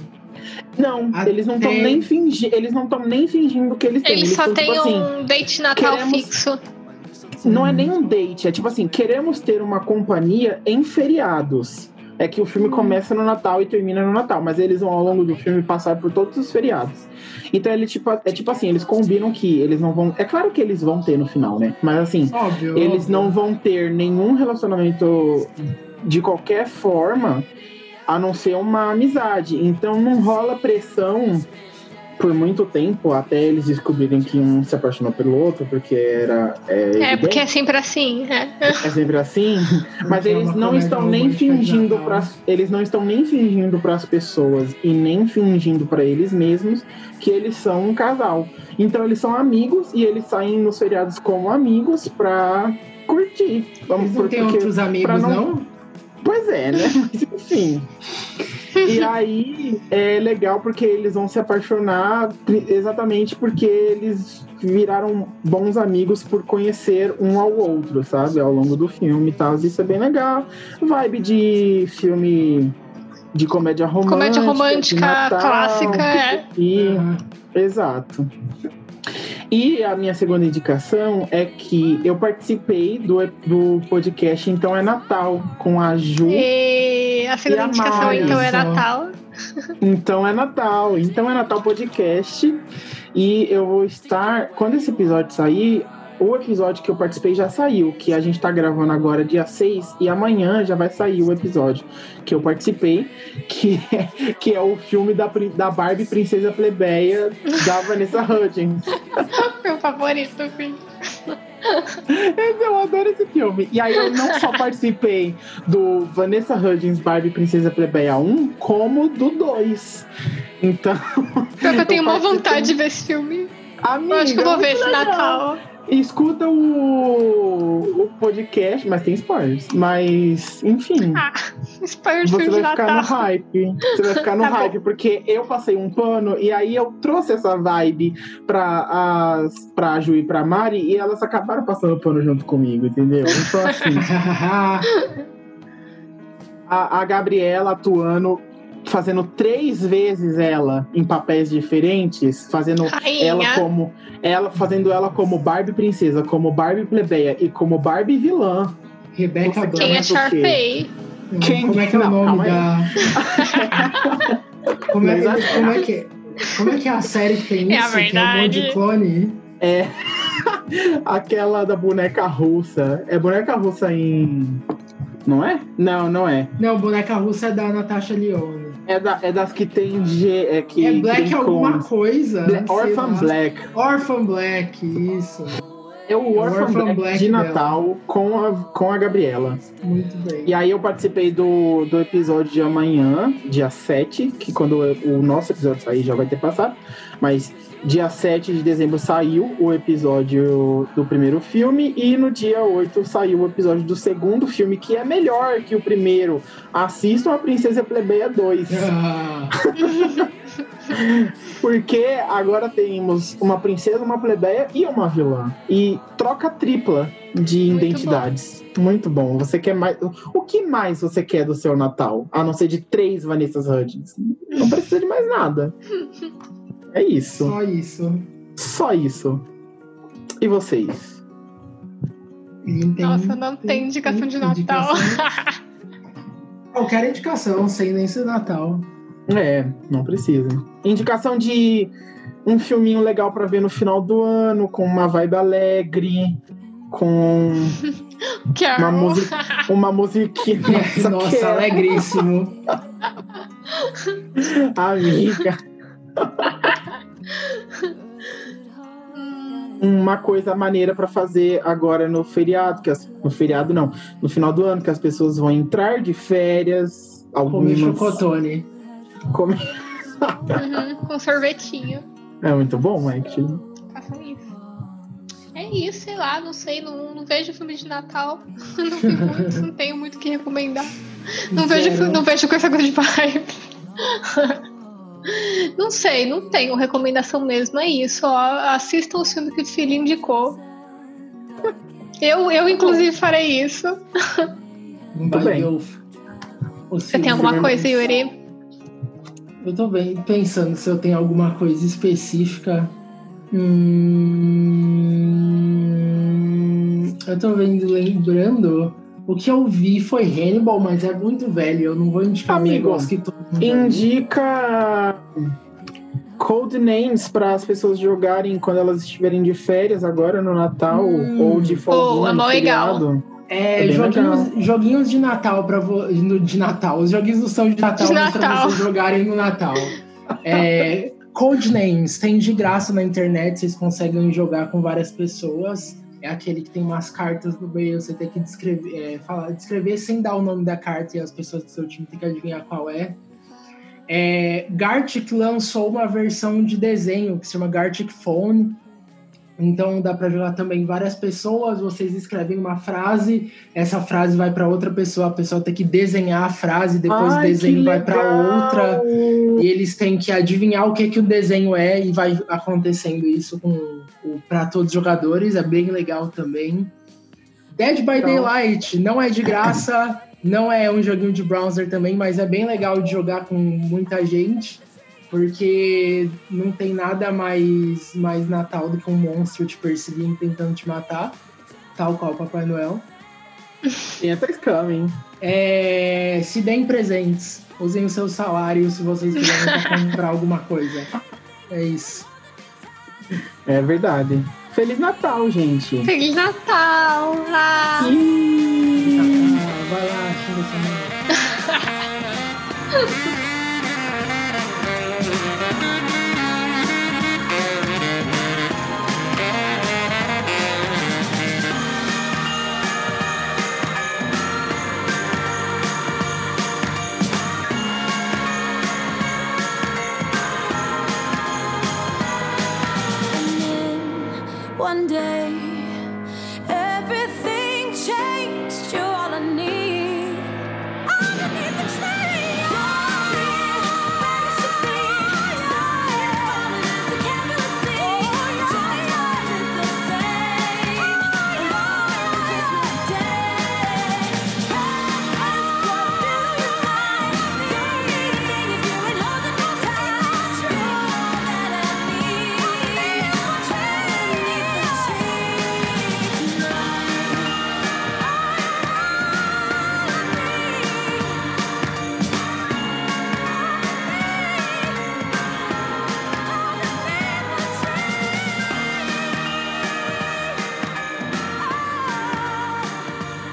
Não,
Até-
eles não estão nem fingindo, eles não estão nem fingindo que eles têm.
Ele só
tão,
tem
tipo assim,
um date natal
queremos-
fixo.
não é nem um date, é tipo assim, queremos ter uma companhia em feriados. É que o filme começa no Natal e termina no Natal, mas eles vão ao longo do filme passar por todos os feriados. Então ele tipo, é tipo assim, eles combinam que eles não vão. É claro que eles vão ter no final, né? Mas assim,
Óbvio.
eles não vão ter nenhum relacionamento de qualquer forma, a não ser uma amizade. Então não rola pressão por muito tempo até eles descobrirem que um se apaixonou pelo outro, porque era. É,
É,
evidente,
porque é sempre assim. É.
é sempre assim. Mas
Porque é
eles
uma
não
comédia
estão nem
romântica então. de
fingindo
Natal.
para eles não estão nem fingindo para as pessoas e nem fingindo para eles mesmos que eles são um casal. Então eles são amigos e eles saem nos feriados como amigos pra curtir.
Eles não
por-
têm
porque-
outros
pra
amigos,
não-
não?
Pois
[laughs]
é, né? Mas enfim. E aí é legal porque eles vão se apaixonar pri- exatamente porque eles viraram bons amigos por conhecer um ao outro, sabe? Ao longo do filme e tal. Isso é bem legal. Vibe de filme de comédia romântica.
Comédia
de
romântica
Natal.
clássica. É.
E
Ah,
Exato. E a minha segunda indicação é que eu participei do, do podcast Então é Natal com a Ju.
E a segunda
E a
indicação,
Mari,
então, é
só.
Natal.
Então é Natal. Então é Natal podcast. E eu vou estar. Quando esse episódio sair, o episódio que eu participei já saiu, que a gente tá gravando agora dia 6, e amanhã já vai sair o episódio que eu participei, que é, que é o filme da, pri- da Barbie Princesa Plebeia da Vanessa Hudgens.
Meu favorito, assim. filho.
Eu adoro esse filme. E aí eu não
[laughs]
só participei do Vanessa Hudgens Barbie Princesa Plebeia 1, como do 2. Então,
Pior que eu tenho uma
participei.
vontade de ver esse filme.
amiga,
Eu acho que eu vou ver esse
muito legal.
Natal.
Escuta o, o podcast, mas tem spoilers. Mas, enfim,
Ah, Spoiler de
você
filme é de
vai ficar no
Natal.
hype. Você vai
[laughs]
ficar no
Tá bom.
hype, porque eu passei um pano e aí eu trouxe essa vibe pra, as, pra Ju e pra Mari e elas acabaram passando pano junto comigo, entendeu? Então, assim. a, a Gabriela atuando, fazendo três vezes ela em papéis diferentes, fazendo ela
Rainha.
como ela fazendo ela como Barbie princesa, como Barbie plebeia e como Barbie vilã.
[laughs] Rebeca
Você
Blanc.
Quem é
Mas o quê?
Sharpay?
Quem-
Como é que é o
Não,
nome
calma
da.
[laughs]
como, é,
Mas a-
como, é que, como é que é a série que tem
É a
isso? que é um monte de
verdade.
clone?
É [laughs] aquela da boneca russa. É boneca russa em. Não é? Não, não é.
Não, boneca russa é da Natasha Leone.
É, da, é das que tem G. É, que
é Black
tem
alguma
clones.
coisa.
Bla-
sei
Orphan
lá.
Black.
Orphan Black, isso.
É o Orphan,
Orphan
Black,
Black
de
dela.
Natal com a, com a Gabriela.
Muito bem.
E aí eu participei do, do episódio de amanhã, dia 7, que quando eu- o nosso episódio sair já vai ter passado, mas dia 7 de dezembro saiu o episódio do primeiro filme e no dia 8 saiu o episódio do segundo filme, que é melhor que o primeiro. Assistam a Princesa Plebeia 2.
Ah,
Porque agora temos uma princesa, uma plebeia e uma vilã. E troca tripla de
Muito
identidades. Muito bom. Você quer mais. O que mais você quer do seu Natal? A não ser de três Vanessas Hudgens. Não precisa de mais nada. É isso.
só isso.
Só isso. E vocês?
E não tem-
Nossa, não tem [laughs] indicação de Natal.
indicação. Qualquer indicação, sem nem ser Natal.
É, não precisa. Indicação de um filminho legal pra ver no final do ano, com uma vibe alegre, com
Carol.
uma, musi uma musiquinha.
[laughs] É, Nossa,
que- é. [laughs]
alegríssimo.
Amiga, uma coisa maneira pra fazer agora no feriado, que as- no feriado não, no final do ano, que as pessoas vão entrar de férias,
Comi
algumas
chocotone.
come-
Uhum, com sorvetinho.
É muito bom, actually.
Façam isso. É Tá isso, sei lá, não sei, não, não vejo filme de Natal. [laughs] Não, vi muito, não tenho muito o que recomendar. Não vejo, fi-
Zero.
não vejo com essa coisa de vibe. Não sei, não tenho recomendação mesmo, é isso. Ó, assistam o filme que o Fili indicou. Eu, eu, inclusive, farei isso.
Muito bem.
Valeu. Os
Você tem alguma
Sim.
coisa, Yuri?
Eu tô bem pensando se eu tenho alguma coisa específica. Hum, eu tô vendo, lembrando. O que eu vi foi Hannibal, mas é muito velho. Eu não vou indicar
Amigo,
um negócio que todo mundo já viu.
Indica code names para as pessoas jogarem quando elas estiverem de férias agora no Natal
Hum.
ou de folga.
Boa,
no
mó legal.
feriado.
É,
É bem
joguinhos, joguinhos de Natal para de Natal. Os joguinhos não são de Natal,
De
mas pra
Natal.
vocês jogarem no Natal. É, Codenames tem de graça na internet, vocês conseguem jogar com várias pessoas. É aquele que tem umas cartas no meio, você tem que descrever, é, falar, descrever sem dar o nome da carta e as pessoas do seu time têm que adivinhar qual é. é Gartic lançou uma versão de desenho que se chama Gartic Phone. Então dá para jogar também várias pessoas, vocês escrevem uma frase essa frase vai para outra pessoa, a pessoa tem que desenhar a frase, depois
Ai,
o desenho
que
vai para
legal!
outra, e eles têm que adivinhar o que que o desenho é e vai acontecendo isso com para todos os jogadores, é bem legal também. Dead by
Então.
Daylight não é de graça, não é um joguinho de browser também, mas é bem legal de jogar com muita gente. Porque não tem nada mais, mais Natal do que um monstro te perseguindo, tentando te matar, tal qual Papai Noel.
Tem até scam, hein?
É, se deem presentes. Usem o seu salário se vocês quiserem pra comprar alguma coisa. É isso.
É verdade. Feliz Natal, gente.
Feliz Natal! Ah!
Ih!
Ah, vai lá, xinga sua mãe.
And then one day, everything changed. You're all I need. Underneath the tree,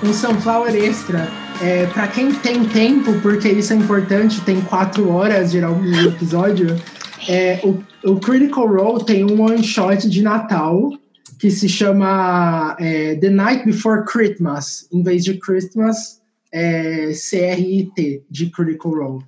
um Sunflower Extra. É, para quem tem tempo, porque isso é importante, tem quatro horas geralmente no episódio. É, o, o Critical Role tem um one shot de Natal que se chama é, The Night Before Christmas, em vez de Christmas, é CRIT de Critical Role.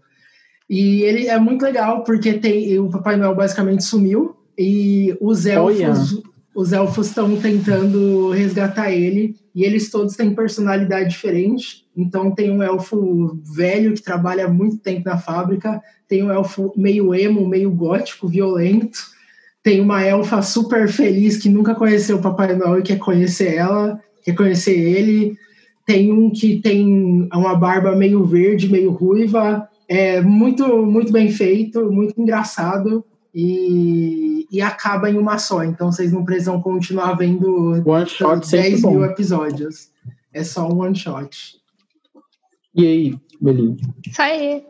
E ele é muito legal porque tem o Papai Noel basicamente sumiu e os elfos
Olha.
os elfos estão tentando resgatar ele e eles todos têm personalidade diferente. Então tem um elfo velho que trabalha muito tempo na fábrica, tem um elfo meio emo, meio gótico, violento, tem uma elfa super feliz que nunca conheceu o Papai Noel e quer conhecer ela, quer conhecer ele. Tem um que tem uma barba meio verde, meio ruiva. É muito, muito bem feito, muito engraçado e, e acaba em uma só. Então vocês não precisam continuar vendo
One shot sempre
10 mil
bom.
episódios. É só um one shot.
E aí, Belinho?
Isso aí.